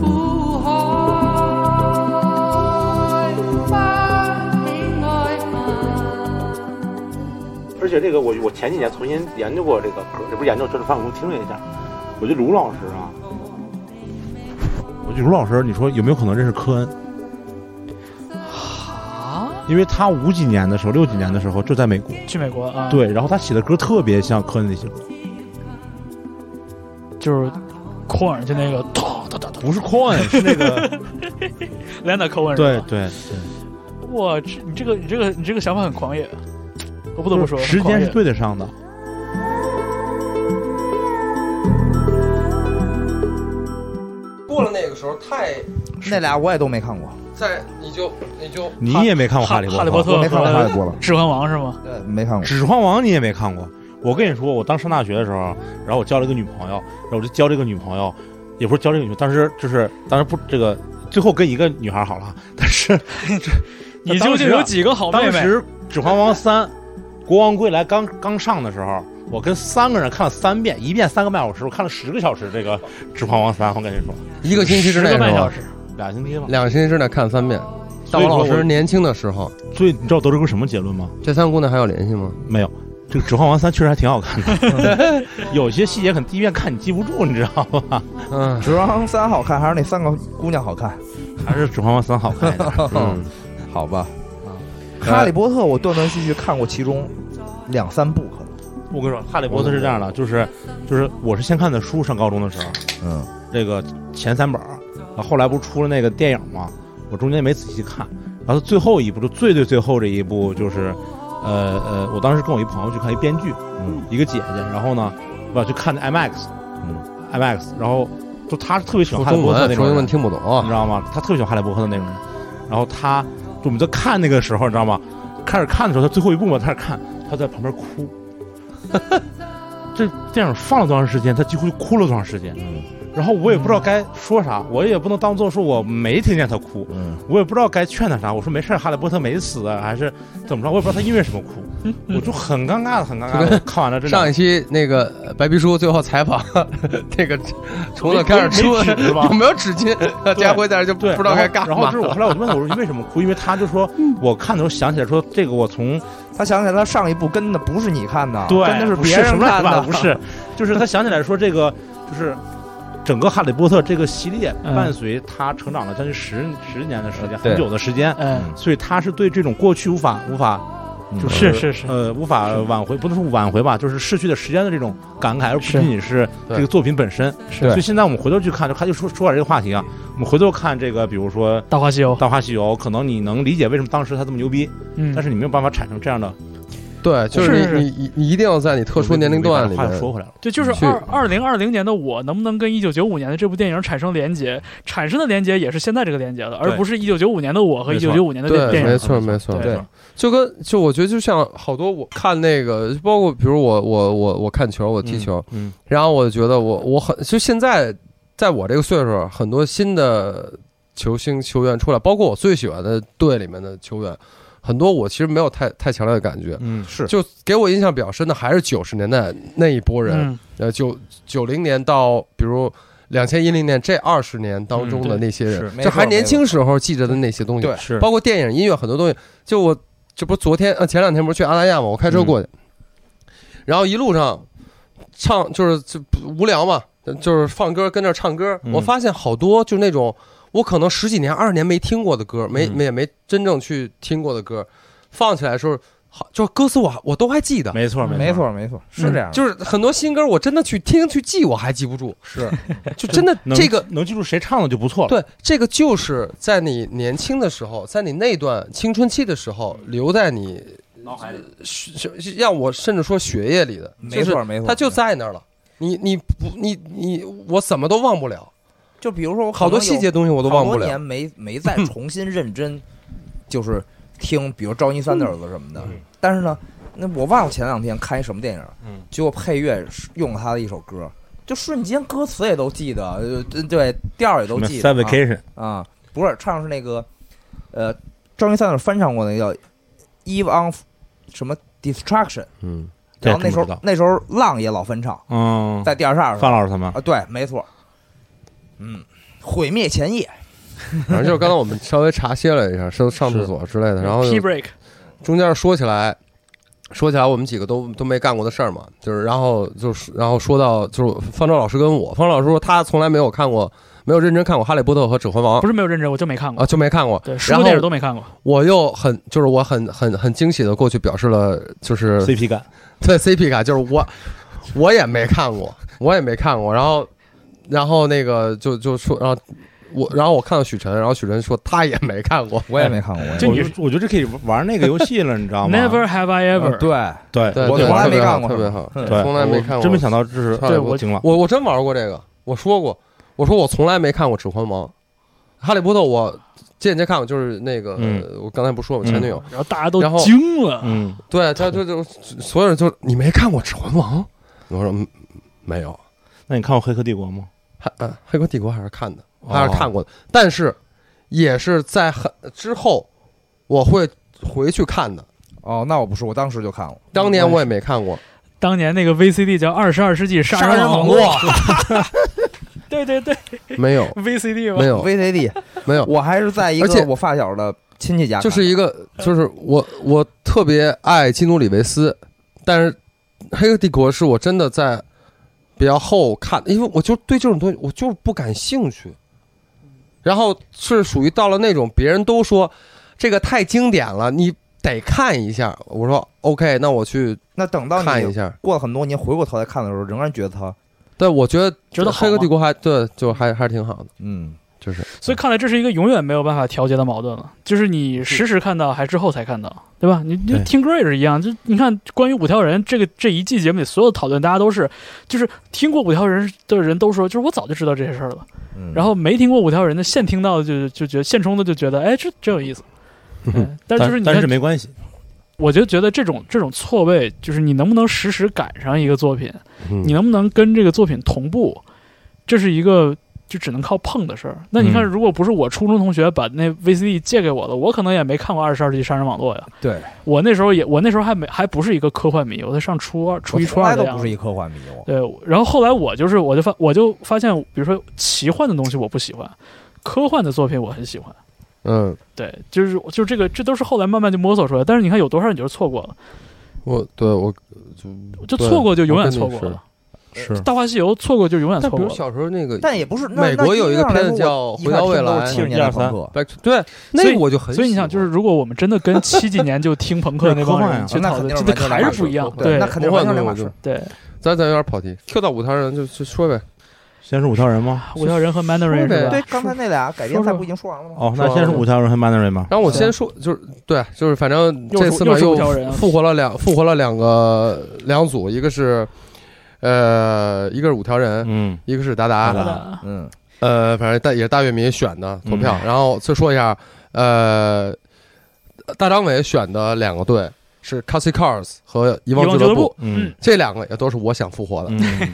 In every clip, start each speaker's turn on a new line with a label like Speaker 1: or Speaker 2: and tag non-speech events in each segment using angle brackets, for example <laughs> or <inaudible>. Speaker 1: 苦海不起爱恨。
Speaker 2: 而且这个我我前几年重新研究过这个歌，这不是研究，就是反复听了一下。我觉得卢老师啊，
Speaker 3: 我觉得卢老师，你说有没有可能认识科恩？
Speaker 4: 啊，
Speaker 3: 因为他五几年的时候，六几年的时候就在美国，
Speaker 4: 去美国啊，，
Speaker 3: 对，然后他写的歌特别像科恩那些歌，
Speaker 4: 就是科尔就那个咚咚咚咚，
Speaker 3: 不是科恩，是那个，
Speaker 4: 连打科
Speaker 3: <laughs>
Speaker 4: 尔，
Speaker 3: 对，对
Speaker 4: 哇，这你这个你这个你这个想法很狂野，我不得
Speaker 3: 对，
Speaker 4: 不说，
Speaker 3: 时
Speaker 4: 很狂
Speaker 3: 间
Speaker 4: 野
Speaker 3: 是对得上的。
Speaker 5: 过了那个时候太
Speaker 6: 那俩我也都没看过，
Speaker 5: 在你就你就
Speaker 3: 你也没看过《哈利波特
Speaker 4: 哈利》波特
Speaker 6: 我没看过《哈
Speaker 4: 和
Speaker 6: 利波特
Speaker 4: 指环王是吗？》，
Speaker 6: 对，没看过。
Speaker 3: 《指环王》你也没看过。我跟你说，我当上大学的时候，然后我交了一个女朋友，然后我就交这个女朋友，也不是交这个女，当时就是当时不这个，最后跟一个女孩好了， <laughs> 但
Speaker 4: <laughs>
Speaker 3: 是
Speaker 4: 你
Speaker 3: 当
Speaker 4: 究
Speaker 3: 时啊
Speaker 4: 竟有几个好妹
Speaker 3: 当
Speaker 4: 妹？
Speaker 3: 时《指环王三》国王归来刚刚上的时候，我跟三个人看了三遍，一遍三个半小时，我看了十个小时这个《指环王三》，我跟你说，
Speaker 5: 一个星期之
Speaker 4: 十
Speaker 5: 内
Speaker 4: 个
Speaker 5: 是
Speaker 4: 半小
Speaker 5: 吧？
Speaker 4: 时，
Speaker 3: 俩星期吧。
Speaker 5: 两个星期之内看三遍。
Speaker 3: 所
Speaker 5: 大
Speaker 3: 以
Speaker 5: 王
Speaker 3: 说
Speaker 5: 老
Speaker 3: 我
Speaker 5: 师年轻的时候，
Speaker 3: 所以你知道得出个什么结论吗？
Speaker 5: 这三个姑娘还有联系吗？
Speaker 3: 没有，这个《指环王三》确实还挺好看
Speaker 4: <laughs>
Speaker 3: 的，有些细节可能第一遍看你记不住，你知道吧？
Speaker 5: 嗯
Speaker 6: 《指环王三》好看还是那三个姑娘好看？
Speaker 3: 还是《指环王三》好看一点。
Speaker 5: 嗯，
Speaker 6: 好吧，《哈利波特》我断断续续看过其中两三部可能。
Speaker 3: <laughs> 我跟你说，《哈利波特》是这样的，就是就是我是先看的书，上高中的时候，
Speaker 6: 嗯，
Speaker 3: 这个前三本儿，啊，后来不是出了那个电影嘛，我中间没仔细看，然后最后一部就最最最后这一部就是，呃呃，我当时跟我一朋友去看一编剧，
Speaker 6: 嗯，
Speaker 3: 一个姐姐，然后呢，我去看的 IMAX，
Speaker 6: 嗯
Speaker 3: ，IMAX，然后就她是特别喜欢
Speaker 5: 说
Speaker 3: 哈利
Speaker 5: 中
Speaker 3: 波特
Speaker 5: 文
Speaker 3: 那
Speaker 5: 说
Speaker 3: 种
Speaker 5: 英文
Speaker 3: 人，嗯
Speaker 5: 听不懂。
Speaker 3: 你知道吗？她特别喜欢哈利波特的那种人，然后她就我们在看那个时候，你知道吗？开始看的时候，她最后一部嘛，开始看，她在旁边哭。 <laughs> 这电影放了多长时间，她几乎就哭了多长时间。
Speaker 6: 嗯
Speaker 3: 然后我也不知道该说啥，
Speaker 5: 嗯
Speaker 3: 我也不能当做说我没听见他哭，
Speaker 6: 嗯，
Speaker 3: 我也不知道该劝他啥。我说没事儿，哈利波特没死啊，还是怎么着？我也不知道他因为什么哭，
Speaker 5: <laughs>
Speaker 3: 我就很尴尬的，很尴尬的。看完了这两
Speaker 5: 上一期那个呃白皮书最后采访 <laughs> 那个虫子开始出
Speaker 3: 没没纸是吧
Speaker 5: <laughs> 有没有纸巾， <laughs> 家辉在这就不
Speaker 3: 对，
Speaker 5: 知道该干嘛。
Speaker 3: 然后然后就是我后来我就问他，我说
Speaker 5: <laughs>
Speaker 3: 你为什么哭？因为他就说，我看的时候想起来说这个我从
Speaker 6: 他想起来他上一部跟的不是你看的，
Speaker 3: 对
Speaker 6: 啊跟的
Speaker 3: 不是
Speaker 6: 别人
Speaker 3: 什么
Speaker 6: 看
Speaker 3: 是吧
Speaker 6: 的，
Speaker 3: 不是，就是他想起来说这个就是。整个《哈利波特》这个系列
Speaker 4: 嗯
Speaker 3: 伴随他成长了将近十十年的时间，
Speaker 5: 对
Speaker 3: 很久的时间，
Speaker 4: 嗯，
Speaker 3: 所以他是对这种过去无法无法
Speaker 6: 嗯
Speaker 3: 就是
Speaker 4: 是是
Speaker 3: 呃，无法挽回，不能说挽回吧，就是逝去的时间的这种感慨，而不
Speaker 4: 是
Speaker 3: 仅仅是这个作品本身。
Speaker 4: 是
Speaker 5: 对
Speaker 3: 所以现在我们回头去看，就看就说说点这个话题啊，我们回头看这个，比如说《
Speaker 4: 大话西游，
Speaker 3: 大话西游》，可能你能理解为什么当时他这么牛逼，
Speaker 4: 嗯，
Speaker 3: 但是你没有办法产生这样的。
Speaker 5: 对，就是
Speaker 4: 是
Speaker 5: 你你你一定要在你特殊年龄段里
Speaker 3: 话
Speaker 5: 面
Speaker 3: 又说回来了，
Speaker 4: 对，就是
Speaker 5: 去
Speaker 4: 二二零二零年的我，能不能跟一九九五年的这部电影产生连接？产生的连接也是现在这个连接的，而不是一九九五年的我和一
Speaker 3: 没
Speaker 4: 九
Speaker 3: 错
Speaker 4: 九五年的
Speaker 5: 对
Speaker 4: 电
Speaker 5: 没
Speaker 4: 影。
Speaker 3: 啊
Speaker 5: 错没错
Speaker 4: 对
Speaker 6: 对，
Speaker 5: 就跟就我觉得就像好多我看那个，包括比如我我我我看球，我踢球，
Speaker 3: 嗯，
Speaker 5: 然后我觉得我我很就现在在我这个岁数，很多新的球星球员出来，包括我最喜欢的队里面的球员，很多我其实没有太太强烈的感觉。
Speaker 3: 嗯嗯是
Speaker 5: 就给我印象比较深的还是九十年代那一波人，
Speaker 4: 嗯，
Speaker 5: 呃，九九零年到比如两千一零年这二十年当中的
Speaker 4: 嗯
Speaker 5: 那些人，
Speaker 6: 是没
Speaker 5: 就还
Speaker 6: 错
Speaker 5: 年
Speaker 6: 没
Speaker 5: 轻时候记着的那些东西，
Speaker 6: 对
Speaker 3: 是，
Speaker 5: 包括电影、音乐很多东西。就我这不是昨天呃前两天不是去阿那亚嘛，我开车
Speaker 6: 嗯
Speaker 5: 过去，然后一路上唱就是就无聊嘛，就是放歌跟那儿唱歌，
Speaker 3: 嗯
Speaker 5: 我发现好多就那种我可能十几年、二十年没听过的歌，没
Speaker 3: 嗯
Speaker 5: 没也没真正去听过的歌，放起来的时候，好就歌词我还我都还记得。
Speaker 3: 没错
Speaker 6: 没
Speaker 3: 错，
Speaker 6: 错没错，是这样的，
Speaker 5: 就是很多新歌，我真的去听去记，我还记不住，
Speaker 6: 是
Speaker 5: <laughs> 就真的
Speaker 3: 能
Speaker 5: 这个
Speaker 3: 能记住谁唱的就不错了。
Speaker 5: 对，这个就是在你年轻的时候，在你那段青春期的时候，留在你
Speaker 3: 脑海里
Speaker 5: 是是是让我甚至说血液里的，
Speaker 6: 没
Speaker 5: 嗯就是
Speaker 6: 错没错，嗯
Speaker 5: 它就在那儿了。你你不你你我怎么都忘不了，
Speaker 6: 就比如说我可能
Speaker 5: 好多
Speaker 6: 有
Speaker 5: 细节东西我都
Speaker 6: 好
Speaker 5: 忘不
Speaker 6: 多
Speaker 5: 了
Speaker 6: 年。没没再重新认真，就是听，比如赵一三的儿子什么的。但是呢，那我忘了前两天看一什么电影，
Speaker 3: 嗯
Speaker 6: 结果配乐是用了他的一首歌，就瞬间歌词也都记得，呃对对，调儿也
Speaker 3: 什
Speaker 6: 都
Speaker 3: 么
Speaker 6: 记得
Speaker 3: Sad Vacation，
Speaker 6: 啊啊，不是唱的是那个，呃，赵一三的翻唱过那个叫《Eve on》什么 Destruction。
Speaker 5: 嗯，
Speaker 3: 这
Speaker 6: 然后
Speaker 3: 真不
Speaker 6: 那时
Speaker 3: 知
Speaker 6: 候
Speaker 3: 道。
Speaker 6: 那时候浪也老翻唱，
Speaker 3: 嗯，
Speaker 6: 在第二十二
Speaker 3: 范老师他们
Speaker 6: 啊，对，没错，嗯，毁灭前夜，
Speaker 5: 反正就是刚才我们稍微茶歇了一下，上上厕所之类的，然后啊
Speaker 4: P 嗯 break
Speaker 5: 中间说起来，说起来我们几个都都没干过的事儿嘛，就是然后就是然后说到就是方舟老师跟我，方舟老师说他从来没有看过，没有认真看过《哈利波特》和《指环王
Speaker 4: 不》是没有认真，我就没看过
Speaker 5: 啊，。就没看过。
Speaker 4: 对，书
Speaker 5: 然后
Speaker 4: 电影都没看过。
Speaker 5: 我又很就是我很很很惊喜的过去表示了，就是
Speaker 3: ，CP 感，
Speaker 5: 对 CP 卡，就是我我也没看过，我也没看过。然后然后那个就就说，然后我然后我看到许晨，然后许晨说他也没看过。
Speaker 6: 我也没看过，我也
Speaker 4: 就
Speaker 3: 我
Speaker 4: 你
Speaker 3: 觉得我觉得这可以玩那个游戏了，你知
Speaker 5: 啊
Speaker 3: 道吗
Speaker 4: Never have I
Speaker 6: 嗯
Speaker 4: ever。
Speaker 6: 对，
Speaker 3: 对
Speaker 5: 对，
Speaker 6: 我
Speaker 5: 对
Speaker 6: 从来
Speaker 5: 特别
Speaker 6: 没
Speaker 5: 好
Speaker 6: 干过
Speaker 5: 特别
Speaker 6: 呢
Speaker 5: 好。
Speaker 6: 嗯
Speaker 3: 对，
Speaker 5: 从来没看过
Speaker 3: 我真没想到，这是
Speaker 5: 对
Speaker 3: 差点
Speaker 4: 我
Speaker 3: 惊了。
Speaker 5: 我我真玩过这个，我说过，我说我从来没看过《指环王》，《哈利波特》我间接看过，就是那个、
Speaker 3: 嗯
Speaker 5: 呃我刚才不是说我前女友，
Speaker 4: 然后大家都
Speaker 5: 然后
Speaker 4: 惊了，
Speaker 3: 嗯，
Speaker 5: 对，他就就所有人就你没看过《指环王》，我说嗯没有，
Speaker 3: 那你看过《黑客帝国》吗？
Speaker 5: 还呃《黑客帝国》还是看的，
Speaker 3: 哦
Speaker 5: 还是看过的，但是也是在很之后我会回去看的，
Speaker 6: 哦，那我不是，我当时就看了，
Speaker 5: 当年我也没看过，
Speaker 4: 当年那个 VCD 叫《二十二世纪杀
Speaker 5: 杀人
Speaker 4: 网，
Speaker 5: 网络》
Speaker 4: <laughs> 对对对
Speaker 5: 没有
Speaker 4: ，VCD 吧
Speaker 5: 没，有 <laughs>
Speaker 6: VCD，
Speaker 5: 没有，
Speaker 6: 我还是在一
Speaker 5: 哦而且
Speaker 6: 个我发小的亲戚家看，
Speaker 5: 就是一个，就是我我特别爱基努里维斯，但是《黑客帝国》是我真的在比较后看，因为我就对这种东西我就是不感兴趣。然后是属于到了那种别人都说这个太经典了，你得看一下。我说 OK，那我去
Speaker 6: 那等到
Speaker 5: 看一
Speaker 6: 你
Speaker 5: 下。
Speaker 6: 过了很多年回过头来看的时候，仍然觉得他，
Speaker 5: 但我觉得
Speaker 4: 觉得
Speaker 5: 《黑
Speaker 4: 好
Speaker 5: 客
Speaker 4: 吗
Speaker 5: 帝国》还对，就还还是挺好的，
Speaker 6: 嗯，
Speaker 5: 就是
Speaker 4: 所以看来这是一个永远没有办法调节的矛盾了，就是你时时看到，还之后才看到，对吧？你就
Speaker 3: 对
Speaker 4: 听歌也是一样，就你看关于五条人这个这一季节目里所有讨论，大家都是就是听过五条人的人都说，就是我早就知道这些事儿了，
Speaker 6: 嗯
Speaker 4: 然后没听过五条人的，现听到的就就觉得现冲的就觉得，哎，这真有意思。嗯但就是
Speaker 3: 但
Speaker 4: 你
Speaker 3: 但
Speaker 4: 看
Speaker 3: 是没关系，
Speaker 4: 我就觉得这种这种错位，就是你能不能实时赶上一个作品，你
Speaker 5: 嗯，
Speaker 4: 能不能跟这个作品同步，这是一个就只能靠碰的事儿。那你看，
Speaker 3: 嗯
Speaker 4: 如果不是我初中同学把那 VCD 借给我的，我可能也没看过《二十二世纪杀人网络》呀。
Speaker 6: 对，
Speaker 4: 我那时候也，我那时候还没还不是一个科幻迷，我在上初二、初一、
Speaker 6: 我
Speaker 4: 初
Speaker 6: 从
Speaker 4: 二
Speaker 6: 来
Speaker 4: 的
Speaker 6: 都
Speaker 4: 样
Speaker 6: 不
Speaker 4: 子
Speaker 6: 是。一科幻迷，我
Speaker 4: 对，然后后来我就是，我就发，我就发现，比如说奇幻的东西我不喜欢，科幻的作品我很喜欢。
Speaker 5: 嗯，
Speaker 4: 对，就是就是这个，这都是后来慢慢就摸索出来。但是你看，有多少你就是错过了，
Speaker 5: 我对我
Speaker 4: 就
Speaker 5: 对
Speaker 4: 错过就永远
Speaker 5: 我跟你
Speaker 4: 错过
Speaker 5: 是
Speaker 4: 了。
Speaker 3: 是
Speaker 4: 《大话西游》错过就永远
Speaker 5: 但
Speaker 4: 错
Speaker 5: 比
Speaker 4: 过
Speaker 5: 如
Speaker 4: 了。
Speaker 5: 小时候那个
Speaker 6: 但也不是那
Speaker 5: 美国有一个片子叫回到未来
Speaker 6: 七十年代朋克，
Speaker 5: Back to- 对那
Speaker 4: 所以
Speaker 5: 个我就很喜欢，
Speaker 4: 所以你想，就是如果我们真的跟七几年就听朋克那帮人去
Speaker 6: 啊那
Speaker 4: 讨
Speaker 6: 肯
Speaker 4: 论，
Speaker 6: 定
Speaker 4: 这
Speaker 6: 是
Speaker 4: 个
Speaker 6: 完全
Speaker 4: 还
Speaker 6: 两码
Speaker 4: 是
Speaker 6: 事
Speaker 4: 不一样
Speaker 6: 儿。
Speaker 4: 对
Speaker 6: 那肯定
Speaker 5: 魔
Speaker 6: 完
Speaker 5: 幻
Speaker 6: 全
Speaker 5: 的
Speaker 6: 两
Speaker 5: 我
Speaker 6: 码
Speaker 5: 就
Speaker 6: 事儿。
Speaker 4: 对，
Speaker 5: 咱咱有点跑题，Q 到五条人就就说呗，
Speaker 3: 先是五条人吗？
Speaker 4: 五条人和 Mandarin
Speaker 5: 说呗
Speaker 4: 是吧？
Speaker 6: 对，刚才那俩改编
Speaker 4: 啊说
Speaker 6: 赛
Speaker 4: 说
Speaker 6: 不已经说完了吗？
Speaker 3: 哦，那先是五条人和 Mandarin 吧。
Speaker 5: 然后我
Speaker 4: 对
Speaker 5: 先说，就是对，就是反正
Speaker 4: 又是
Speaker 5: 这次嘛
Speaker 4: 又是五条人啊
Speaker 5: 复活了两复活了两个两组，一个是呃一个是五条人，
Speaker 3: 嗯，
Speaker 5: 一个是达达
Speaker 3: 达，达
Speaker 6: 嗯，
Speaker 5: 呃，反正大也是大乐迷选的投票。
Speaker 3: 嗯
Speaker 5: 然后再说一下，呃，大张伟选的两个队是 c a s i Cars 和遗
Speaker 4: 遗
Speaker 5: 忘
Speaker 4: 忘
Speaker 5: 俱
Speaker 4: 俱乐
Speaker 5: 乐部
Speaker 4: 部，，
Speaker 3: 嗯
Speaker 5: 这两个也都是我想复活的。
Speaker 3: 嗯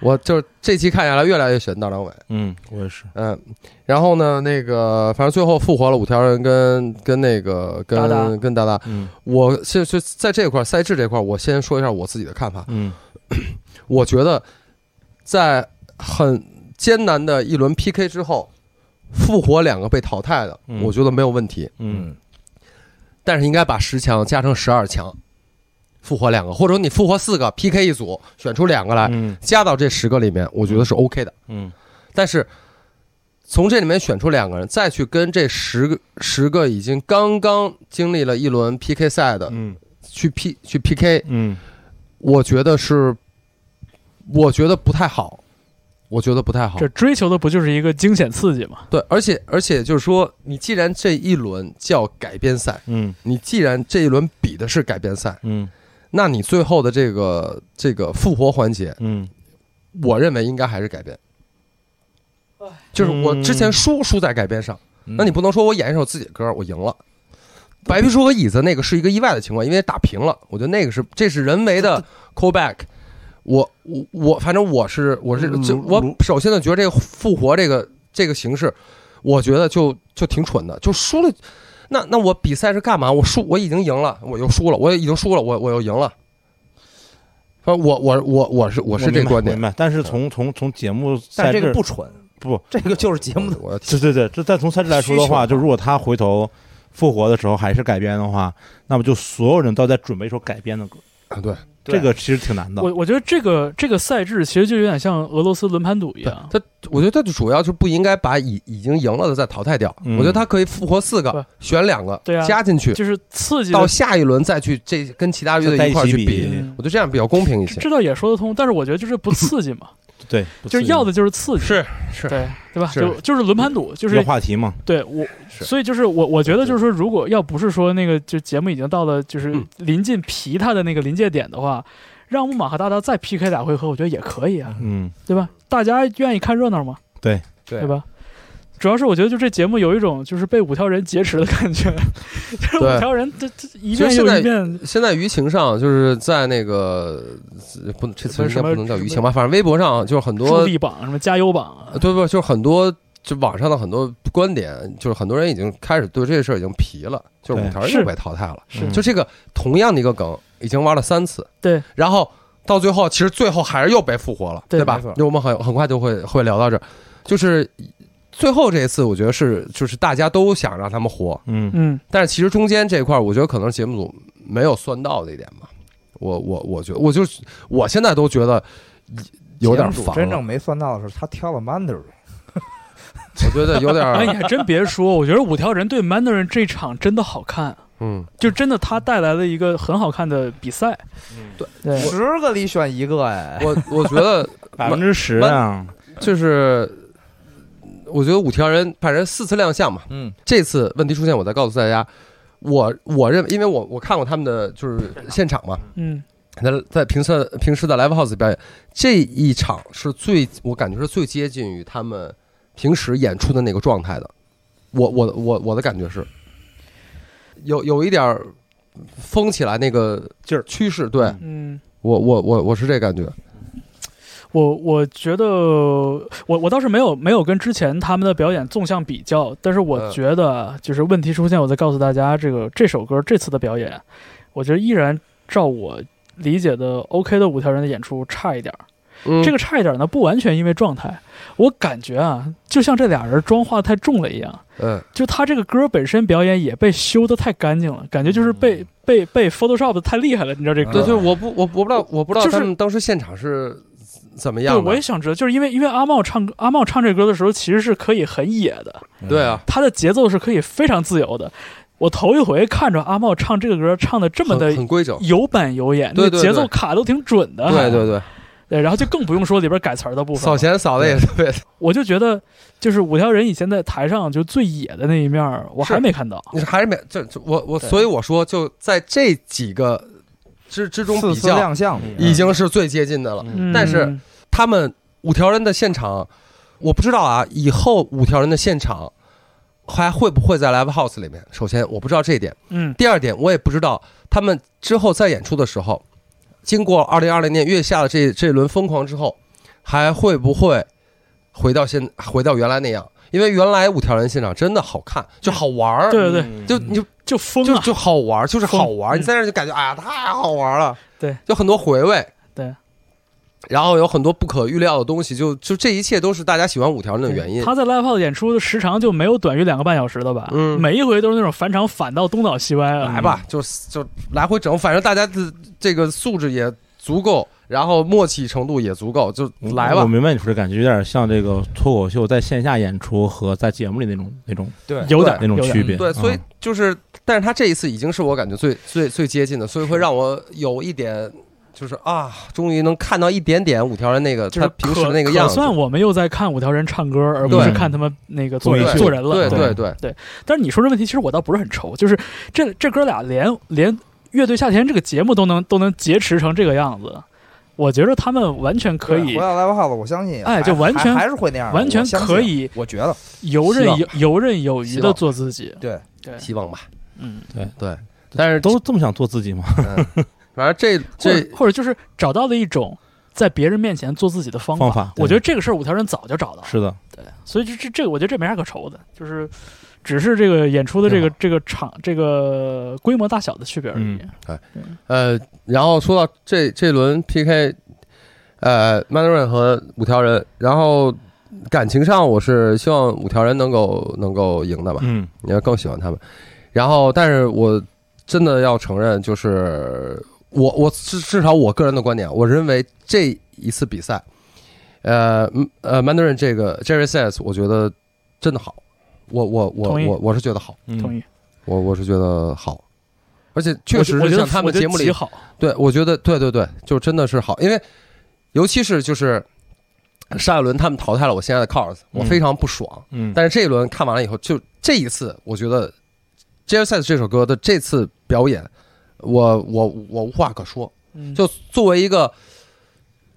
Speaker 5: 我就是这期看下来越来越喜欢大张伟。
Speaker 3: 嗯，我也是。
Speaker 5: 嗯，然后呢，那个反正最后复活了五条人跟跟那个跟
Speaker 4: 达达
Speaker 5: 跟达达。
Speaker 3: 嗯
Speaker 5: 我现就在这块儿赛制这块，儿，我先说一下我自己的看法。
Speaker 3: 嗯
Speaker 5: 我觉得在很艰难的一轮 PK 之后，复活两个被淘汰的，
Speaker 3: 嗯
Speaker 5: 我觉得没有问题。
Speaker 3: 嗯，
Speaker 5: 但是应该把十强加成十二强，复活两个，或者你复活四个 PK 一组，选出两个来，
Speaker 3: 嗯
Speaker 5: 加到这十个里面，我觉得是 OK 的。
Speaker 3: 嗯
Speaker 5: 但是从这里面选出两个人，再去跟这十个十个已经刚刚经历了一轮 PK 赛的
Speaker 3: 嗯
Speaker 5: 去 P 去 PK，
Speaker 3: 嗯
Speaker 5: 我觉得是，我觉得不太好，我觉得不太好
Speaker 4: 这。追求的不就是一个惊险刺激吗？
Speaker 5: 对，而且而且就是说，你既然这一轮叫改编赛，
Speaker 3: 嗯
Speaker 5: 你既然这一轮比的是改编赛，
Speaker 3: 嗯
Speaker 5: 那你最后的这个这个复活环节，
Speaker 3: 嗯，
Speaker 5: 我认为应该还是改编。就是
Speaker 3: 嗯
Speaker 5: 我之前输输在改编上。
Speaker 6: 那
Speaker 5: 那你不能说我演一首自己的歌，我赢了。白皮书和椅子那个是一个意外的情况，因为打平了。我觉得那个是这是人为的 callback。我我我，反正我是我是
Speaker 3: 嗯
Speaker 5: 就
Speaker 3: 如
Speaker 5: 我首先呢觉得这个复活这个这个形式，我觉得就就挺蠢的，就输了。那那我比赛是干嘛？我输我已经赢了，我又输了，我已经输了，我我又赢了。反正我我我我是我
Speaker 3: 我
Speaker 5: 是这
Speaker 3: 明白
Speaker 5: 观点
Speaker 3: 明，白。但是从从从节目
Speaker 6: 但
Speaker 3: 赛
Speaker 6: 这
Speaker 3: 制
Speaker 6: 个不蠢，
Speaker 3: 不，
Speaker 6: 这个就是节目的
Speaker 5: 我要
Speaker 3: 对对对，这再从赛制来说的话，就如果他回头复活的时候还是改编的话，那么就所有人都在准备一首改编的歌，
Speaker 5: 啊对，
Speaker 6: 对
Speaker 3: 这个其实挺难的。
Speaker 4: 我我觉得这个这个赛制其实就有点像俄罗斯轮盘赌一样，
Speaker 5: 他我觉得他主要就不应该把已已经赢了的再淘汰掉，
Speaker 3: 嗯
Speaker 5: 我觉得他可以复活四
Speaker 4: 对
Speaker 5: 个，选两个
Speaker 4: 对啊
Speaker 5: 加进去，
Speaker 4: 就是刺激的
Speaker 5: 到下一轮再去这跟其他乐
Speaker 3: 在
Speaker 5: 队
Speaker 3: 一
Speaker 5: 块儿
Speaker 3: 起
Speaker 5: 去
Speaker 3: 比
Speaker 5: 比，
Speaker 4: 嗯
Speaker 5: 我觉得这样比较公平一
Speaker 4: 这
Speaker 5: 些。
Speaker 4: 这倒也说得通，但是我觉得就是不刺激嘛，
Speaker 3: 对，不
Speaker 4: 就是
Speaker 3: 刺激
Speaker 4: 要的就是刺激，
Speaker 5: 是是
Speaker 4: 对对吧？
Speaker 5: 是
Speaker 4: 就就是轮盘赌，就
Speaker 3: 要
Speaker 4: 是
Speaker 3: 话题嘛，
Speaker 4: 对我，
Speaker 5: 是
Speaker 4: 所以就是我我觉得就是说，如果要不是说那个就节目已经到了就是
Speaker 5: 嗯
Speaker 4: 临近皮他的那个临界点的话，让木马和大大再 PK 俩回合，我觉得也可以啊，
Speaker 3: 嗯，
Speaker 4: 对吧？大家愿意看热闹嘛，
Speaker 3: 对
Speaker 5: 对
Speaker 4: 对吧？主要是我觉得就这节目有一种就是被五条人劫持的感觉， <laughs> 就是
Speaker 5: 对
Speaker 4: 五条人这这一
Speaker 5: 其实
Speaker 4: 遍
Speaker 5: 现
Speaker 4: 又
Speaker 5: 在
Speaker 4: 一遍，
Speaker 5: 现在舆情上就是在那个呃不能这词应该不能叫舆情吧，反正微博上就是很
Speaker 4: 助
Speaker 5: 多
Speaker 4: 力榜什么加油榜啊，
Speaker 5: 呃对不就是很多就网上的很多观点，就是很多人已经开始对这事儿已经疲了，就是
Speaker 3: 对
Speaker 5: 五条
Speaker 4: 是
Speaker 5: 又被淘汰了。
Speaker 4: 是
Speaker 3: 嗯
Speaker 5: 就这个同样的一个梗，已经玩了三次，
Speaker 4: 对，
Speaker 5: 然后到最后，其实最后还是又被复活了，
Speaker 4: 对
Speaker 5: 对吧
Speaker 6: 没错？
Speaker 5: 那我们很很快就会会聊到这儿，就是最后这一次，我觉得是就是大家都想让他们活，
Speaker 3: 嗯
Speaker 4: 嗯，
Speaker 5: 但是其实中间这一块儿，我觉得可能是节目组没有算到的一点吧。我我我觉得，我就是我现在都觉得有点
Speaker 6: 节目组
Speaker 5: 烦
Speaker 6: 真
Speaker 5: 了
Speaker 6: 正，没算到的是，他挑了 Mandarin，
Speaker 5: 我觉得有点
Speaker 6: <laughs>
Speaker 4: 哎，你
Speaker 5: 儿
Speaker 4: 还真别说，我觉得五条人对 Mandarin 这场真的好看，
Speaker 5: 嗯，
Speaker 4: 就真的他带来了一个很好看的比赛。
Speaker 5: 对
Speaker 4: 对
Speaker 6: 十个里选一个哎。
Speaker 5: 我我觉得
Speaker 3: 百分之十啊，
Speaker 5: 就是。我觉得五条人反正四次亮相嘛，
Speaker 6: 嗯，
Speaker 5: 这次问题出现，我再告诉大家，我我认为，因为我我看过他们的就是现场嘛，
Speaker 4: 嗯，
Speaker 5: 在在平时平时的 live house 表演，这一场是最我感觉是最接近于他们平时演出的那个状态的，我我我我的感觉是，有有一点儿疯起来那个
Speaker 3: 劲儿
Speaker 5: 趋势，对
Speaker 3: 嗯
Speaker 4: 嗯，
Speaker 5: 我我我我是这感觉，
Speaker 4: 我我觉得我我倒是没有没有跟之前他们的表演纵向比较，但是我
Speaker 5: 嗯
Speaker 4: 觉得就是问题出现，我再告诉大家这个这首歌这次的表演，我觉得依然照我理解的 OK 的五条人的演出差一点儿。
Speaker 5: 嗯，
Speaker 4: 这个差一点儿呢，不完全因为状态，我感觉啊，就像这俩人妆化太重了一样。
Speaker 5: 嗯
Speaker 4: 就他这个歌本身表演也被修得太干净了，感觉就是被、被被 Photoshop 得太厉害了，你知道这
Speaker 5: 对，
Speaker 4: 歌？
Speaker 5: 就是我不我我不知道我不知道
Speaker 4: 就是
Speaker 5: 他们当时现场是怎么
Speaker 4: 对，
Speaker 5: 样
Speaker 4: 我也
Speaker 5: 的，
Speaker 4: 想知道，就是因为因为阿茂唱歌阿茂唱这歌的时候，其实是可以很野的，
Speaker 5: 对啊，
Speaker 4: 他的节奏是可以非常自由的。我头一回看着阿茂唱这个歌，唱的这么
Speaker 5: 很
Speaker 4: 的
Speaker 5: 很规整，
Speaker 4: 有板有眼，
Speaker 5: 对
Speaker 4: 那
Speaker 5: 对
Speaker 4: 节
Speaker 5: 对
Speaker 4: 奏卡都挺准的。
Speaker 5: 对对对。
Speaker 4: 对然后就更不用说里边改词儿的部分
Speaker 5: 扫
Speaker 4: 了。
Speaker 5: 弦扫的也特别，
Speaker 4: 我就觉得，就是五条人以前在台上就最野的那一面儿，我还
Speaker 5: 是
Speaker 4: 没看到。
Speaker 5: 你还是没这这我我，
Speaker 6: 对
Speaker 5: 所以我说就在这几个之之中
Speaker 6: 四
Speaker 5: 比
Speaker 6: 次
Speaker 5: 较，
Speaker 6: 亮相，
Speaker 3: 嗯
Speaker 5: 已经是最接近的了。
Speaker 3: 嗯
Speaker 5: 但是
Speaker 4: 嗯
Speaker 5: 他们五条人的现场，我不知道啊，以后五条人的现场还会不会在 live house 里面？首先我不知道这一点，
Speaker 4: 嗯
Speaker 5: 第二点我也不知道他们之后再演出的时候，经过二零二零年月下的这这一轮疯狂之后，还会不会回到现回到原来那样？因为原来五条人现场真的好看，就好玩儿，
Speaker 4: 对对对，
Speaker 5: 就你就
Speaker 4: 就疯
Speaker 5: 就
Speaker 4: 了。
Speaker 5: 就好玩儿，就是
Speaker 4: 疯
Speaker 5: 好玩
Speaker 4: 嗯
Speaker 5: 儿。你在那儿就感觉哎呀，太好玩儿了，
Speaker 4: 对，
Speaker 5: 就很多回味，
Speaker 4: 对。
Speaker 5: 然后有很多不可预料的东西，就就这一切都是大家喜欢五条人的原因。
Speaker 4: 他在 live house 演出的时长就没有短于两个半小时的吧？
Speaker 5: 嗯
Speaker 4: 每一回都是那种返场反到东倒西歪啊。
Speaker 5: 来吧，就就来回整，反正大家的这个素质也足够，然后默契程度也足够，就来
Speaker 3: 嗯我
Speaker 5: 吧。
Speaker 3: 明白你说这感觉，有点像这个脱口秀在线下演出和在节目里那种那种
Speaker 6: 对
Speaker 4: 有点
Speaker 3: 那种
Speaker 4: 有点
Speaker 3: 区别。
Speaker 5: 对，所以
Speaker 3: 嗯
Speaker 5: 就是，但是他这一次已经是我感觉最最最接近的，所以会让我有一点，就是啊，终于能看到一点点五条人那个
Speaker 4: 就是
Speaker 5: 他
Speaker 4: 可
Speaker 5: 平时的那个样
Speaker 4: 可
Speaker 5: 子。
Speaker 4: 算我们又在看五条人唱歌，而不
Speaker 5: 对
Speaker 4: 是看他们那个做
Speaker 3: 对
Speaker 4: 人做人了。
Speaker 5: 对
Speaker 3: 对
Speaker 5: 对对，
Speaker 4: 但是你说这问题，其实我倒不是很愁，就是这这哥俩连连乐队夏天这个节目都能都能劫持成这个样子，我觉得他们完全可以
Speaker 6: 回。到 Live House，我相信啊也还，
Speaker 4: 哎就完全
Speaker 6: 还还是会那样的，
Speaker 4: 完全
Speaker 6: 我相信
Speaker 4: 可，以
Speaker 6: 我觉得，
Speaker 4: 游刃
Speaker 5: 啊希望
Speaker 4: 游游刃有余
Speaker 5: 希
Speaker 4: 的
Speaker 5: 望
Speaker 4: 做自己，
Speaker 6: 对，
Speaker 4: 对，
Speaker 5: 希望吧。
Speaker 4: 嗯，
Speaker 5: 但是嗯
Speaker 3: 都这么想做自己吗？
Speaker 5: 反正这
Speaker 4: 或
Speaker 5: 这
Speaker 4: 者或者就是找到了一种在别人面前做自己的方法。
Speaker 3: 方法对
Speaker 4: 我觉得这个事儿五条人早就找到了，
Speaker 3: 是的，
Speaker 4: 所以这这这个我觉得这没啥可愁的，就是只是这个演出的这个
Speaker 5: 挺
Speaker 4: 这个场这个规模大小的区别而已。
Speaker 3: 嗯
Speaker 5: 呃，然后说到这这轮 PK，呃 m a n d a r i n 和五条人，然后感情上我是希望五条人能够能够赢的吧，
Speaker 3: 嗯
Speaker 5: 你要更喜欢他们。然后，但是我真的要承认，就是我我至至少我个人的观点，我认为这一次比赛，呃嗯呃 m a n d a r i n 这个 Jerry Says，我觉得真的好，我我我
Speaker 4: 同意
Speaker 5: 我我是觉得好，
Speaker 3: 嗯，
Speaker 4: 同意，
Speaker 5: 我我是觉得好。而且确
Speaker 4: 我
Speaker 5: 实
Speaker 4: 我
Speaker 5: 是
Speaker 4: 觉得
Speaker 5: 像他们
Speaker 4: 我觉得
Speaker 5: 节目里
Speaker 4: 极好，
Speaker 5: 对，我觉得对对对，就真的是好，因为尤其是就是上一轮他们淘汰了我现在的 cars，我
Speaker 3: 嗯
Speaker 5: 非常不爽。
Speaker 3: 嗯，
Speaker 5: 但是这一轮看完了以后，就这一次，我觉得 j e r s e 这首歌的这次表演，我我我无话可说。
Speaker 4: 嗯
Speaker 5: 就作为一个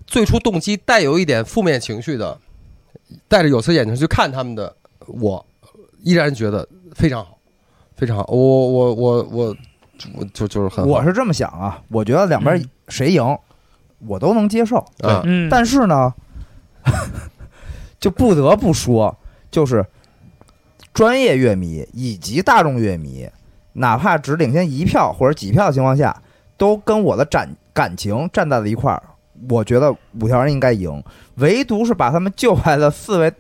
Speaker 5: 最初动机带有一点负面情绪的，带着有色眼镜去看他们的，我依然觉得非常好，非常好。我我我我我就就是很好
Speaker 6: 我是这么想啊，我觉得两边
Speaker 4: 嗯
Speaker 6: 谁赢，我都能接受。
Speaker 5: 啊
Speaker 4: 嗯，
Speaker 6: 但是呢， <laughs> 就不得不说，就是专业乐迷以及大众乐迷，哪怕只领先一票或者几票的情况下，都跟我的感感情站在了一块儿。我觉得五条人应该赢，唯独是把他们救来的四位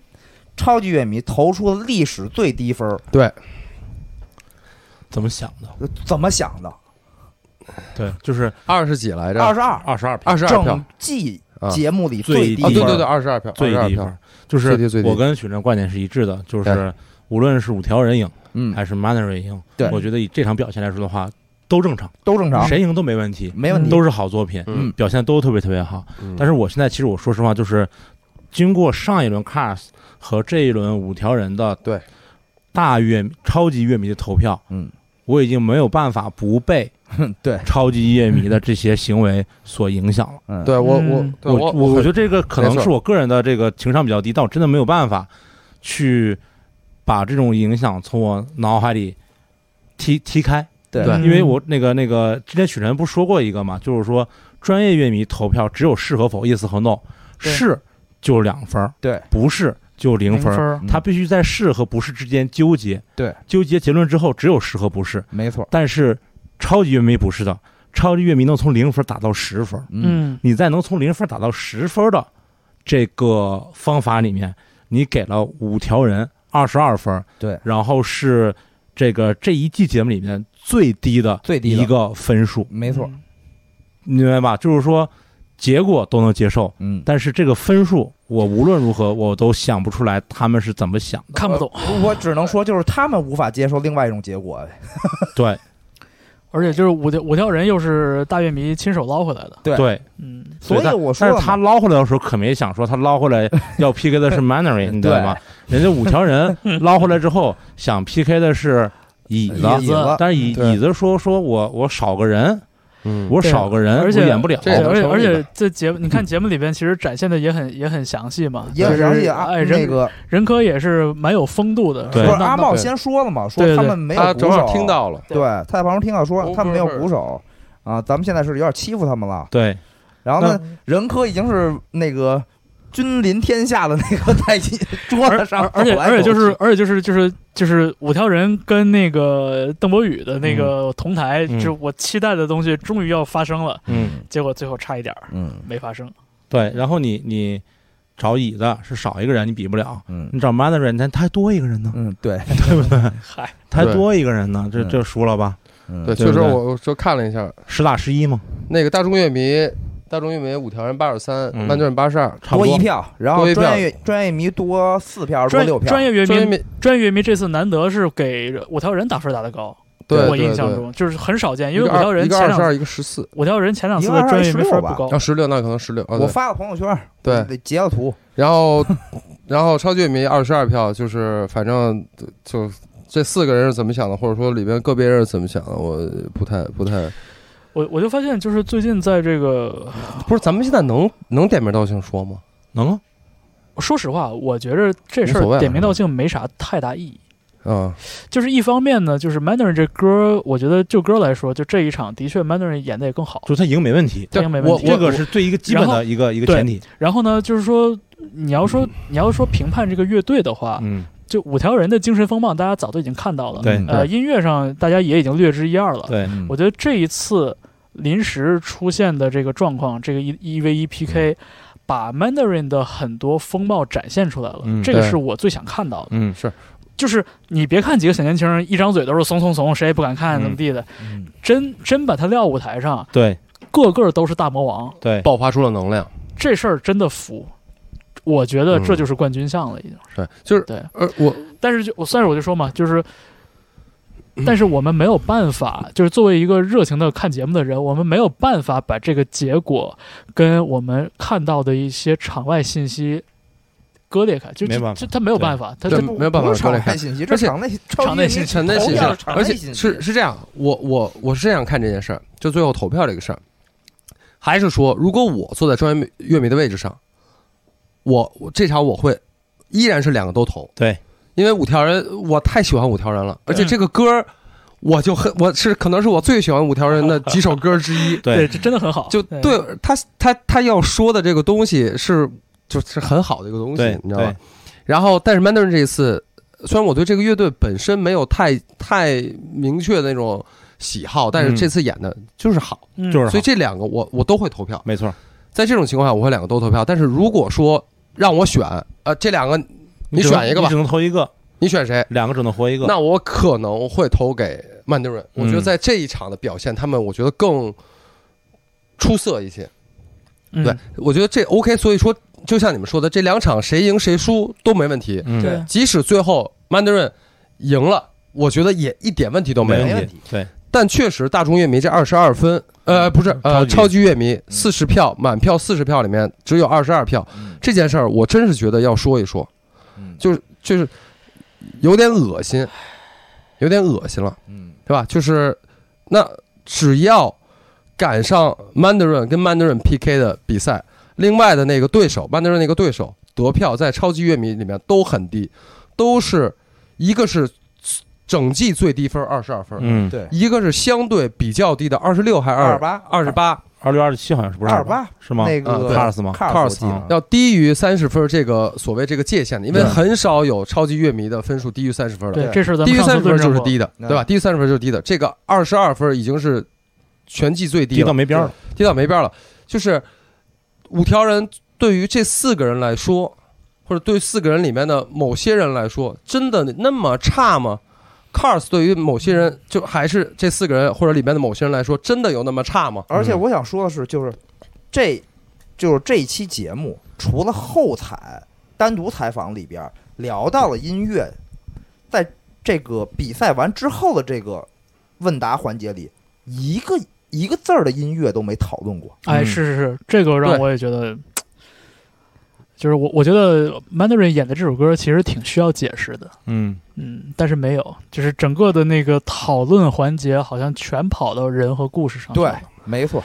Speaker 6: 超级乐迷投出了历史最低分儿，
Speaker 5: 对。
Speaker 3: 怎么想的？
Speaker 6: 怎么想的？
Speaker 3: 对，就是
Speaker 5: 二十几来着？
Speaker 6: 二十二，
Speaker 3: 二十二票，
Speaker 5: 二十二票
Speaker 6: 整季
Speaker 5: 啊
Speaker 6: 节目里
Speaker 3: 最
Speaker 6: 低
Speaker 3: 低
Speaker 5: 啊！
Speaker 6: 分
Speaker 5: 对
Speaker 6: 儿。
Speaker 5: 对对，二十二票，
Speaker 3: 最
Speaker 5: 二
Speaker 3: 低
Speaker 5: 票。
Speaker 3: 分，就
Speaker 5: 最低
Speaker 3: 是
Speaker 5: 最低
Speaker 3: 我跟许晨观点是一致的，就
Speaker 5: 对
Speaker 3: 是无论是五条人赢
Speaker 6: 嗯，
Speaker 5: 哎
Speaker 3: 还是 Manary 赢，
Speaker 6: 对
Speaker 3: 我觉得以这场表现来说的话，都正常，
Speaker 6: 都正常，
Speaker 3: 谁赢都没问题，
Speaker 6: 没问题。
Speaker 3: 都是好作品，
Speaker 5: 嗯
Speaker 3: 表现都特别特别好。
Speaker 5: 嗯
Speaker 3: 但是我现在其实我说实话，就是经过上一轮 Cars 和这一轮五条人的
Speaker 5: 对
Speaker 3: 大乐迷超级乐迷的投票，
Speaker 6: 嗯，
Speaker 3: 我已经没有办法不
Speaker 5: <laughs>
Speaker 3: 被
Speaker 6: 对，
Speaker 3: 超级乐迷的这些行为所影响了。
Speaker 6: 嗯，
Speaker 5: 对我我
Speaker 4: 嗯
Speaker 5: 对
Speaker 3: 我
Speaker 5: 我
Speaker 3: 觉得这个可能
Speaker 5: 没错
Speaker 3: 是我个人的这个情商比较低，但我真的没有办法去把这种影响从我脑海里踢踢开。
Speaker 6: 对
Speaker 5: 对
Speaker 3: 因为我那个那个之前许晨不说过一个嘛，就是说专业乐迷投票只有是和否，yes 和 no，
Speaker 6: 对
Speaker 3: 是就两分儿，
Speaker 6: 对，
Speaker 3: 不是就零
Speaker 4: 零
Speaker 3: 分
Speaker 4: 分
Speaker 3: 儿。嗯
Speaker 4: 儿，
Speaker 3: 他必须在是和不是之间纠结，
Speaker 6: 嗯对，
Speaker 3: 纠结结论之后只有是和不是。
Speaker 6: 没错，
Speaker 3: 但是超级乐迷不是的，超级乐迷能从零分儿打到十分儿，
Speaker 6: 嗯，
Speaker 4: 嗯
Speaker 3: 你在能从零分儿打到十分儿的这个方法里面，你给了五条人二十二分儿，
Speaker 6: 对
Speaker 3: 然后是这个这一季节目里面最低的
Speaker 6: 最低的
Speaker 3: 一个分数，
Speaker 6: 没错，
Speaker 4: 嗯
Speaker 3: 你明白吧？就是说结果都能接受，
Speaker 6: 嗯，
Speaker 3: 但是这个分数我无论如何我都想不出来他们是怎么想的。
Speaker 4: 看不懂，
Speaker 6: 嗯我只能说就是他们无法接受另外一种结果。
Speaker 3: 对
Speaker 4: 而且就是五条五条人又是大乐迷亲手捞回来的，
Speaker 6: 对
Speaker 3: 对，
Speaker 4: 嗯，
Speaker 6: 所以
Speaker 3: 但
Speaker 6: 我说
Speaker 3: 但
Speaker 6: 了
Speaker 3: 是他
Speaker 6: 嘛
Speaker 3: 捞回来的时候可没想说他捞回
Speaker 6: <laughs>
Speaker 3: 来要 PK 的是 Mannery，你知道吗？人家五条人
Speaker 6: <laughs>
Speaker 3: 捞回来之后想 PK 的是椅子，
Speaker 6: 椅子
Speaker 3: 但是椅
Speaker 5: 对
Speaker 3: 椅子说说我我少个人，
Speaker 5: 嗯
Speaker 3: 我
Speaker 4: 对
Speaker 3: 少个人，
Speaker 4: 而且
Speaker 3: 我演不了。
Speaker 5: 这也
Speaker 4: 对而
Speaker 5: 能
Speaker 4: 且
Speaker 5: 成立
Speaker 4: 而且
Speaker 5: 吧
Speaker 4: 这节目你看节目里边其实展现的也很也很详细嘛，
Speaker 6: 也
Speaker 4: 就是
Speaker 6: 详细啊，
Speaker 4: 哎
Speaker 6: 那
Speaker 4: 人
Speaker 6: 个
Speaker 4: 人科也是蛮有风度的，
Speaker 6: 不
Speaker 3: 对
Speaker 6: 是
Speaker 4: 那
Speaker 6: 阿茂
Speaker 5: 对
Speaker 6: 先说了嘛，说
Speaker 4: 对对
Speaker 6: 他们没有
Speaker 5: 他
Speaker 6: 鼓
Speaker 5: 正好
Speaker 3: 啊
Speaker 6: 手，
Speaker 5: 听，到了，
Speaker 6: 对，他在旁边听到说
Speaker 5: 哦
Speaker 6: 他们没有
Speaker 5: 不是
Speaker 6: 鼓手啊，咱们现在是有点欺负他们了。
Speaker 3: 对，
Speaker 6: 然后呢，
Speaker 5: 嗯
Speaker 6: 任科已经是那个君临天下的那个在桌
Speaker 4: 而
Speaker 6: 子上
Speaker 4: 而而且
Speaker 6: 走来走
Speaker 4: 而且就是
Speaker 6: 去
Speaker 4: 而且就是就是就是五条人跟那个邓博宇的那个同台，
Speaker 3: 嗯
Speaker 4: 就是我期待的东西终于要发生了，
Speaker 3: 嗯，
Speaker 4: 结果最后差一点儿
Speaker 6: 嗯
Speaker 4: 没发生。
Speaker 3: 对。然后你你找椅子是少一个人，你比不了。
Speaker 6: 嗯
Speaker 3: 你找 Mandarin，他他还多一个人呢，
Speaker 6: 嗯，对，
Speaker 4: 嗨，
Speaker 3: 他还
Speaker 5: 对
Speaker 3: 多一个人呢，这
Speaker 6: 嗯
Speaker 3: 这输了吧？
Speaker 6: 嗯
Speaker 5: 对，
Speaker 3: 对
Speaker 5: 确实
Speaker 3: 对对
Speaker 5: 我我就看了一下，
Speaker 3: 十打十一嘛，
Speaker 5: 那个大众乐迷，大众乐迷五条人八十三，
Speaker 3: 嗯
Speaker 5: 万卷八十二，
Speaker 3: 差不
Speaker 6: 多一
Speaker 3: 多。
Speaker 6: 票，然后
Speaker 5: 多一票
Speaker 6: 专业专业迷多四票，多
Speaker 4: 专
Speaker 6: 六票，
Speaker 4: 专业乐
Speaker 5: 专业
Speaker 4: 迷
Speaker 5: 迷
Speaker 4: 专业乐迷这次难得是给五条人打分打得高，
Speaker 5: 对
Speaker 4: 我印
Speaker 5: 对
Speaker 4: 象
Speaker 5: 对，
Speaker 4: 中就是很少见，因为
Speaker 5: 一
Speaker 4: 五
Speaker 5: 个
Speaker 4: 条
Speaker 5: 二一
Speaker 4: 人
Speaker 5: 个
Speaker 4: 前
Speaker 5: 二十
Speaker 4: 两哦
Speaker 5: 二，一个十四，
Speaker 4: 五条人前两次
Speaker 6: 一个
Speaker 4: 的
Speaker 6: 二
Speaker 4: 专业
Speaker 6: 十
Speaker 4: 乐迷
Speaker 6: 六
Speaker 4: 分
Speaker 6: 吧
Speaker 4: 不高
Speaker 5: 啊，，十六那可能十六，啊
Speaker 6: 我
Speaker 5: 对
Speaker 6: 发个朋友圈，
Speaker 5: 对
Speaker 6: 得截个图，
Speaker 5: 然后然后超级乐迷二十二票，就是反正就这四个人是怎么想的，或者说里边个别人是怎么想的，我不太不太
Speaker 4: 我我就发现就是最近在这个，
Speaker 5: 不是，咱们现在能能点名道姓说吗？
Speaker 3: 能啊，
Speaker 4: 说实话，我觉着这事
Speaker 5: 无所谓
Speaker 4: 儿
Speaker 5: 了
Speaker 4: 点名道姓没啥太大意义。
Speaker 3: 啊
Speaker 5: 嗯
Speaker 4: 就是一方面呢，就是 Mandarin 这歌，我觉得就歌来说，就这一场的确 Mandarin 演的也更好。
Speaker 3: 就他赢没问题，
Speaker 4: 这个没问
Speaker 3: 我
Speaker 4: 题
Speaker 3: 这个是最一个基本的一个一个
Speaker 4: 对
Speaker 3: 前提。
Speaker 4: 然后呢，就是说你要说你要说评判这个乐队的话，
Speaker 3: 嗯，
Speaker 4: 就五条人的精神风貌，大家早都已经看到了。
Speaker 3: 对
Speaker 4: 呃，音乐上大家也已经略知一二了。
Speaker 3: 对，
Speaker 6: 嗯
Speaker 4: 我觉得这一次临时出现的这个状况，这个一一 v 一 PK，把
Speaker 3: 嗯
Speaker 4: Mandarin 的很多风貌展现出来了，
Speaker 3: 嗯
Speaker 4: 这个
Speaker 5: 对
Speaker 4: 是我最想看到的。
Speaker 3: 嗯
Speaker 4: 就是你别看几个小年轻人一张嘴都是怂怂怂，谁也不敢
Speaker 3: 嗯
Speaker 4: 看怎么地的，
Speaker 6: 嗯
Speaker 4: 真真把他撂舞台上，
Speaker 3: 对
Speaker 4: 个个都是大魔王，
Speaker 3: 对，
Speaker 5: 爆发出了能量。
Speaker 4: 这事儿真的服。我觉得这就是冠军相了，已经。
Speaker 5: 对，就是
Speaker 4: 对
Speaker 5: 呃，我
Speaker 4: 但是就我算是我就说嘛，就是，但是我们没有办法，就是作为一个热情的看节目的人，我们没有办法把这个结果跟我们看到的一些场外信息割裂开，就
Speaker 3: 没办法
Speaker 4: 就他没有办法，他
Speaker 5: 对
Speaker 4: 他
Speaker 5: 没有办法
Speaker 6: 不
Speaker 5: 过
Speaker 6: 是场
Speaker 5: 来
Speaker 6: 外
Speaker 5: 看
Speaker 6: 信息，
Speaker 5: 而
Speaker 6: 这
Speaker 5: 且
Speaker 6: 场内
Speaker 4: 场内信息
Speaker 5: 场内
Speaker 6: 投
Speaker 5: 信息
Speaker 6: 票是，场内
Speaker 5: 而且
Speaker 6: 信息
Speaker 5: 是是这样，我我我是这样看这件事儿，就最后投票这个事儿，还是说，如果我坐在专业乐迷的位置上，我我这场我会依然是两个都投，
Speaker 3: 对，，
Speaker 5: 因为五条人我太喜欢五条人了，而且这个歌儿我就很我是可能是我最喜欢五条人的几首歌之一
Speaker 3: <laughs>
Speaker 4: 对
Speaker 3: 对
Speaker 4: 这真的很好，
Speaker 5: 就对他他他要说的这个东西是就是很好的一个东西
Speaker 3: 对，
Speaker 5: 你知道吧
Speaker 3: 对？
Speaker 5: 然后，但是 Mandarin 这一次，虽然我对这个乐队本身没有太太明确的那种喜好，但是
Speaker 3: 嗯
Speaker 5: 这次演的就是好，
Speaker 4: 嗯
Speaker 3: 就是
Speaker 5: 所以
Speaker 3: 好
Speaker 5: 这两个我我都会投票。
Speaker 3: 没错，
Speaker 5: 在这种情况下，我会两个都投票。但是如果说让我选，呃，这两个你
Speaker 3: 只能
Speaker 5: 选一个吧
Speaker 3: 你只能投一个，
Speaker 5: 你选谁？
Speaker 3: 两个只能活一个。嗯
Speaker 5: 那我可能会投给曼德润。我觉得在这一场的表现，他们我觉得更出色一些。
Speaker 4: 嗯
Speaker 5: 对，我觉得这 OK。所以说，就像你们说的，这两场谁赢谁输都没问题。
Speaker 3: 嗯，
Speaker 4: 对
Speaker 5: 即使最后曼德润赢了，我觉得也一点问题都没有。
Speaker 3: 没
Speaker 6: 问
Speaker 3: 问
Speaker 6: 题
Speaker 3: 题，对，
Speaker 5: 但确实，大众乐迷这二十二分，呃，不是，呃，超
Speaker 3: 超
Speaker 5: 级乐迷四十票，满票四十票里面只有二十二票，
Speaker 6: 嗯
Speaker 5: 这件事儿我真是觉得要说一说，
Speaker 6: 嗯
Speaker 5: 就是就是有点恶心，有点恶心了。
Speaker 6: 嗯
Speaker 5: 对吧？就是那只要赶上 Mandarin 跟 Mandarin PK 的比赛，另外的那个对手 Mandarin 那个对手得票在超级乐迷里面都很低，都是一个是整季最低分二十二分，
Speaker 3: 嗯，
Speaker 6: 对
Speaker 5: 一个是相对比较低的二十六还是
Speaker 6: 二
Speaker 5: 二
Speaker 6: 八
Speaker 5: 二十八，
Speaker 3: 二六二十七好像是不是
Speaker 6: 二八
Speaker 3: 是吗？
Speaker 6: 那
Speaker 5: 啊
Speaker 6: 个
Speaker 5: 对
Speaker 3: 卡尔斯吗？
Speaker 6: 卡
Speaker 5: 卡
Speaker 6: 尔
Speaker 5: 尔
Speaker 6: 斯
Speaker 5: 斯嗯
Speaker 6: 记得
Speaker 5: 要低于三十分这个所谓这个界限的，因为
Speaker 3: 对
Speaker 5: 很少有超级乐迷的分数低于三十分的。
Speaker 4: 对，这事儿咱
Speaker 5: 低
Speaker 4: 们
Speaker 5: 于
Speaker 4: 上次
Speaker 5: 三十
Speaker 4: 论
Speaker 5: 分
Speaker 4: 证
Speaker 5: 就是
Speaker 4: 过，
Speaker 5: 低的，
Speaker 6: 嗯
Speaker 5: 对吧？低于三十分就是低的，这个二十二分已经是全季最低
Speaker 3: 低
Speaker 5: 了
Speaker 3: 到，没边儿了，
Speaker 5: 低到没边儿了。就是五条人对于这四个人来说，或者对四个人里面的某些人来说，真的那么差吗？Cars 对于某些人，就还是这四个人或者里面的某些人来说，真的有那么差吗？
Speaker 6: 而且
Speaker 3: 嗯
Speaker 6: 我想说的是，就是这就是这一期节目，除了后采单独采访里边儿聊到了音乐，在这个比赛完之后的这个问答环节里，一个一个字儿的音乐都没讨论过。
Speaker 4: 哎，
Speaker 3: 嗯
Speaker 4: 是是是，这个让
Speaker 5: 对
Speaker 4: 我也觉得。就是我，我觉得 Mandarin 演的这首歌其实挺需要解释的，
Speaker 3: 嗯，
Speaker 4: 嗯，但是没有，就是整个的那个讨论环节好像全跑到人和故事上去
Speaker 6: 对
Speaker 4: 了。，
Speaker 6: 没错，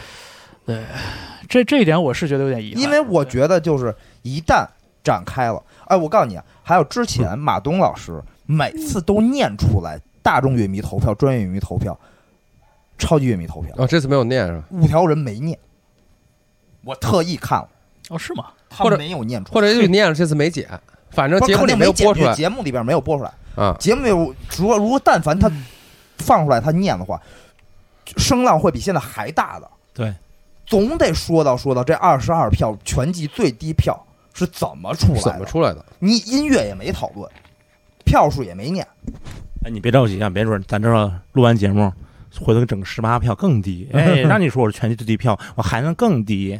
Speaker 4: 这这一点我是觉得有点遗憾，
Speaker 6: 因为我觉得就是一旦展开了，哎，我告诉你啊，还有之前马东老师每次都念出来大众乐迷投票、专业乐迷投票、超级乐迷投票。
Speaker 5: 啊，这次没有念是吧？
Speaker 6: 五条人没念，我特意看了，
Speaker 4: 哦是吗？
Speaker 6: 他
Speaker 5: 或者
Speaker 6: 没有念出来，
Speaker 5: 或者也许念了，这次没剪，反正
Speaker 6: 不是
Speaker 5: 节目
Speaker 6: 肯
Speaker 5: 里
Speaker 6: 定
Speaker 5: 没
Speaker 6: 没
Speaker 5: 有
Speaker 6: 剪
Speaker 5: 播出来
Speaker 6: 节目里边没有播出来，
Speaker 5: 啊。
Speaker 6: 节目里有如果如果但凡他放出来他念的话，声浪会比现在还大的，
Speaker 3: 对，
Speaker 6: 总得说到说到这二十二票全季最低票是怎么出
Speaker 5: 怎
Speaker 6: 来
Speaker 5: 么
Speaker 6: 的，
Speaker 5: 出来的？
Speaker 6: 你音乐也没讨论，票数也没念，
Speaker 3: 哎，你别着急啊，别准咱这录完节目，回头整个十八票更低，哎，让你说我是全季最低票，我还能更低，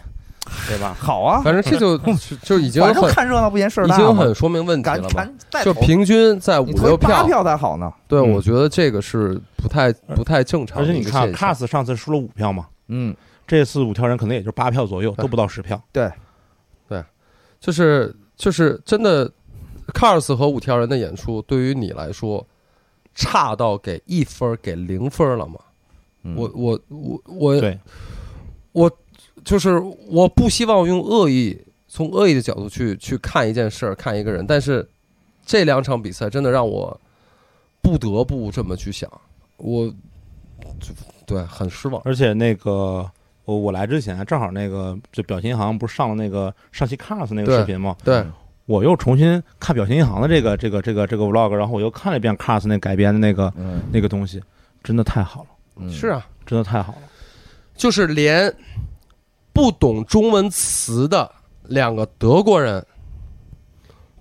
Speaker 3: 对
Speaker 6: <laughs>
Speaker 3: 吧？
Speaker 6: 好啊，
Speaker 5: 反正这就就就已经
Speaker 6: 反正
Speaker 5: 很
Speaker 6: 看热闹不嫌事儿
Speaker 5: 已
Speaker 6: 大
Speaker 5: 经
Speaker 6: 嘛
Speaker 5: 很，说明问题
Speaker 6: 赶
Speaker 5: 了吧？
Speaker 6: 赶再
Speaker 5: 就
Speaker 6: 投
Speaker 5: 平均在五
Speaker 6: 你
Speaker 5: 六
Speaker 6: 投八票才好呢，
Speaker 5: 对，
Speaker 3: 嗯
Speaker 5: 我觉得这个是不太不太正常
Speaker 3: 而
Speaker 5: 的
Speaker 3: 且
Speaker 5: 一
Speaker 3: 你
Speaker 5: 个
Speaker 3: 看
Speaker 5: 现象。
Speaker 3: ，Cars 上次输了五票嘛，
Speaker 6: 嗯，
Speaker 3: 这次五条人可能也就八票左右，都不到十票。
Speaker 5: 就是就是真的，Cars 和五条人的演出对于你来说，差到给一分儿给零分儿了吗？我我我我
Speaker 3: 嗯对，
Speaker 5: 就是我不希望用恶意从恶意的角度去去看一件事儿看一个人，但是这两场比赛真的让我不得不这么去想，我就对很失望。
Speaker 3: 而且那个我我来之前正好那个就表情银行不是上了那个上期 Cars 那个
Speaker 5: 对
Speaker 3: 视频吗？
Speaker 5: 对，
Speaker 3: 我又重新看表情银行的这个这个这个这个 vlog，然后我又看了一遍 Cars 那改编的那个
Speaker 6: 嗯，
Speaker 3: 那个东西，真的太好了，
Speaker 6: 嗯
Speaker 5: 是啊，
Speaker 3: 真的太好了。
Speaker 5: 就是连不懂中文词的两个德国人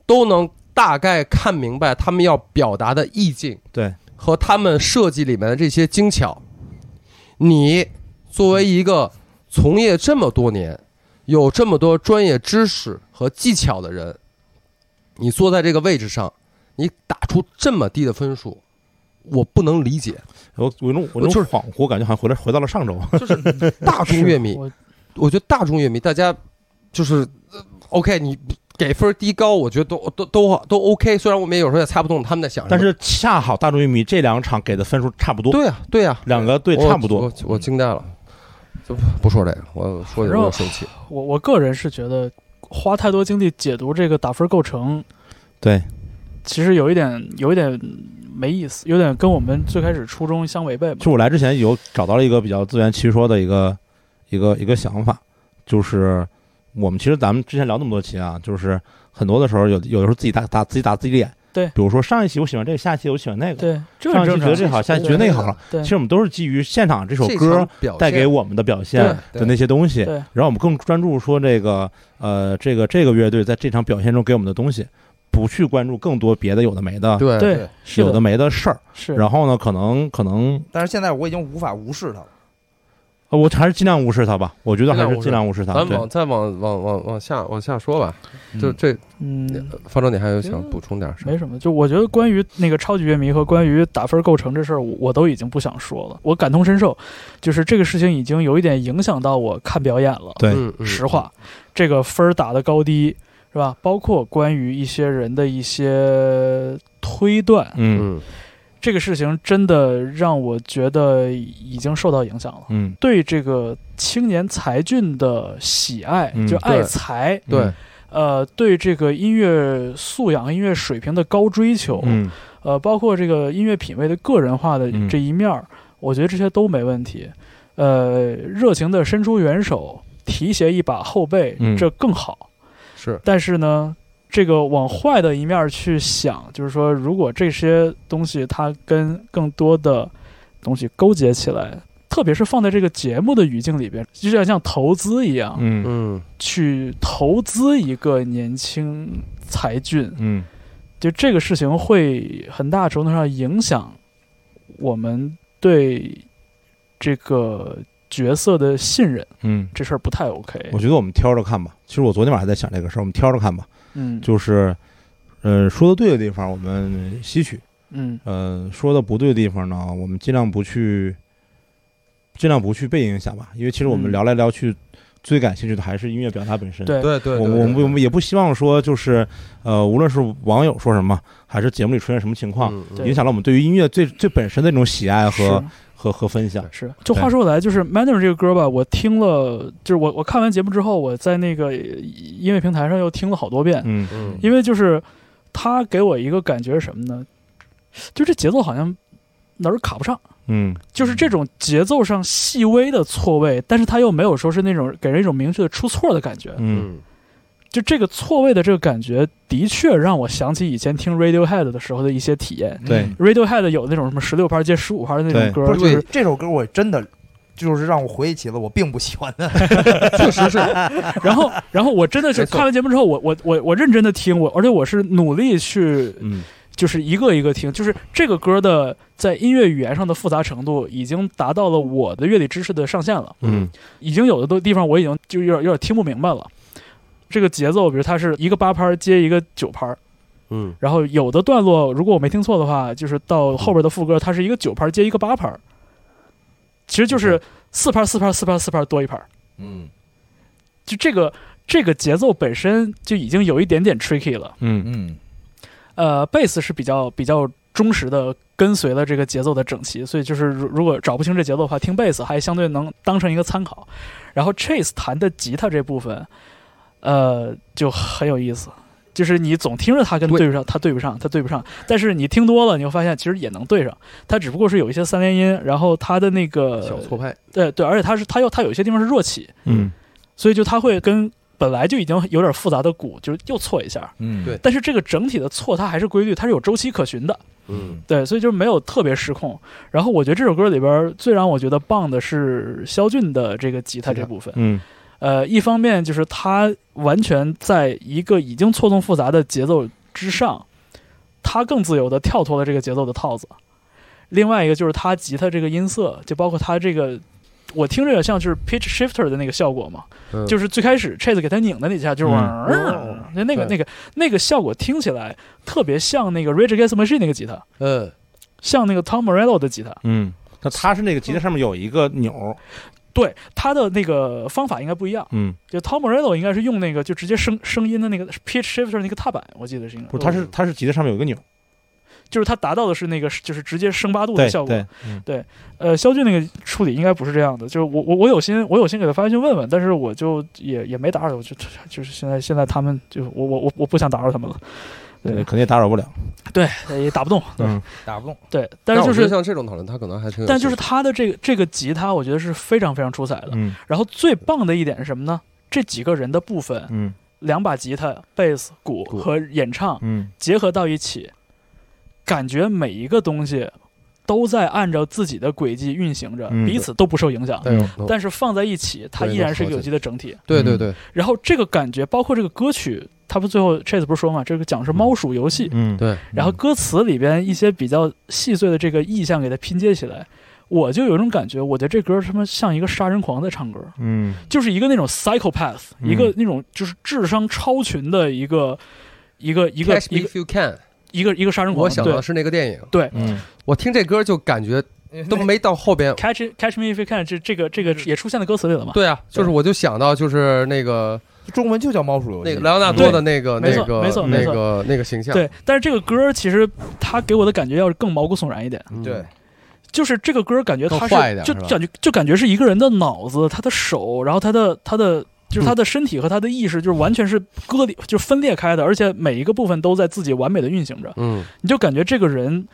Speaker 5: 都能大概看明白他们要表达的意境，
Speaker 3: 对，
Speaker 5: 和他们设计里面的这些精巧。你作为一个从业这么多年、有这么多专业知识和技巧的人，你坐在这个位置上，你打出这么低的分数，我不能理解。
Speaker 3: 我我有种我有
Speaker 5: 就
Speaker 3: 种
Speaker 5: 是
Speaker 3: 恍惚感觉，好像回来回到了上周。
Speaker 5: 大众乐迷
Speaker 4: 是，我
Speaker 5: 我觉得大众乐迷大家就是、呃 OK，你给分儿低高，我觉得都都都都 OK。虽然我们也有时候也猜不懂他们在想什么，
Speaker 3: 但是恰好大众玉米这两场给的分数差不多，
Speaker 5: 对呀对呀，啊
Speaker 3: 两个队
Speaker 5: 我
Speaker 3: 差不多。
Speaker 5: 我我惊呆了，就不说这个，我说
Speaker 4: 反
Speaker 5: 这个
Speaker 4: 正
Speaker 5: 我生气。
Speaker 4: 我我个人是觉得花太多精力解读这个打分构成，
Speaker 3: 对，
Speaker 4: 其实有一点有一点没意思，有点跟我们最开始初衷相违背嘛
Speaker 3: 就。我来之前有找到了一个比较自圆其说的一个一个一个想法，就是我们其实咱们之前聊那么多期啊，就是很多的时候有有的时候自己打打自己打自己脸。
Speaker 4: 对
Speaker 3: 比如说上一期我喜欢这个，下一期我喜欢那个。
Speaker 4: 对，这
Speaker 3: 上
Speaker 4: 很
Speaker 3: 一期
Speaker 4: 正
Speaker 3: 觉得这
Speaker 4: 常。
Speaker 3: 好，下一期觉得那个好了。
Speaker 4: 对
Speaker 3: 其，实我们都是基于现场这首
Speaker 5: 这
Speaker 3: 歌
Speaker 5: 场表
Speaker 3: 带给
Speaker 5: 现
Speaker 3: 我们的表现
Speaker 5: 对
Speaker 3: 的那些东西，
Speaker 4: 对
Speaker 3: 然后我们更专注说这个呃这个这个乐队在这场表现中给我们的东西，不去关注更多别的有的没的
Speaker 5: 对
Speaker 4: 对，是
Speaker 3: 有的没的事儿。
Speaker 4: 是。
Speaker 3: 然后呢，可能可能
Speaker 6: 但是现在我已经无法无视他了。
Speaker 3: 呃我还是尽量无视他吧，我觉得还是尽
Speaker 5: 尽
Speaker 3: 量无视他。
Speaker 5: 咱
Speaker 3: 对
Speaker 5: 往再往往往往下往下说吧，就这，
Speaker 4: 嗯，
Speaker 5: 方舟，你还有想补充点什么？
Speaker 4: 没什么，就我觉得关于那个超级乐迷和关于打分构成这事儿，我我都已经不想说了。我感同身受，就是这个事情已经有一点影响到我看表演了。
Speaker 3: 对
Speaker 5: 嗯，嗯
Speaker 4: 实话，这个分儿打的高低是吧？包括关于一些人的一些推断，
Speaker 3: 嗯
Speaker 5: 嗯，
Speaker 4: 这个事情真的让我觉得已经受到影响了。
Speaker 3: 嗯，
Speaker 4: 对这个青年才俊的喜爱，
Speaker 3: 嗯
Speaker 4: 就爱
Speaker 5: 对
Speaker 4: 才，
Speaker 5: 对，
Speaker 4: 呃，对这个音乐素养、音乐水平的高追求，
Speaker 3: 嗯
Speaker 4: 呃，包括这个音乐品味的个人化的
Speaker 3: 嗯
Speaker 4: 这一面儿，我觉得这些都没问题。呃，热情的伸出援手，提携一把后辈，
Speaker 3: 嗯
Speaker 4: 这更好。
Speaker 5: 是
Speaker 4: 但是呢，这个往坏的一面儿去想，就是说，如果这些东西它跟更多的东西勾结起来，特别是放在这个节目的语境里边，就像像投资一样，
Speaker 3: 嗯
Speaker 5: 嗯，
Speaker 4: 去投资一个年轻才俊，
Speaker 3: 嗯
Speaker 4: 就这个事情会很大程度上影响我们对这个角色的信任，
Speaker 3: 嗯，
Speaker 4: 这事儿不太 OK
Speaker 3: 我。觉得我们挑着看吧。其实我昨天晚上还在想这个事儿，我们挑着看吧。
Speaker 4: 嗯，
Speaker 3: 就是，呃，说的对的地方我们吸取，
Speaker 4: 嗯
Speaker 3: 呃，说的不对的地方呢，我们尽量不去，尽量不去被影响吧。因为其实我们
Speaker 4: 嗯
Speaker 3: 聊来聊去，最感兴趣的还是音乐表达本身。
Speaker 4: 对
Speaker 5: 对对，
Speaker 3: 我
Speaker 5: 对
Speaker 3: 我们我们也不希望说就是，呃，无论是网友说什么，还是节目里出现什么情况，，
Speaker 5: 嗯嗯
Speaker 4: 对
Speaker 3: 影响了我们对于音乐最最本身的那种喜爱和
Speaker 4: 是
Speaker 3: 和和分享。
Speaker 4: 是。就话说回来，就是《Manner》这个歌吧，我听了，就是我我看完节目之后，我在那个音乐平台上又听了好多遍，
Speaker 3: 嗯
Speaker 5: 嗯
Speaker 4: 因为就是他给我一个感觉是什么呢？就这节奏好像哪儿卡不上。
Speaker 3: 嗯
Speaker 4: 就是这种节奏上细微的错位，但是他又没有说是那种给人一种明确的出错的感觉。
Speaker 3: 嗯
Speaker 5: 嗯
Speaker 4: 就这个错位的这个感觉，的确让我想起以前听 Radiohead 的时候的一些体验。
Speaker 3: 对
Speaker 6: 嗯
Speaker 4: Radiohead 有那种什么十六拍接十五拍的那
Speaker 3: 对
Speaker 4: 种歌，
Speaker 6: 不
Speaker 4: 就是是
Speaker 6: 对这首歌，我真的就是让我回忆起了我并不喜欢的。
Speaker 5: 确实是，
Speaker 4: 然后然后我真的是
Speaker 5: 没错
Speaker 4: 看完节目之后，我我我我认真的听，我而且我是努力去
Speaker 3: 嗯
Speaker 4: 就是一个一个听，就是这个歌的在音乐语言上的复杂程度已经达到了我的乐理知识的上限了。
Speaker 3: 嗯
Speaker 4: 已经有的都地方我已经就有点有点听不明白了。这个节奏，比如它是一个八拍儿接一个九拍儿，
Speaker 5: 嗯
Speaker 4: 然后有的段落，如果我没听错的话，就是到后边的副歌，它是一个九拍儿接一个八拍儿，其实就是四拍儿四拍儿四拍儿四拍儿多一拍儿，
Speaker 6: 嗯
Speaker 4: 就这个这个节奏本身就已经有一点点 tricky 了。
Speaker 3: 嗯
Speaker 6: 嗯
Speaker 4: 呃，贝斯是比较比较忠实的跟随了这个节奏的整齐，所以就是如如果找不清这节奏的话，听贝斯还相对能当成一个参考。然后 Chase 弹的吉他这部分，呃，就很有意思，就是你总听着他跟
Speaker 5: 对
Speaker 4: 对不上，他对不上，他对不上。但是你听多了，你会发现其实也能对上，他只不过是有一些三连音，然后他的那个
Speaker 5: 小错拍，
Speaker 4: 对对，而且他是他又他有一些地方是弱起，
Speaker 3: 嗯，
Speaker 4: 所以就他会跟本来就已经有点复杂的鼓，就是又错一下。
Speaker 6: 嗯，
Speaker 5: 对
Speaker 4: 但是这个整体的错它还是规律，它是有周期可循的。
Speaker 5: 嗯，
Speaker 4: 对，所以就是没有特别失控。然后我觉得这首歌里边最让我觉得棒的是肖俊的这个吉他这部分。
Speaker 3: 嗯
Speaker 4: 呃，一方面就是他完全在一个已经错综复杂的节奏之上，他更自由的跳脱了这个节奏的套子。另外一个就是他吉他这个音色，就包括他这个，我听着也像是 pitch shifter 的那个效果嘛，
Speaker 5: 嗯
Speaker 4: 就是最开始 Chase 给他拧的那一下，就是、
Speaker 3: 嗯
Speaker 5: 哦
Speaker 4: 那那个那个那个效果听起来特别像那个 Rage Against the Machine 那个吉他，
Speaker 5: 嗯，
Speaker 4: 像那个 Tom Morello 的吉他。
Speaker 3: 嗯，那它是那个吉他上面有一个钮儿，
Speaker 4: 对，他的那个方法应该不一样。
Speaker 3: 嗯，
Speaker 4: 就 Tom Morello 应该是用那个就直接声声音的那个 pitch shifter 那个踏板，我记得是应该
Speaker 3: 不是，它是它是吉他上面有一个钮儿，
Speaker 4: 就是他达到的是那个就是直接升八度
Speaker 3: 对
Speaker 4: 的效果
Speaker 3: 对。，嗯
Speaker 4: 呃，肖俊那个处理应该不是这样的，就是我我我有心我有心给他发信问问，但是我就也也没打扰，我就就是现在现在他们就我我我我不想打扰他们了，对
Speaker 3: 对，肯定也打扰不了，
Speaker 4: 对，也打不动，
Speaker 3: 嗯
Speaker 6: 打不动。
Speaker 4: 对，但是就
Speaker 5: 我觉得
Speaker 4: 是。
Speaker 5: 像这种讨论，他可能还挺有
Speaker 4: 但就是
Speaker 5: 兴趣
Speaker 4: 他的这个这个吉他，我觉得是非常非常出彩的。
Speaker 3: 嗯
Speaker 4: 然后最棒的一点是什么呢？这几个人的部分，
Speaker 3: 嗯
Speaker 4: 两把吉他、贝斯、鼓
Speaker 5: 鼓
Speaker 4: 和演唱，
Speaker 3: 嗯
Speaker 4: 结合到一起，感觉每一个东西都在按照自己的轨迹运行着，
Speaker 3: 嗯
Speaker 4: 彼此都不受影响。
Speaker 5: 但是
Speaker 4: 但是放在一起，它
Speaker 5: 对
Speaker 4: 依然是一个
Speaker 5: 都合
Speaker 4: 有机的整体。
Speaker 5: 对对对
Speaker 4: 然后这个感觉，包括这个歌曲，他不最后 Chase 不是说嘛，这个讲是猫鼠游戏，
Speaker 3: 嗯，
Speaker 5: 对，
Speaker 4: 然后歌词里边一些比较细碎的这个意象给它拼接起来，我就有一种感觉，我觉得这歌他妈像一个杀人狂在唱歌，
Speaker 3: 嗯
Speaker 4: 就是一个那种 psychopath，、
Speaker 3: 嗯
Speaker 4: 一个那种就是智商超群的一个一个一个
Speaker 5: Catch
Speaker 4: 一
Speaker 5: me
Speaker 4: 个
Speaker 5: if you can，
Speaker 4: 一个一个杀人狂。
Speaker 5: 我想
Speaker 4: 对
Speaker 5: 到是那个电影，
Speaker 4: 对
Speaker 3: 嗯
Speaker 5: 我听这歌就感觉都
Speaker 4: 嗯
Speaker 5: 没到
Speaker 4: <laughs>
Speaker 5: 后边。
Speaker 4: Catch Catch Me If You Can，这这个这个也出现在歌词里了嘛？
Speaker 5: 对啊，就是我就想到就是那个
Speaker 6: 中文就叫猫鼠游
Speaker 5: 那
Speaker 6: 戏
Speaker 5: 个。莱昂纳多的那个
Speaker 4: 对
Speaker 5: 那
Speaker 4: 没错
Speaker 5: 个
Speaker 4: 没
Speaker 5: 那
Speaker 4: 错
Speaker 5: 个那个形象，
Speaker 4: 对，但是这个歌其实它给我的感觉要是更毛骨悚然一点，
Speaker 5: 嗯
Speaker 6: 对，
Speaker 4: 就是这个歌感觉它
Speaker 5: 更坏一点
Speaker 4: 就是
Speaker 5: 吧
Speaker 4: 就感觉就感觉是一个人的脑子、他的手，然后他的他的就是他的身体和他的意识，就是完全是割裂，就是分裂开的，而且每一个部分都在自己完美的运行着，
Speaker 5: 嗯
Speaker 4: 你就感觉这个人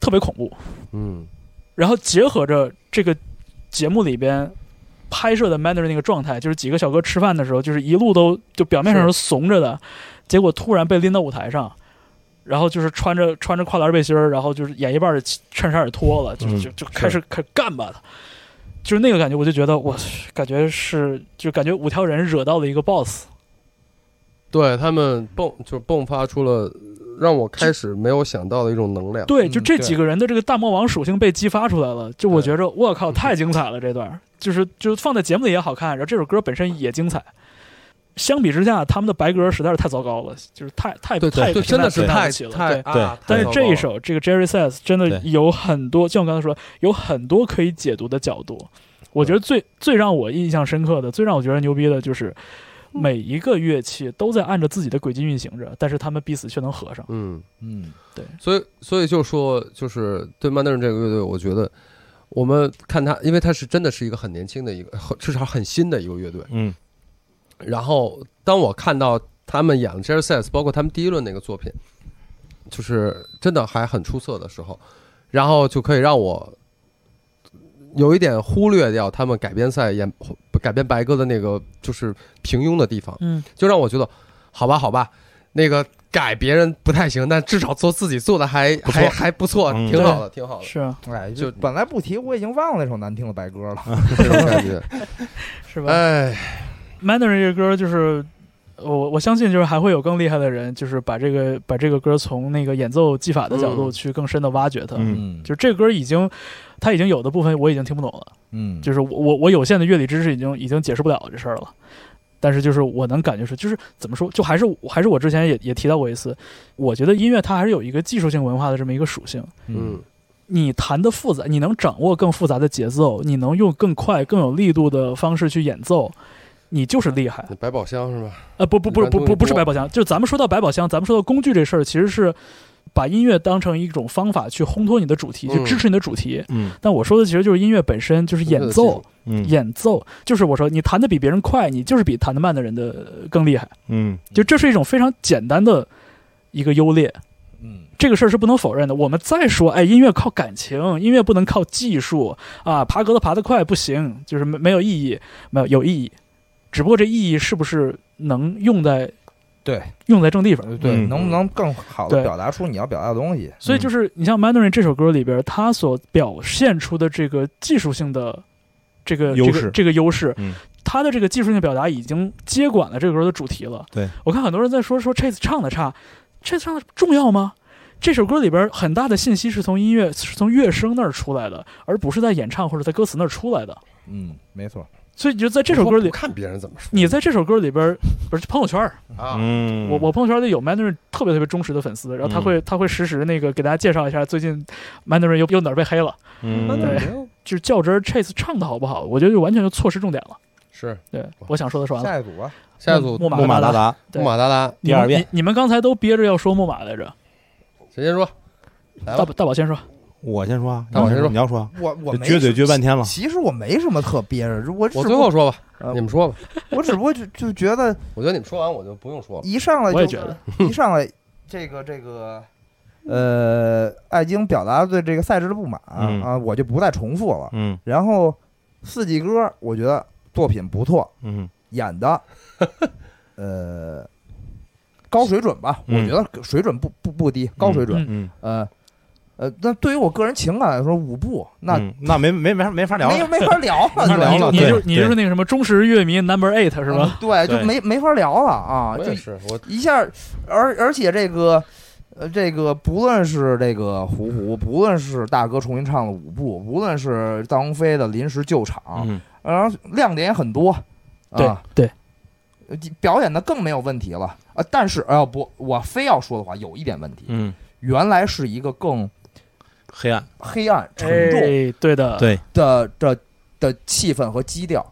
Speaker 4: 特别恐怖。
Speaker 5: 嗯
Speaker 4: 然后结合着这个节目里边拍摄的 Manner 那个状态，就是几个小哥吃饭的时候，就是一路都就表面上是怂着的，结果突然被拎到舞台上，然后就是穿着穿着跨栏背心儿，然后就是演一半的衬衫也脱了，就
Speaker 3: 嗯
Speaker 4: 就就开始开始干吧了就是那个感觉，我就觉得我感觉是就感觉五条人惹到了一个 boss，
Speaker 5: 对他们迸就是迸发出了让我开始没有想到的一种能量。
Speaker 4: 对，
Speaker 6: 嗯
Speaker 4: 就这
Speaker 6: 对
Speaker 4: 几个人的这个大魔王属性被激发出来了，就我觉着我
Speaker 6: 嗯
Speaker 4: 靠太精彩了这段儿，就是就放在节目里也好看，然后这首歌本身也精彩。相比之下，他们的白歌实在是太糟糕了，就是太太
Speaker 5: 对
Speaker 4: 太
Speaker 5: 对，真的是
Speaker 4: 平淡
Speaker 5: 太
Speaker 4: 无奇了
Speaker 5: 太
Speaker 4: 对
Speaker 5: 啊
Speaker 3: 对
Speaker 5: 太
Speaker 4: 但是
Speaker 5: 糟糕
Speaker 4: 这一
Speaker 5: 了
Speaker 4: 首这个 Jerry Says 真的
Speaker 3: 对
Speaker 4: 有很多，就像我刚才说，有很多可以解读的角度。我觉得最最让我印象深刻的，最让我觉得牛逼的就是，每一个乐器都在按照自己的轨迹运行着，但是他们彼此却能合上。
Speaker 5: 嗯，
Speaker 6: 嗯，
Speaker 5: 所以所以就说就是对曼德尔这个乐队，我觉得我们看他，因为他是真的是一个很年轻的一个，很至少很新的一个乐队。
Speaker 3: 嗯
Speaker 5: 然后当我看到他们演了《Jerry Says》，包括他们第一轮那个作品，就是真的还很出色的时候，然后就可以让我有一点忽略掉他们改编赛演改编白鸽的那个就是平庸的地方，
Speaker 4: 嗯，
Speaker 5: 就让我觉得好吧，好吧，那个改别人不太行，但至少做自己做的还
Speaker 3: 不错
Speaker 5: 还还不错，
Speaker 3: 嗯
Speaker 5: 挺好的，挺好的
Speaker 4: 是啊，
Speaker 6: 哎，
Speaker 5: 就
Speaker 6: 就本来不提，我已经忘了那首难听的白歌了。
Speaker 5: 这 <laughs> 种感觉。
Speaker 4: 是吧？
Speaker 5: 哎，
Speaker 4: Mandarin 这个歌就是。呃我我相信，就是还会有更厉害的人，就是把这个把这个歌从那个演奏技法的角度
Speaker 5: 嗯
Speaker 4: 去更深的挖掘它。
Speaker 3: 嗯
Speaker 6: <laughs> 嗯
Speaker 4: 就是这歌已经，它已经有的部分我已经听不懂了，
Speaker 6: 嗯，
Speaker 4: 就是我我我有限的乐理知识已经已经解释不了这事儿了。但是就是我能感觉出，就是怎么说，就还是还是我之前也也提到过一次，我觉得音乐它还是有一个技术性文化的这么一个属性。
Speaker 5: 嗯，
Speaker 4: 你弹的复杂，你能掌握更复杂的节奏，你能用更快、更有力度的方式去演奏，你就是厉害。
Speaker 5: 百宝箱是吧？
Speaker 4: 呃，不不不
Speaker 5: 一般
Speaker 4: 不
Speaker 5: 东西
Speaker 4: 不不是
Speaker 5: 多
Speaker 4: 百宝箱，就是咱们说到百宝箱，咱们说到工具这事儿，其实是把音乐当成一种方法去烘托你的主题，去
Speaker 5: 嗯
Speaker 4: 支持你的主题。
Speaker 3: 嗯
Speaker 4: 但我说的其实就是音乐本身，就是演奏，
Speaker 3: 嗯
Speaker 4: 演奏就是我说你弹的比别人快，你就是比弹的慢的人的更厉害。
Speaker 3: 嗯，
Speaker 4: 就这是一种非常简单的一个优劣，
Speaker 5: 嗯，
Speaker 4: 这个事儿是不能否认的。我们再说，哎，音乐靠感情，音乐不能靠技术啊，爬格子爬得快不行，就是没没有意义，没有有意义，只不过这意义是不是能用在
Speaker 6: 对
Speaker 4: 用在正地方？
Speaker 6: 对，
Speaker 3: 嗯
Speaker 6: 能不能更好的
Speaker 4: 对
Speaker 6: 表达出你要表达的东西？
Speaker 4: 所以就是你像《Mandarin》这首歌里边，它所表现出的这个技术性的这个
Speaker 3: 优
Speaker 4: 这
Speaker 3: 势
Speaker 4: 个、这个优势，
Speaker 3: 嗯
Speaker 4: 它的这个技术性表达已经接管了这个歌的主题了。
Speaker 3: 对
Speaker 4: 我看很多人在说说 Chase 唱的差，Chase 唱的重要吗？这首歌里边很大的信息是从音乐是从乐声那儿出来的，而不是在演唱或者在歌词那儿出来的。
Speaker 6: 嗯，没错。
Speaker 4: 所以你就在这首歌
Speaker 5: 我说
Speaker 4: 里
Speaker 5: 不，看别人怎么说
Speaker 4: 你在这首歌里边不是朋友圈儿，
Speaker 5: 啊，
Speaker 3: 嗯，
Speaker 4: 我我朋友圈里有 Mandarin 特别特别忠实的粉丝，然后他会、他会实时那个给大家介绍一下最近 Mandarin 又又哪儿被黑了，
Speaker 5: 那
Speaker 3: 嗯
Speaker 5: 怎么
Speaker 4: 对
Speaker 5: 没有
Speaker 4: <laughs> 就是较真儿 Chase 唱的好不好，我觉得就完全就错失重点了。
Speaker 5: 是
Speaker 4: 对，我想说的说完了。
Speaker 6: 下一组啊，
Speaker 5: 下一组
Speaker 4: 木
Speaker 3: 木马
Speaker 4: 达
Speaker 3: 达，达，
Speaker 4: 对
Speaker 5: 木马达达，
Speaker 4: 你们
Speaker 3: 第二遍
Speaker 4: 你你们刚才都憋着要说木马来着，
Speaker 5: 谁先说？来
Speaker 4: 大
Speaker 5: 吧
Speaker 4: 宝，大宝先说，
Speaker 3: 我先说啊，
Speaker 5: 那我先说
Speaker 3: 你要说啊，
Speaker 6: 我我没
Speaker 3: 撅嘴撅半天了，
Speaker 6: 其实我没什么特憋着，我只
Speaker 5: 我
Speaker 6: 不
Speaker 5: 最后说吧，
Speaker 4: 啊
Speaker 6: 呃
Speaker 5: 你们说吧。
Speaker 6: <laughs> 我只不过就就觉得
Speaker 5: 我觉得你们说完我就不用说了。
Speaker 6: 一上来就
Speaker 4: 我也觉得，
Speaker 6: <laughs> 一上来这个这个。呃，艾晶表达对这个赛制的不满啊、
Speaker 3: 嗯
Speaker 6: 啊我就不再重复了。
Speaker 3: 嗯
Speaker 6: 然后四季歌，我觉得作品不错，
Speaker 3: 嗯
Speaker 6: 演的呃高水准吧，我
Speaker 3: 嗯
Speaker 6: 觉得水准不不不低，高水准。
Speaker 3: 嗯，
Speaker 6: 呃呃，那对于我个人情感来说，舞步那
Speaker 3: 嗯那没没没法没法聊
Speaker 6: 没
Speaker 3: 了，
Speaker 6: 没法聊
Speaker 3: <laughs>
Speaker 6: 了，
Speaker 3: 没法聊了
Speaker 6: 对
Speaker 4: 你就
Speaker 3: 对
Speaker 4: 你就是那个什么忠实乐迷 Number Eight 是吧？
Speaker 6: 嗯对，就
Speaker 3: 对
Speaker 6: 没没法聊了啊！
Speaker 5: 我
Speaker 6: 就
Speaker 5: 也是，我
Speaker 6: 一下，而而且这个，呃，这个不论是这个胡胡，不论是大哥重新唱的舞步，不论是大鸿飞的临时救场，
Speaker 3: 嗯
Speaker 6: 然后亮点也很多，
Speaker 4: 对
Speaker 6: 啊，
Speaker 4: 对，
Speaker 6: 呃表演的更没有问题了啊。但是，哎、呦不，我非要说的话，有一点问题，
Speaker 3: 嗯，
Speaker 6: 原来是一个更
Speaker 3: 黑暗，
Speaker 6: 黑暗沉重
Speaker 4: 哎，对的，
Speaker 3: 对，
Speaker 6: 的的的气氛和基调，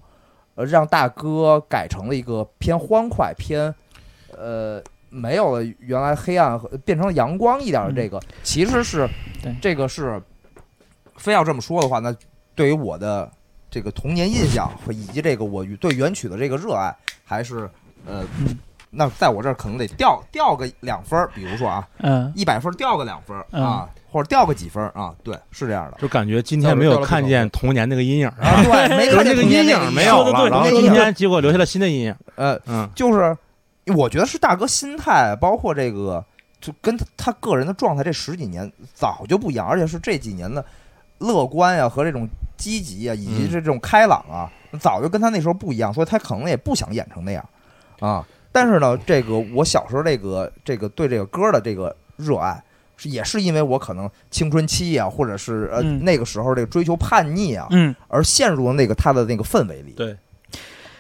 Speaker 6: 呃，让大哥改成了一个偏欢快、偏呃没有了原来黑暗和变成了阳光一点的这个，其实是
Speaker 4: 嗯对
Speaker 6: 这个是非要这么说的话，那对于我的这个童年印象和以及这个我与对原曲的这个热爱，还是呃。
Speaker 4: 嗯
Speaker 6: 那在我这儿可能得掉掉个两分儿，比如说啊，
Speaker 4: 嗯，
Speaker 6: 一百分儿掉个两分儿啊，或者掉个几分儿啊，对，是这样的
Speaker 3: 就感觉今天没有看见童年那个阴影，
Speaker 6: 啊， <laughs> 对，没
Speaker 3: 就是
Speaker 6: 看
Speaker 3: 那
Speaker 6: 见
Speaker 3: 个
Speaker 6: 童年
Speaker 3: 阴
Speaker 6: 那
Speaker 3: 影没有
Speaker 4: 说得
Speaker 3: 了，
Speaker 4: 对
Speaker 3: 然后
Speaker 6: 那个
Speaker 3: 今
Speaker 6: 阴影
Speaker 3: 天结果留下了新的阴影，
Speaker 6: 呃，
Speaker 3: 嗯
Speaker 6: 就是我觉得是大哥心态，包括这个，就跟他他个人的状态，这十几年早就不一样，而且是这几年的乐观呀、和这种积极呀、以及
Speaker 3: 嗯
Speaker 6: 这种开朗啊，早就跟他那时候不一样，所以他可能也不想演成那样啊。但是呢，这个我小时候这个这个对这个歌的这个热爱。是也是因为我可能青春期呀、或者是呃、
Speaker 4: 嗯
Speaker 6: 那个时候这个追求叛逆啊，
Speaker 4: 嗯，
Speaker 6: 而陷入了那个他的那个氛围里，
Speaker 3: 对，